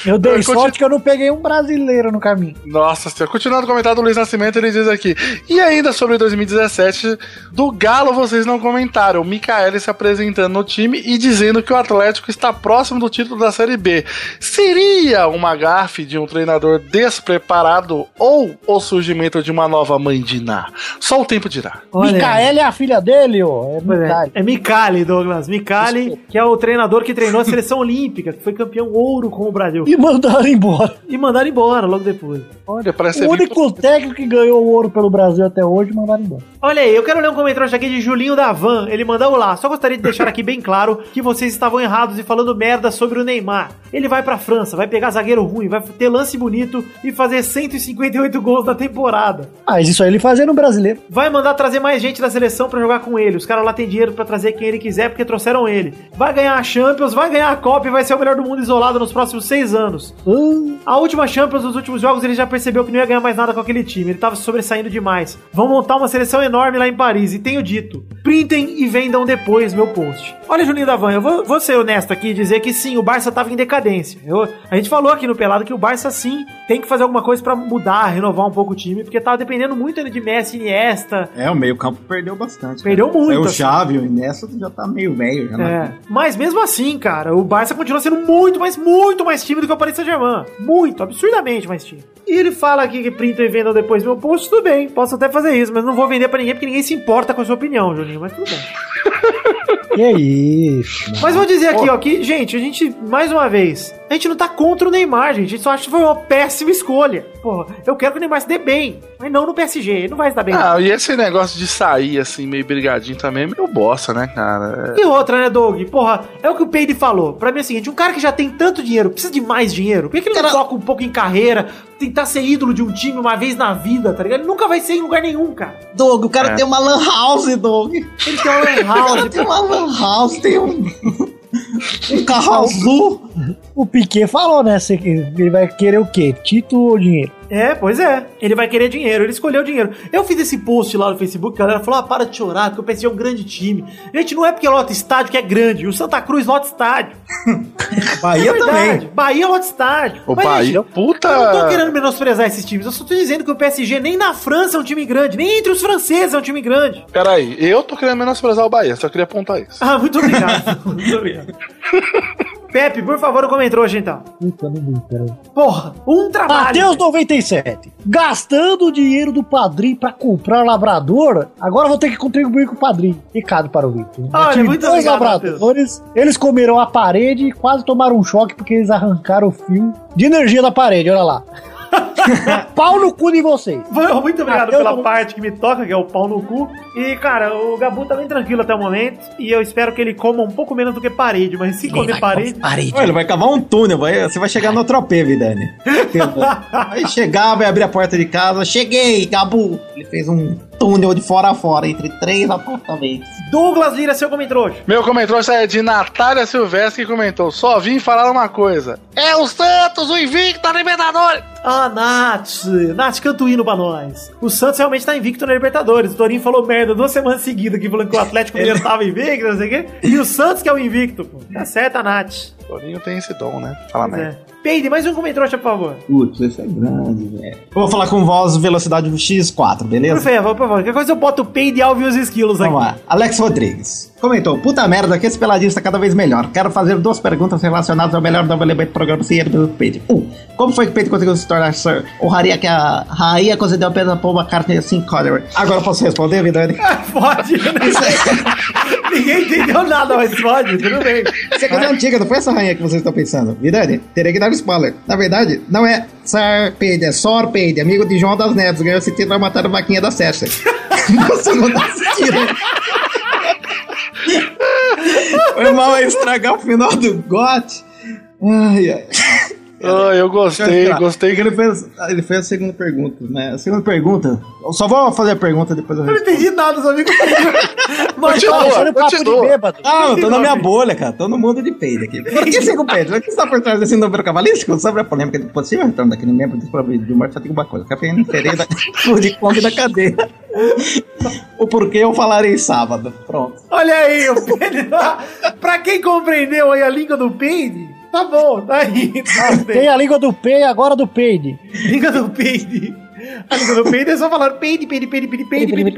Speaker 7: Eu dei
Speaker 6: Eu
Speaker 7: sorte
Speaker 6: continuo-
Speaker 7: que eu não peguei um brasileiro no caminho.
Speaker 6: Nossa senhora. Continuando o comentário do Luiz Nascimento, ele diz aqui. E ainda sobre 2017, do Galo vocês não comentaram. O Micaeli se apresentando no time e dizendo que o Atlético está próximo do título da Série B. Seria uma gafe de um treinador despreparado ou o surgimento de uma nova Mandiná? Só o tempo dirá.
Speaker 1: Olha.
Speaker 7: Micaela é a filha dele, ó. É
Speaker 1: [LAUGHS] Pois é,
Speaker 7: Micaela.
Speaker 1: é Micali, Douglas. Micali, que é o treinador que treinou a seleção [LAUGHS] olímpica, que foi campeão ouro com o Brasil.
Speaker 7: E mandaram embora.
Speaker 1: E mandaram embora logo depois.
Speaker 6: Olha, parece
Speaker 7: O único técnico que ganhou o ouro pelo Brasil até hoje, mandaram embora.
Speaker 1: Olha aí, eu quero ler um comentário aqui de Julinho da Van. Ele mandou lá. Só gostaria de deixar aqui bem claro que vocês estavam errados e falando merda sobre o Neymar. Ele vai pra França, vai pegar zagueiro ruim, vai ter lance bonito e fazer 158 gols na temporada.
Speaker 7: Ah, Mas isso aí ele fazia no brasileiro.
Speaker 1: Vai mandar trazer mais gente da seleção pra jogar com ele. Os caras lá têm dinheiro pra trazer quem ele quiser porque trouxeram ele. Vai ganhar a Champions, vai ganhar a Copa e vai ser o melhor do mundo isolado nos próximos seis anos.
Speaker 7: Hum,
Speaker 1: A última Champions, nos últimos jogos, ele já percebeu que não ia ganhar mais nada com aquele time. Ele tava se sobressaindo demais. Vão montar uma seleção enorme lá em Paris, e tenho dito. Printem e vendam depois meu post. Olha, Juninho da Van, eu vou, vou ser honesto aqui e dizer que sim, o Barça tava em decadência. Eu- a gente falou aqui no Pelado que o Barça sim tem que fazer alguma coisa pra mudar, renovar um pouco o time, porque tava dependendo muito ainda de Messi, Iniesta.
Speaker 4: É, o meio-campo perdeu bastante.
Speaker 1: Perdeu muito,
Speaker 4: É o
Speaker 1: assim.
Speaker 4: Chave, o Inessa já tá meio velho. Já não-
Speaker 1: É. Mas mesmo assim, cara, o Barça continua sendo muito, mas muito mais time do que o Paris Saint-Germain. Muito, absurdamente mais time. E ele fala aqui que printam e vendam depois meu post, tudo bem, posso até fazer isso, mas não vou vender pra ninguém porque ninguém se importa com a sua opinião, Juninho, mas tudo bem.
Speaker 7: que isso.
Speaker 1: Mas vou dizer aqui, ó, que, gente, a gente, mais uma vez, a gente não tá contra o Neymar, gente, a gente só acha que foi uma péssima escolha. Porra, eu quero que o Neymar se dê bem, mas não no PSG, ele não vai se dar bem.
Speaker 6: Ah, e esse negócio de sair assim, meio brigadinho também é meio bosta, né, cara?
Speaker 1: E outra, né, Doug? Porra, é o que o Peide falou. Pra mim é o seguinte: um cara que já tem tanto dinheiro, precisa de mais dinheiro. Por que, que ele não toca um pouco em carreira, tentar ser ídolo de um time uma vez na vida, tá ligado? Ele nunca vai ser em lugar nenhum, cara.
Speaker 4: Doug, o cara
Speaker 6: É.
Speaker 4: tem uma lan house, Doug.
Speaker 1: Ele tem uma lan
Speaker 4: O cara
Speaker 1: house.
Speaker 4: tem uma lan house, tem um... um carro azul.
Speaker 7: O Piquet falou, né? se- Ele vai querer o quê? Título ou dinheiro?
Speaker 1: É, pois é. Ele vai querer dinheiro, ele escolheu dinheiro. Eu fiz esse post lá no Facebook, a galera falou: ah, para de chorar, porque o PSG é um grande time. Gente, não é porque lota estádio que é grande. O Santa Cruz lota estádio.
Speaker 4: Bahia
Speaker 1: é
Speaker 4: também.
Speaker 1: Bahia lota estádio.
Speaker 6: O
Speaker 1: Mas, gente,
Speaker 6: Bahia, puta...
Speaker 1: Eu
Speaker 11: Ah.
Speaker 1: não tô querendo menosprezar esses times, eu só tô dizendo que o PSG nem na França é um time grande, nem entre os franceses é um time grande.
Speaker 6: Peraí, eu tô querendo menosprezar o Bahia, só queria apontar isso.
Speaker 1: Ah, muito
Speaker 7: [LAUGHS]
Speaker 1: obrigado. muito obrigado. Pepe, por favor, comentou hoje então.
Speaker 7: Puta, não vi, peraí.
Speaker 1: Porra, um trabalho.
Speaker 7: Mateus 97. Gastando o dinheiro do padrinho pra comprar labrador, agora vou ter que contribuir com o padrinho. Recado para o Victor.
Speaker 1: Olha,
Speaker 7: Eu tive
Speaker 1: muito
Speaker 7: dois
Speaker 1: obrigado,
Speaker 7: labradores, eles comeram a parede e quase tomaram um choque porque eles arrancaram o fio de energia da parede, olha
Speaker 1: [LAUGHS]
Speaker 7: lá. Pau no cu de vocês.
Speaker 1: Valeu, Muito obrigado
Speaker 7: Mateus
Speaker 1: pela
Speaker 7: não-
Speaker 1: parte que me toca, que é o pau no cu. E, cara, o Gabu tá bem tranquilo até o momento. E eu espero que ele coma um pouco menos do que parede, mas se comer parede.
Speaker 4: Ô, Ele vai cavar um túnel, vai- você vai chegar no atropelo, Vidani. [LAUGHS] Vai chegar, vai abrir a porta de casa. Cheguei, Gabu! Ele fez um túnel de fora a fora, entre três apartamentos.
Speaker 1: Douglas Lira, seu comentário hoje.
Speaker 6: Meu comentário é de Natália Silvestre que comentou: só vim falar uma coisa. É o Santos, o invicto, a Libertadores!
Speaker 1: Ah, Nath! Nath, canta o hino pra nós. O Santos realmente tá invicto na Libertadores. O Torinho falou merda duas semanas seguidas aqui, falando que o Atlético Mineiro tava invicto, não sei o quê. E o Santos que é o invicto, pô. Tá certo, a Nath.
Speaker 6: O Torinho tem esse dom, né? Fala
Speaker 1: Pois
Speaker 6: merda.
Speaker 1: é. Peide, mais um comentário, por favor.
Speaker 4: Putz, esse é grande, velho. Vou falar com voz velocidade X4,
Speaker 1: Por
Speaker 4: beleza?
Speaker 1: favor, por favor. Qualquer coisa eu boto o Peide, Alvin e os esquilos aqui.
Speaker 4: Vamos lá. Alex Rodrigues comentou: Puta merda, que esse peladinho está cada vez melhor. Quero fazer duas perguntas relacionadas ao melhor novo elemento do programa Ciência do Peito. Um, como foi que o Peito conseguiu se tornar essa honraria que a rainha concedeu apenas para uma carta assim, Connery? Agora eu posso responder, [LAUGHS] Vidani?
Speaker 1: [LAUGHS] Pode, né? Ninguém entendeu nada, mas pode, tudo bem.
Speaker 4: Essa coisa é antiga, não foi essa rainha que vocês estão pensando. Vidani, teria que dar um spoiler. Na verdade, não é Sarpeide, é Sorpeide, amigo de João das Neves, ganhou esse título matando a vaquinha da Cersei. [LAUGHS] Nossa, não tá assistindo. Foi mal a estragar o final do GOT. Ai, ai.
Speaker 6: Ah, eu
Speaker 4: Deixa eu
Speaker 6: gostei,
Speaker 4: tirar.
Speaker 6: gostei que ele.
Speaker 4: Ele fez, ele fez a segunda pergunta, né? A segunda pergunta. Eu só vou fazer a pergunta depois eu
Speaker 1: Eu não
Speaker 4: respondo.
Speaker 1: entendi nada, os amigos.
Speaker 7: Mas tá
Speaker 6: Continua,
Speaker 7: deixando papo
Speaker 6: continua.
Speaker 7: de bêbado.
Speaker 4: Ah, eu tô na minha bolha, cara. Tô no mundo de peide aqui. Por que cinco peidos? O que está por trás desse número cabalístico? Sobre a polêmica é [LAUGHS] do possível retorno daquele membro do Clube de morte, só tem uma coisa. Cafeína interesse da de Kong da cadeia. O porquê eu falarei sábado. Pronto.
Speaker 1: Olha aí, o Pedro. pra quem compreendeu aí a língua do Peide, tá bom, tá aí.
Speaker 7: Tem a língua do P e agora do Peide.
Speaker 1: Língua do Peide. A língua do Peide é só falar Peide, Peide, Peide, Peide, Peide,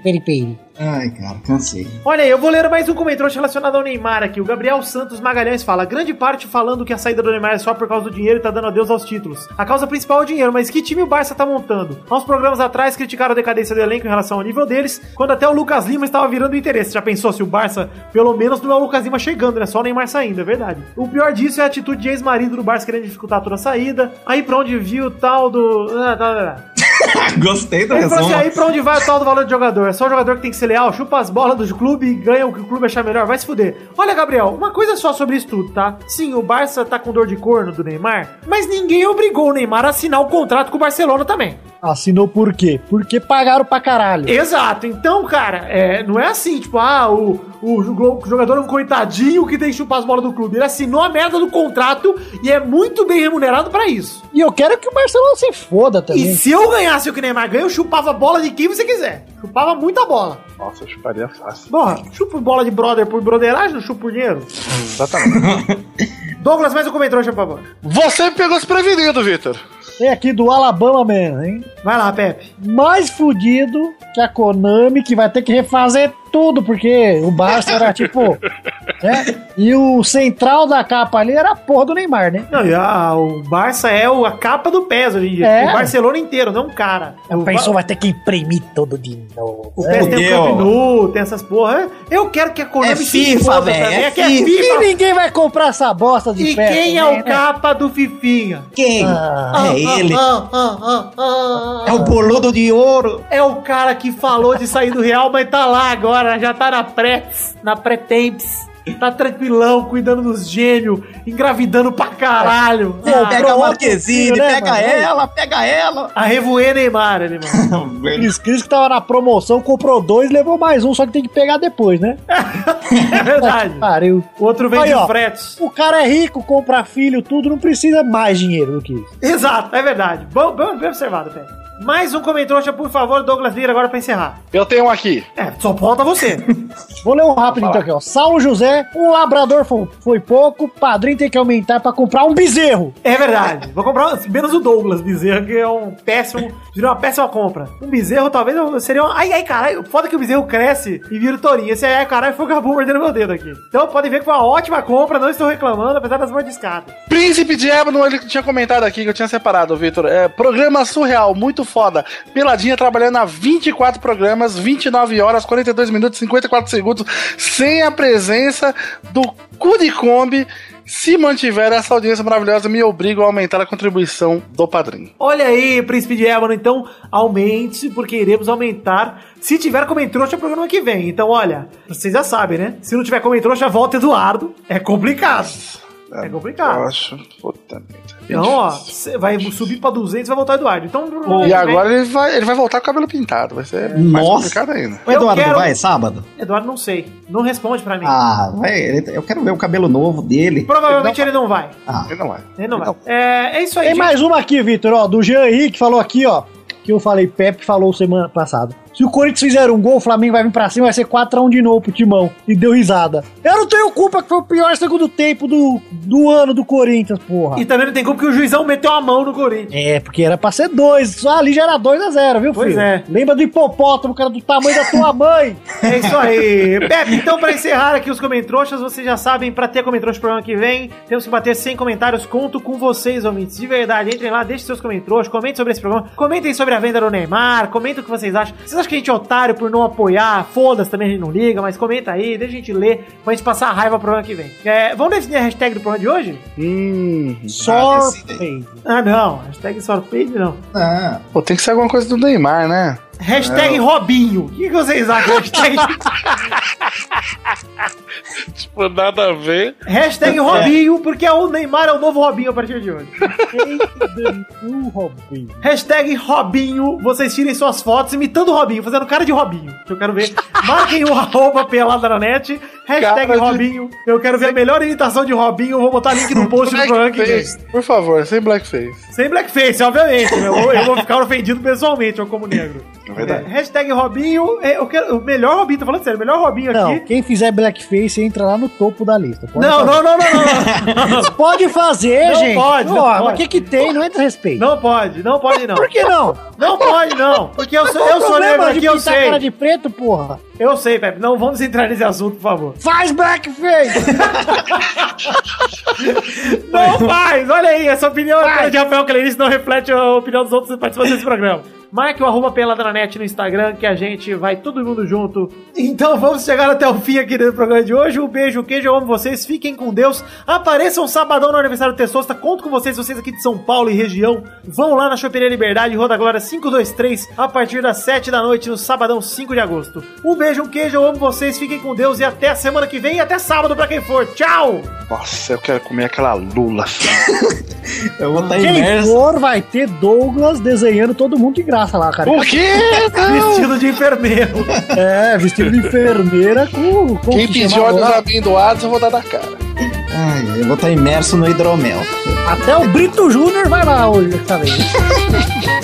Speaker 1: Peide, Peide.
Speaker 4: Ai, cara, cansei.
Speaker 1: Olha aí, eu vou ler mais um comentário relacionado ao Neymar aqui. O Gabriel Santos Magalhães fala: grande parte falando que a saída do Neymar é só por causa do dinheiro e tá dando adeus aos títulos. A causa principal é o dinheiro, mas que time o Barça tá montando? Há uns programas atrás criticaram a decadência do elenco em relação ao nível deles, quando até o Lucas Lima estava virando interesse. Já pensou se o Barça, pelo menos, não é o Lucas Lima chegando, né? Só o Neymar saindo, é verdade. O pior disso é a atitude de ex-marido do Barça querendo dificultar toda a saída. Aí pra onde viu o tal do. Ah, tá, tá, tá.
Speaker 4: [LAUGHS] Gostei do
Speaker 1: Ele falou assim,
Speaker 4: resumo.
Speaker 1: aí pra onde vai o tal do valor de jogador? É só o jogador que tem que ser leal, chupa as bolas do clube e ganha o que o clube achar melhor, vai se fuder. Olha, Gabriel, uma coisa só sobre isso tudo, tá? Sim, o Barça tá com dor de corno do Neymar, mas ninguém obrigou o Neymar a assinar o contrato com o Barcelona também.
Speaker 7: Assinou por quê? Porque pagaram pra caralho.
Speaker 1: Exato, então, cara, é, não é assim, tipo, ah, o, o jo- o jogador é um coitadinho que tem que chupar as bolas do clube. Ele assinou a merda do contrato e é muito bem remunerado pra isso.
Speaker 7: E eu quero que o Barcelona se foda
Speaker 1: E
Speaker 7: também.
Speaker 1: se eu ganhasse o que o Neymar ganha, eu chupava a bola de quem você quiser. Chupava muita bola.
Speaker 6: Nossa, eu chuparia fácil.
Speaker 1: Porra, chupa bola de brother por broderagem, não chupa por dinheiro.
Speaker 6: Exatamente.
Speaker 1: Douglas, mais um comentário, por favor.
Speaker 6: Você me pegou desprevenido, Vitor.
Speaker 7: Tem aqui do Alabama mesmo, hein?
Speaker 1: Vai lá, Pepe.
Speaker 7: Mais fudido que a Konami, que vai ter que refazer tudo, porque o Barça era tipo. né? E o central da capa ali era a porra do Neymar, né?
Speaker 1: Não, e a- o Barça é o- a capa do PES hoje em dia.
Speaker 7: É.
Speaker 1: O Barcelona inteiro, não um cara.
Speaker 7: A
Speaker 1: O,
Speaker 7: pessoa É,
Speaker 1: Ba-
Speaker 7: vai ter que imprimir tudo de novo.
Speaker 1: o PES tem
Speaker 4: Fudeu.
Speaker 1: o Camp Nou, tem essas porra. Eu quero que a Konami
Speaker 4: É
Speaker 1: se
Speaker 4: FIFA,
Speaker 1: foda
Speaker 4: velho,
Speaker 1: também,
Speaker 4: é
Speaker 1: que é
Speaker 4: FIFA.
Speaker 7: E
Speaker 1: FIFA.
Speaker 7: ninguém vai comprar essa bosta de
Speaker 1: E
Speaker 7: pé
Speaker 1: quem é
Speaker 7: também,
Speaker 1: o
Speaker 7: né?
Speaker 1: capa do Fifinha?
Speaker 4: Quem?
Speaker 7: Ah,
Speaker 4: é ele.
Speaker 1: Ah, ah, ah, ah, ah.
Speaker 4: É o boludo de ouro.
Speaker 1: É o cara que falou de sair do Real, mas tá lá agora, já tá na pré, na pré-temps. Tá tranquilão, cuidando dos gêmeos, engravidando pra caralho.
Speaker 4: Pô,
Speaker 1: Ah,
Speaker 4: pega a
Speaker 7: outro
Speaker 4: Marquezine,
Speaker 7: filho, né,
Speaker 4: pega
Speaker 7: mano?
Speaker 4: ela, pega [LAUGHS] ela.
Speaker 1: a revoê Neymar, ele, mano.
Speaker 7: Cris Cris que tava na promoção, comprou dois, levou mais um, só que tem que pegar depois, né?
Speaker 1: É verdade.
Speaker 7: Pariu.
Speaker 1: O outro vem
Speaker 7: Aí,
Speaker 1: de
Speaker 7: ó.
Speaker 1: fretes.
Speaker 7: O cara é rico, compra filho, tudo, não precisa mais dinheiro do que isso.
Speaker 1: Exato, é verdade. Bom, bom- bem observado, Pé. Mais um comentário, por favor, Douglas Lira, agora pra encerrar.
Speaker 6: Eu tenho um aqui.
Speaker 1: É, só falta você.
Speaker 7: Vou ler um rápido então aqui, ó. Saulo José, um labrador fo- foi, pouco, padrinho tem que aumentar pra comprar um bezerro.
Speaker 1: É verdade. Vou comprar um- menos o Douglas Bezerra, que é um péssimo. Virou uma péssima compra. Um bezerro talvez eu- seria um. Ai, ai, caralho. Foda que o bezerro cresce e vira o tourinho. Esse aí, ai, caralho, foi o Gabu mordendo meu dedo aqui. Então podem ver que foi uma ótima compra, não estou reclamando, apesar das mordiscadas.
Speaker 6: Príncipe de Ébano, ele tinha comentado aqui que eu tinha separado, Vitor. É, programa surreal, muito foda. Peladinha trabalhando há 24 programas, 29 horas, 42 minutos, 54 segundos, sem a presença do cu de Kombi. Se mantiver essa audiência maravilhosa, me obrigo a aumentar a contribuição do padrinho.
Speaker 1: Olha aí, príncipe de Ébano, então aumente, porque iremos aumentar. Se tiver comentrouxa, é o programa que vem. Então, olha, vocês já sabem, né? Se não tiver comentrouxa, volta Eduardo. É complicado. É complicado.
Speaker 6: Eu acho. Puta merda.
Speaker 1: Então, ó, cê vai subir pra 200 e vai voltar Eduardo. Então,
Speaker 6: E agora ele vai, ele vai voltar com o cabelo pintado. Vai ser mais
Speaker 4: Nossa.
Speaker 6: complicado ainda.
Speaker 4: O Eduardo
Speaker 1: quero-
Speaker 4: vai sábado?
Speaker 1: Eduardo, não sei. Não responde pra mim.
Speaker 4: Ah, vai. ele- Eu quero ver o cabelo novo dele.
Speaker 1: Provavelmente ele não vai.
Speaker 4: Ah,
Speaker 6: Ele não vai.
Speaker 1: Ele não vai. É, é isso aí.
Speaker 7: então Tem
Speaker 1: gente.
Speaker 7: mais uma aqui, Vitor, ó, do Jean Henrique, falou aqui, ó, que eu falei, Pepe falou semana passada. Se o Corinthians fizer um gol, o Flamengo vai vir pra cima, vai ser 4x1 de novo pro Timão. E deu risada. Eu não tenho culpa que foi o pior segundo tempo do, do ano do Corinthians, porra.
Speaker 1: E também não tem como que o juizão meteu a mão no Corinthians.
Speaker 7: É, porque era pra ser dois. Só ali já era 2x0, viu, filho?
Speaker 1: Pois é.
Speaker 7: Lembra do hipopótamo, cara, do tamanho da
Speaker 1: [LAUGHS]
Speaker 7: tua mãe.
Speaker 1: É
Speaker 7: [LAUGHS]
Speaker 1: isso aí. Pepe, então pra encerrar aqui os comentroxas, vocês já sabem, pra ter comentroxa pro ano que vem, temos que bater 100 comentários. Conto com vocês, ouvintes. De verdade, entrem lá, deixem seus comentroxas, comentem sobre esse programa, comentem sobre a venda do Neymar, comentem o que vocês acham. Vocês acham que a gente é otário por não apoiar? Foda-se, também a gente não liga, mas comenta aí, deixa a gente ler, pra gente passar a raiva pro ano que vem. É, vamos definir a hashtag do programa de hoje?
Speaker 6: Hum.
Speaker 7: Sorpei.
Speaker 1: Ah, não. Hashtag sorpede, não.
Speaker 4: ah,
Speaker 6: Pô, tem que ser alguma coisa do Neymar, né?
Speaker 1: Hashtag Robinho. O que, que vocês acham? Hashtag,
Speaker 2: Tipo, nada a ver.
Speaker 1: hashtag Robinho, porque o Neymar é o novo Robinho a partir de hoje. Hashtag Robinho. Vocês tirem suas fotos imitando o Robinho, fazendo cara de Robinho. Que eu quero ver Marquem o [LAUGHS] arroba peladranet, hashtag
Speaker 6: Cara de-
Speaker 1: Robinho. Eu quero ver a melhor imitação de Robinho, vou botar link
Speaker 6: [LAUGHS]
Speaker 1: no post do programa que vem.
Speaker 6: Blackface, por favor, sem blackface.
Speaker 1: Sem blackface, obviamente. Eu, vou- eu vou ficar ofendido pessoalmente, eu como negro.
Speaker 9: É verdade.
Speaker 1: É, hashtag Robinho, é, eu quero, o melhor Robinho, tô falando sério, o melhor Robinho
Speaker 7: Não,
Speaker 1: aqui.
Speaker 7: quem fizer blackface entra lá no topo da lista. Pode
Speaker 1: Não,
Speaker 7: fazer.
Speaker 1: não, não, não,
Speaker 7: [LAUGHS]
Speaker 1: não, não.
Speaker 7: Pode fazer,
Speaker 1: Não
Speaker 7: gente.
Speaker 1: pode, não
Speaker 7: Ó,
Speaker 1: pode.
Speaker 7: Mas o que, que tem? Não é desrespeito.
Speaker 1: Não pode, não pode não.
Speaker 7: Por que não?
Speaker 1: Não pode não, porque eu sou,
Speaker 7: Qual
Speaker 1: eu
Speaker 7: o
Speaker 1: sou
Speaker 7: problema
Speaker 1: negro
Speaker 7: de
Speaker 1: aqui, eu
Speaker 7: pintar a cara
Speaker 1: sei.
Speaker 7: de preto, porra.
Speaker 1: Eu sei, Pepe, não vamos entrar nesse assunto, por favor.
Speaker 7: Faz
Speaker 1: [LAUGHS]
Speaker 7: blackface!
Speaker 1: Não faz! Olha aí, essa opinião apenas de Rafael Clerice não reflete a opinião dos outros participantes desse programa. Marque o arroba peladranet no Instagram, que a gente vai todo mundo junto. Então vamos chegar até o fim aqui do programa de hoje. Um beijo, um queijo, eu amo vocês, fiquem com Deus. Apareçam um sabadão no aniversário do Testosta, conto com vocês, vocês aqui de São Paulo e região. Vão lá na Choperia Liberdade, Rua da Glória 523, a partir das 7 da noite, no sabadão 5 de agosto. Um beijo, um queijo, eu amo vocês, fiquem com Deus e até a semana que vem e até sábado pra quem for. Tchau!
Speaker 2: Nossa, eu quero comer aquela lula.
Speaker 4: Eu vou estar
Speaker 7: Quem
Speaker 4: imerso.
Speaker 7: for vai ter Douglas desenhando todo mundo de graça lá, cara. [LAUGHS]
Speaker 6: O quê?
Speaker 1: Vestido de enfermeiro.
Speaker 7: É, vestido de enfermeira com... com
Speaker 6: Quem
Speaker 7: que
Speaker 6: pedir
Speaker 7: chama
Speaker 6: olhos
Speaker 7: agora?
Speaker 6: amendoados, eu vou dar na cara.
Speaker 4: Ai, eu vou estar imerso no hidromel.
Speaker 7: Até o Brito Júnior vai lá hoje, tá vendo?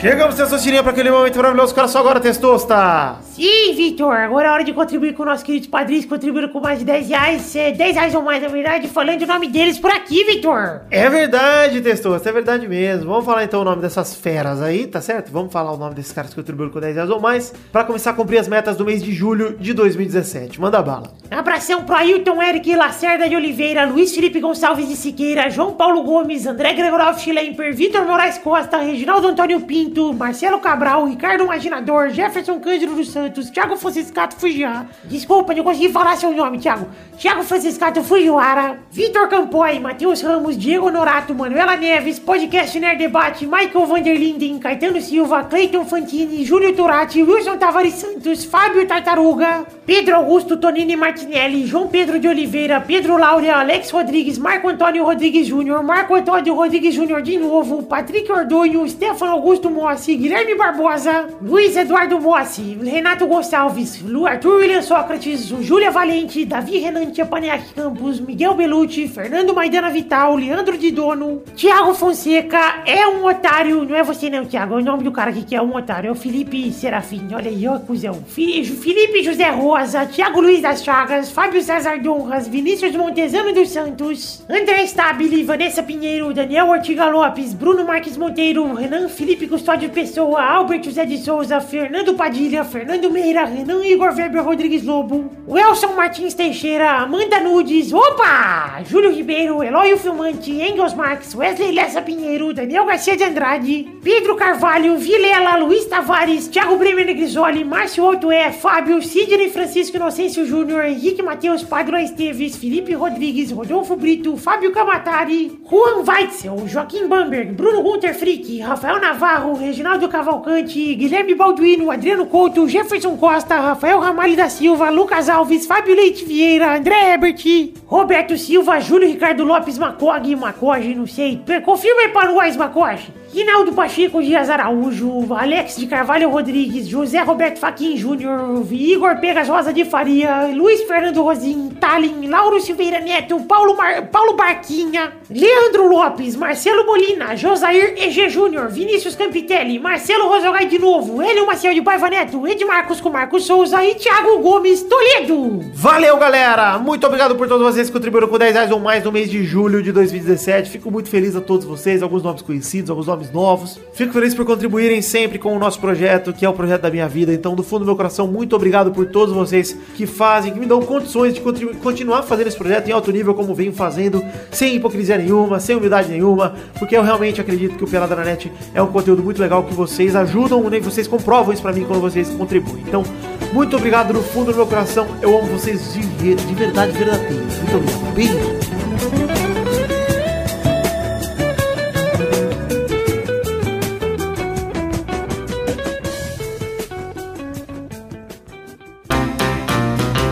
Speaker 1: Chegamos, Testosterinha, para aquele momento maravilhoso. Cara, só agora, Testosta!
Speaker 5: Sim, Vitor, agora é hora de contribuir com nossos queridos padrinhos que contribuíram com mais de 10 reais, eh, 10 reais ou mais, na verdade, falando o nome deles por aqui, Vitor.
Speaker 1: É verdade, Testosta, é verdade mesmo. Vamos falar então o nome dessas feras aí, tá certo? Vamos falar o nome desses caras que contribuíram com 10 reais ou mais pra começar a cumprir as metas do mês de julho de 2017. Manda bala.
Speaker 5: Abração pro Ailton Eric Lacerda de Oliveira, Luiz Felipe Gonçalves de Siqueira, João Paulo Gomes, André Gregorov Schlemper, Vitor Moraes Costa, Reginaldo Antônio Pinto, Marcelo Cabral, Ricardo Maginador, Jefferson Cândido dos Santos, Thiago Franciscato Fujiá. Desculpa, não consegui falar seu nome, Thiago. Thiago Franciscato Fujiwara, Vitor Campoy, Matheus Ramos, Diego Norato, Manuela Neves, Podcast Nerd Debate, Michael Vanderlinden, Caetano Silva, Cleiton Fantini, Júlio Turati, Wilson Tavares Santos, Fábio Tartaruga, Pedro Augusto Tonini Martinelli, João Pedro de Oliveira, Pedro Laura, Alex Rodrigues, Marco Antônio Rodrigues Júnior, Marco Antônio Rodrigues Júnior de novo, Patrick Ordonho, Stefano Augusto Mossi, Guilherme Barbosa, Luiz Eduardo Mossi, Renato Gonçalves, Lu Arthur William Sócrates, Júlia Valente, Davi Renan Tiapaniak Campos, Miguel Belucci, Fernando Maidana Vital, Leandro de Dono, Thiago Fonseca, é um otário, não é você não, Thiago, é o nome do cara aqui que é um otário, é o Felipe Serafim, olha aí, ó, cuzão. Fi- Felipe José Rosa, Thiago Luiz das Chagas, Fábio César Donras, Vinícius Montezano dos Santos, André Stabile, Vanessa Pinheiro, Daniel Ortiga Lopes, Bruno Marques Monteiro, Renan Felipe Custódio Pessoa, Albert José de Souza, Fernando Padilha, Fernando Meira, Renan Igor Weber Rodrigues Lobo, Welson Martins Teixeira, Amanda Nudes, opa! Júlio Ribeiro, Eloy Filmante, Engels Marx, Wesley Lessa Pinheiro, Daniel Garcia de Andrade, Pedro Carvalho, Vilela, Luiz Tavares, Thiago Bremer Negrisoli, Márcio Otué, Fábio, Sidney Francisco Inocêncio Júnior, Henrique Matheus, Padrão Esteves, Felipe Rodrigues, Rodolfo Brito, Fábio Camatari, Juan Weitzel, Joaquim Bamberg, Bruno Gunter Frick, Rafael Navarro, Reginaldo Cavalcante, Guilherme Balduino, Adriano Couto, Jefferson Costa, Rafael Ramalho da Silva, Lucas Alves, Fábio Leite Vieira, André Ebert, Roberto Silva, Júlio Ricardo Lopes Macog, Macog, não sei. Confirma aí para nós, Macog. Rinaldo Pacheco Dias Araújo, Alex de Carvalho Rodrigues, José Roberto Faquin Júnior, Igor Pegas Rosa de Faria, Luiz Fernando Rosim, Tallin, Lauro Silveira Neto, Paulo, Mar- Paulo Barquinha, Leandro Lopes, Marcelo Molina, Josair EG Júnior, Vinícius Campitelli, Marcelo Rosogai de novo, Hélio Maciel de Paiva Neto, Edmarcos com Marcos Souza e Thiago Gomes Toledo.
Speaker 1: Valeu, galera! Muito obrigado por todos vocês vocês que contribuíram com 10 reais ou mais no mês de julho de 2017. Fico muito feliz a todos vocês, alguns nomes conhecidos, alguns nomes novos. Fico feliz por contribuírem sempre com o nosso projeto, que é o projeto da minha vida. Então, do fundo do meu coração, muito obrigado por todos vocês que fazem, que me dão condições de contribu- continuar fazendo esse projeto em alto nível, como venho fazendo, sem hipocrisia nenhuma, sem humildade nenhuma, porque eu realmente acredito que o Pelada na Net é um conteúdo muito legal que vocês ajudam, né? Vocês comprovam isso pra mim quando vocês contribuem. Então, muito obrigado do fundo do meu coração. Eu amo vocês de, ver- de verdade, verdadeiro. Muito obrigado. Beijo.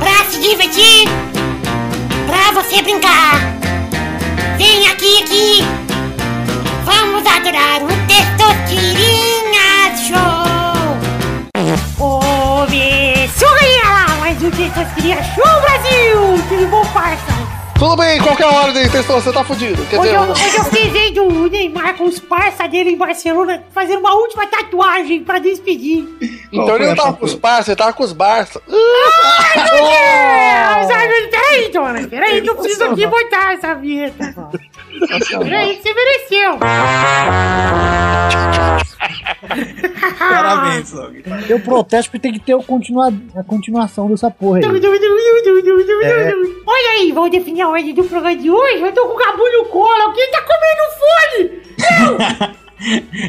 Speaker 12: Pra se divertir, pra você brincar. Vem aqui, aqui. Vamos adorar o Testosterinha Show.
Speaker 5: Começou, galera! Mais um Testosterinha Show Brasil! Tudo bom, parça?
Speaker 6: Tudo bem, qualquer ordem, Testor, você tá fudido. Quer
Speaker 5: Hoje
Speaker 6: dizer,
Speaker 5: eu,
Speaker 6: o-
Speaker 5: hoje eu fiz hein, do Neymar com os parça dele em Barcelona fazendo uma última tatuagem pra despedir.
Speaker 6: então ele não
Speaker 4: tá
Speaker 6: tava com os parça, ele tava com os barça.
Speaker 5: É, mas aí, Peraí, dona, peraí, que eu preciso aqui botar essa vinheta. pô. Peraí, que você mereceu.
Speaker 7: Parabéns,
Speaker 4: Ah,
Speaker 7: Eu protesto porque tem que ter o continua- a continuação dessa porra aí.
Speaker 5: [LAUGHS] Olha aí, vamos definir a ordem do programa de hoje? Eu tô com o Gabu no colo, alguém tá comendo fone! Não!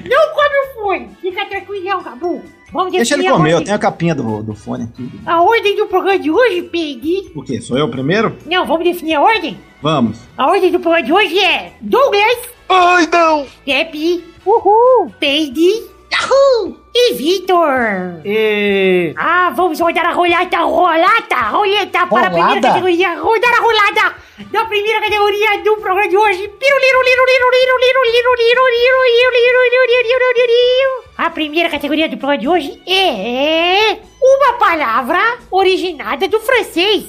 Speaker 5: Não come o fone! Fica tranquilão, Gabu. Vamos
Speaker 4: Deixa ele
Speaker 5: definir a
Speaker 4: comer, eu
Speaker 5: ordem-
Speaker 4: tenho a capinha do, do fone aqui.
Speaker 5: A ordem do programa de hoje, Peggy.
Speaker 4: O quê? Sou eu primeiro?
Speaker 5: Não, vamos definir a ordem?
Speaker 4: Vamos.
Speaker 5: A ordem do programa de hoje é Douglas.
Speaker 6: Ai, não!
Speaker 5: Pepe. Uhul. Peide. Yahoo. E Vitor.
Speaker 1: E...
Speaker 5: Ah, vamos rodar a rolata, rolata, roleta para a primeira
Speaker 1: Rolada?
Speaker 5: categoria. Rodar a rolada da primeira categoria do programa de hoje. Piru, liru, liru, liru, liru, liru, liru, liru, liru, liru, liru, liru, liru, liru, liru. A primeira categoria do programa de hoje é uma palavra originada do francês.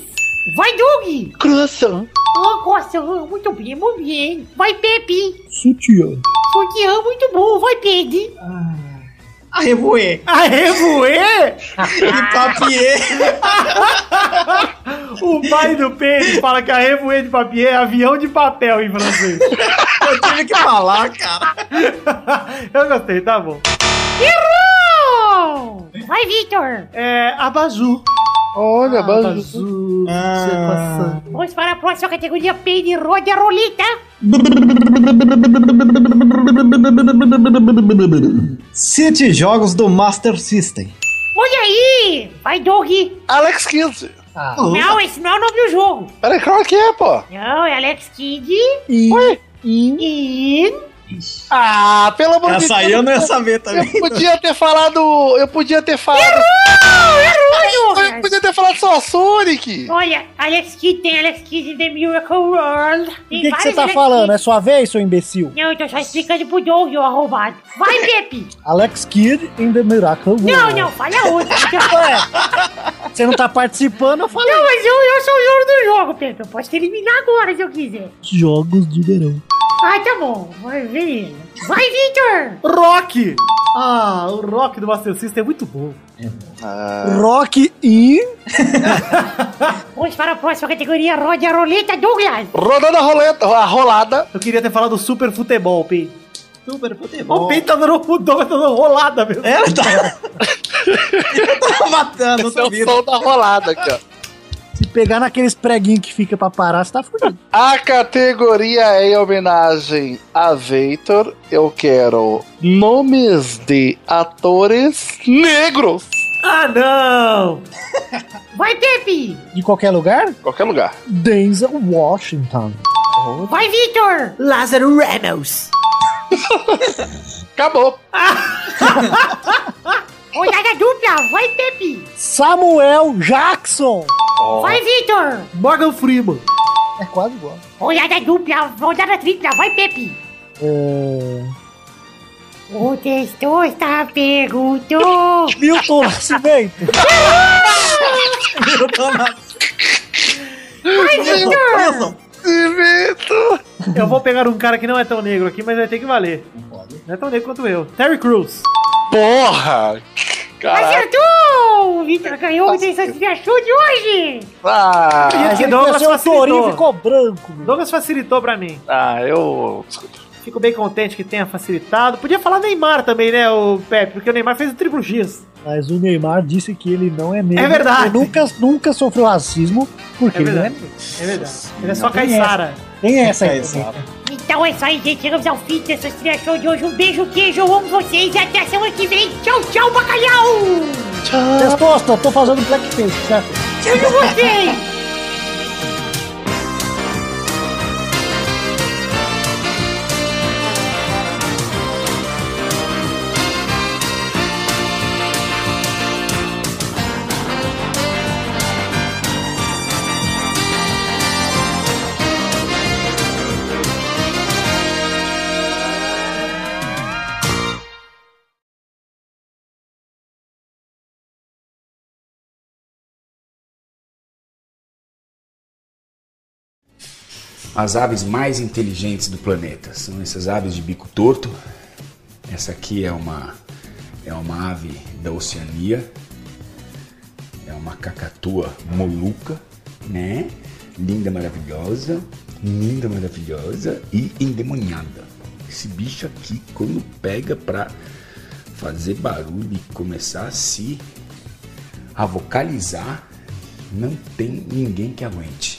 Speaker 5: Vai, Doug!
Speaker 6: Croissant.
Speaker 5: Oh, croissant, muito bem, muito bem. Vai, Pepe.
Speaker 7: Sutiã.
Speaker 5: Sutiã, muito bom. Vai, Pedro.
Speaker 4: Ah, Arrevoê.
Speaker 1: Arrevoê?
Speaker 4: Que
Speaker 1: papier. o pai do Pedro fala que arrevoê de papier é avião de papel em francês. [LAUGHS] Eu
Speaker 4: tive que falar, cara.
Speaker 1: Eu gostei, tá bom.
Speaker 5: Errou! Vai, Vitor.
Speaker 1: É, abajur.
Speaker 6: Olha,
Speaker 1: abajur. Ah.
Speaker 5: Vamos para a próxima categoria, Pedro. Roda a roleta.
Speaker 4: City Jogos do Master System.
Speaker 5: Olha aí! Vai, Doug!
Speaker 6: Alex Kidd!
Speaker 5: Não, esse não é o nome do jogo!
Speaker 6: Peraí, qual é que é, pô?
Speaker 5: Não, é Alex Kidd.
Speaker 6: Ué?
Speaker 5: In.
Speaker 6: Ah, pelo amor de Deus!
Speaker 4: Essa aí eu não ia saber tá? também.
Speaker 6: Eu podia ter falado. Eu podia ter falado.
Speaker 5: Errou! Errou,
Speaker 6: Eu podia ter falado só Sonic!
Speaker 5: Olha, Alex Kidd tem Alex Kidd in the Miracle World.
Speaker 7: O que que você tá falando? né? É sua vez, seu imbecil?
Speaker 5: Não, eu tô só explicando pro Doug, ô arrombado. Vai, Pepe!
Speaker 7: Alex Kidd in the Miracle World.
Speaker 5: não, não, falha outra.
Speaker 7: [LAUGHS] Ué, você não tá participando, eu falei.
Speaker 5: Não, mas eu, eu sou o dono do jogo, Pepe. Eu posso te eliminar agora se eu quiser.
Speaker 7: Jogos de verão.
Speaker 5: Ah, tá bom. Vai, beleza. Vai, Victor!
Speaker 1: Rock! Ah, o rock do Master System é muito bom.
Speaker 7: Rock in.
Speaker 5: Vamos para a próxima categoria, Rode a Roleta Douglas.
Speaker 6: Rodando a roleta, a rolada.
Speaker 1: Eu queria ter falado super futebol, Pei.
Speaker 4: Super
Speaker 1: O Pei tá dando, o Douglas tá dando rolada mesmo.
Speaker 4: É, tá. eu tava matando,
Speaker 6: Esse é
Speaker 4: outro
Speaker 6: o
Speaker 4: vírus.
Speaker 6: som da rolada aqui, ó.
Speaker 7: Se pegar naqueles preguinhos que fica pra parar, você tá fudido.
Speaker 6: A categoria é em homenagem a Veitor. Eu quero nomes de atores negros.
Speaker 1: Ah, não!
Speaker 5: Vai, Pepe!
Speaker 7: De qualquer lugar?
Speaker 6: Qualquer lugar.
Speaker 7: Denzel Washington.
Speaker 5: Vai, Victor!
Speaker 1: Lázaro Ramos.
Speaker 6: Acabou.
Speaker 5: Olhada dupla! Vai, Pepe!
Speaker 7: Samuel Jackson.
Speaker 5: Vai, Victor!
Speaker 1: Morgan Freeman.
Speaker 7: É quase igual.
Speaker 5: Olhada dupla, rodada tripla, vai, Pepe!
Speaker 7: É...
Speaker 5: O texto está perguntou.
Speaker 7: Milton Nascimento.
Speaker 1: [LAUGHS]
Speaker 5: Vai, Victor!
Speaker 6: Cimento.
Speaker 1: Eu vou pegar um cara que não é tão negro aqui, mas vai ter que valer. Não é tão negro quanto eu. Terry Crews.
Speaker 6: Porra! Caraca.
Speaker 5: Acertou! O Vitor ganhou o Sensato de Ajude hoje!
Speaker 6: Ah,
Speaker 1: Ih, que
Speaker 7: Achei que ia
Speaker 1: Douglas
Speaker 7: ser o Torinho
Speaker 1: facilitou.
Speaker 7: ficou branco. meu.
Speaker 1: Douglas facilitou pra mim.
Speaker 6: ah, eu. Desculpa.
Speaker 1: Fico bem contente que tenha facilitado. Podia falar Neymar também, né, o Pepe? Porque o Neymar fez o triplo X.
Speaker 7: Mas o Neymar disse que ele não é negro.
Speaker 1: É verdade.
Speaker 7: Ele nunca, nunca sofreu racismo, porque
Speaker 1: É
Speaker 7: ele não é
Speaker 1: verdade.
Speaker 7: negro.
Speaker 1: É verdade. Ele é só
Speaker 7: tem
Speaker 1: Caissara.
Speaker 7: Tem essa aí.
Speaker 5: Então é isso aí, gente. Chegamos ao fim dessa estreia show de hoje. Um beijo, queijo, eu amo vocês e até semana que vem. Tchau, tchau, bacalhau!
Speaker 7: Testosta, tô fazendo blackface, certo?
Speaker 5: Amo vocês!
Speaker 11: as aves mais inteligentes do planeta. São essas aves de bico torto. Essa aqui é uma é uma ave da Oceania. É uma cacatua moluca, né? Linda, maravilhosa, linda, maravilhosa e endemoniada. Esse bicho aqui, quando pega pra fazer barulho e começar a se a vocalizar, não tem ninguém que aguente.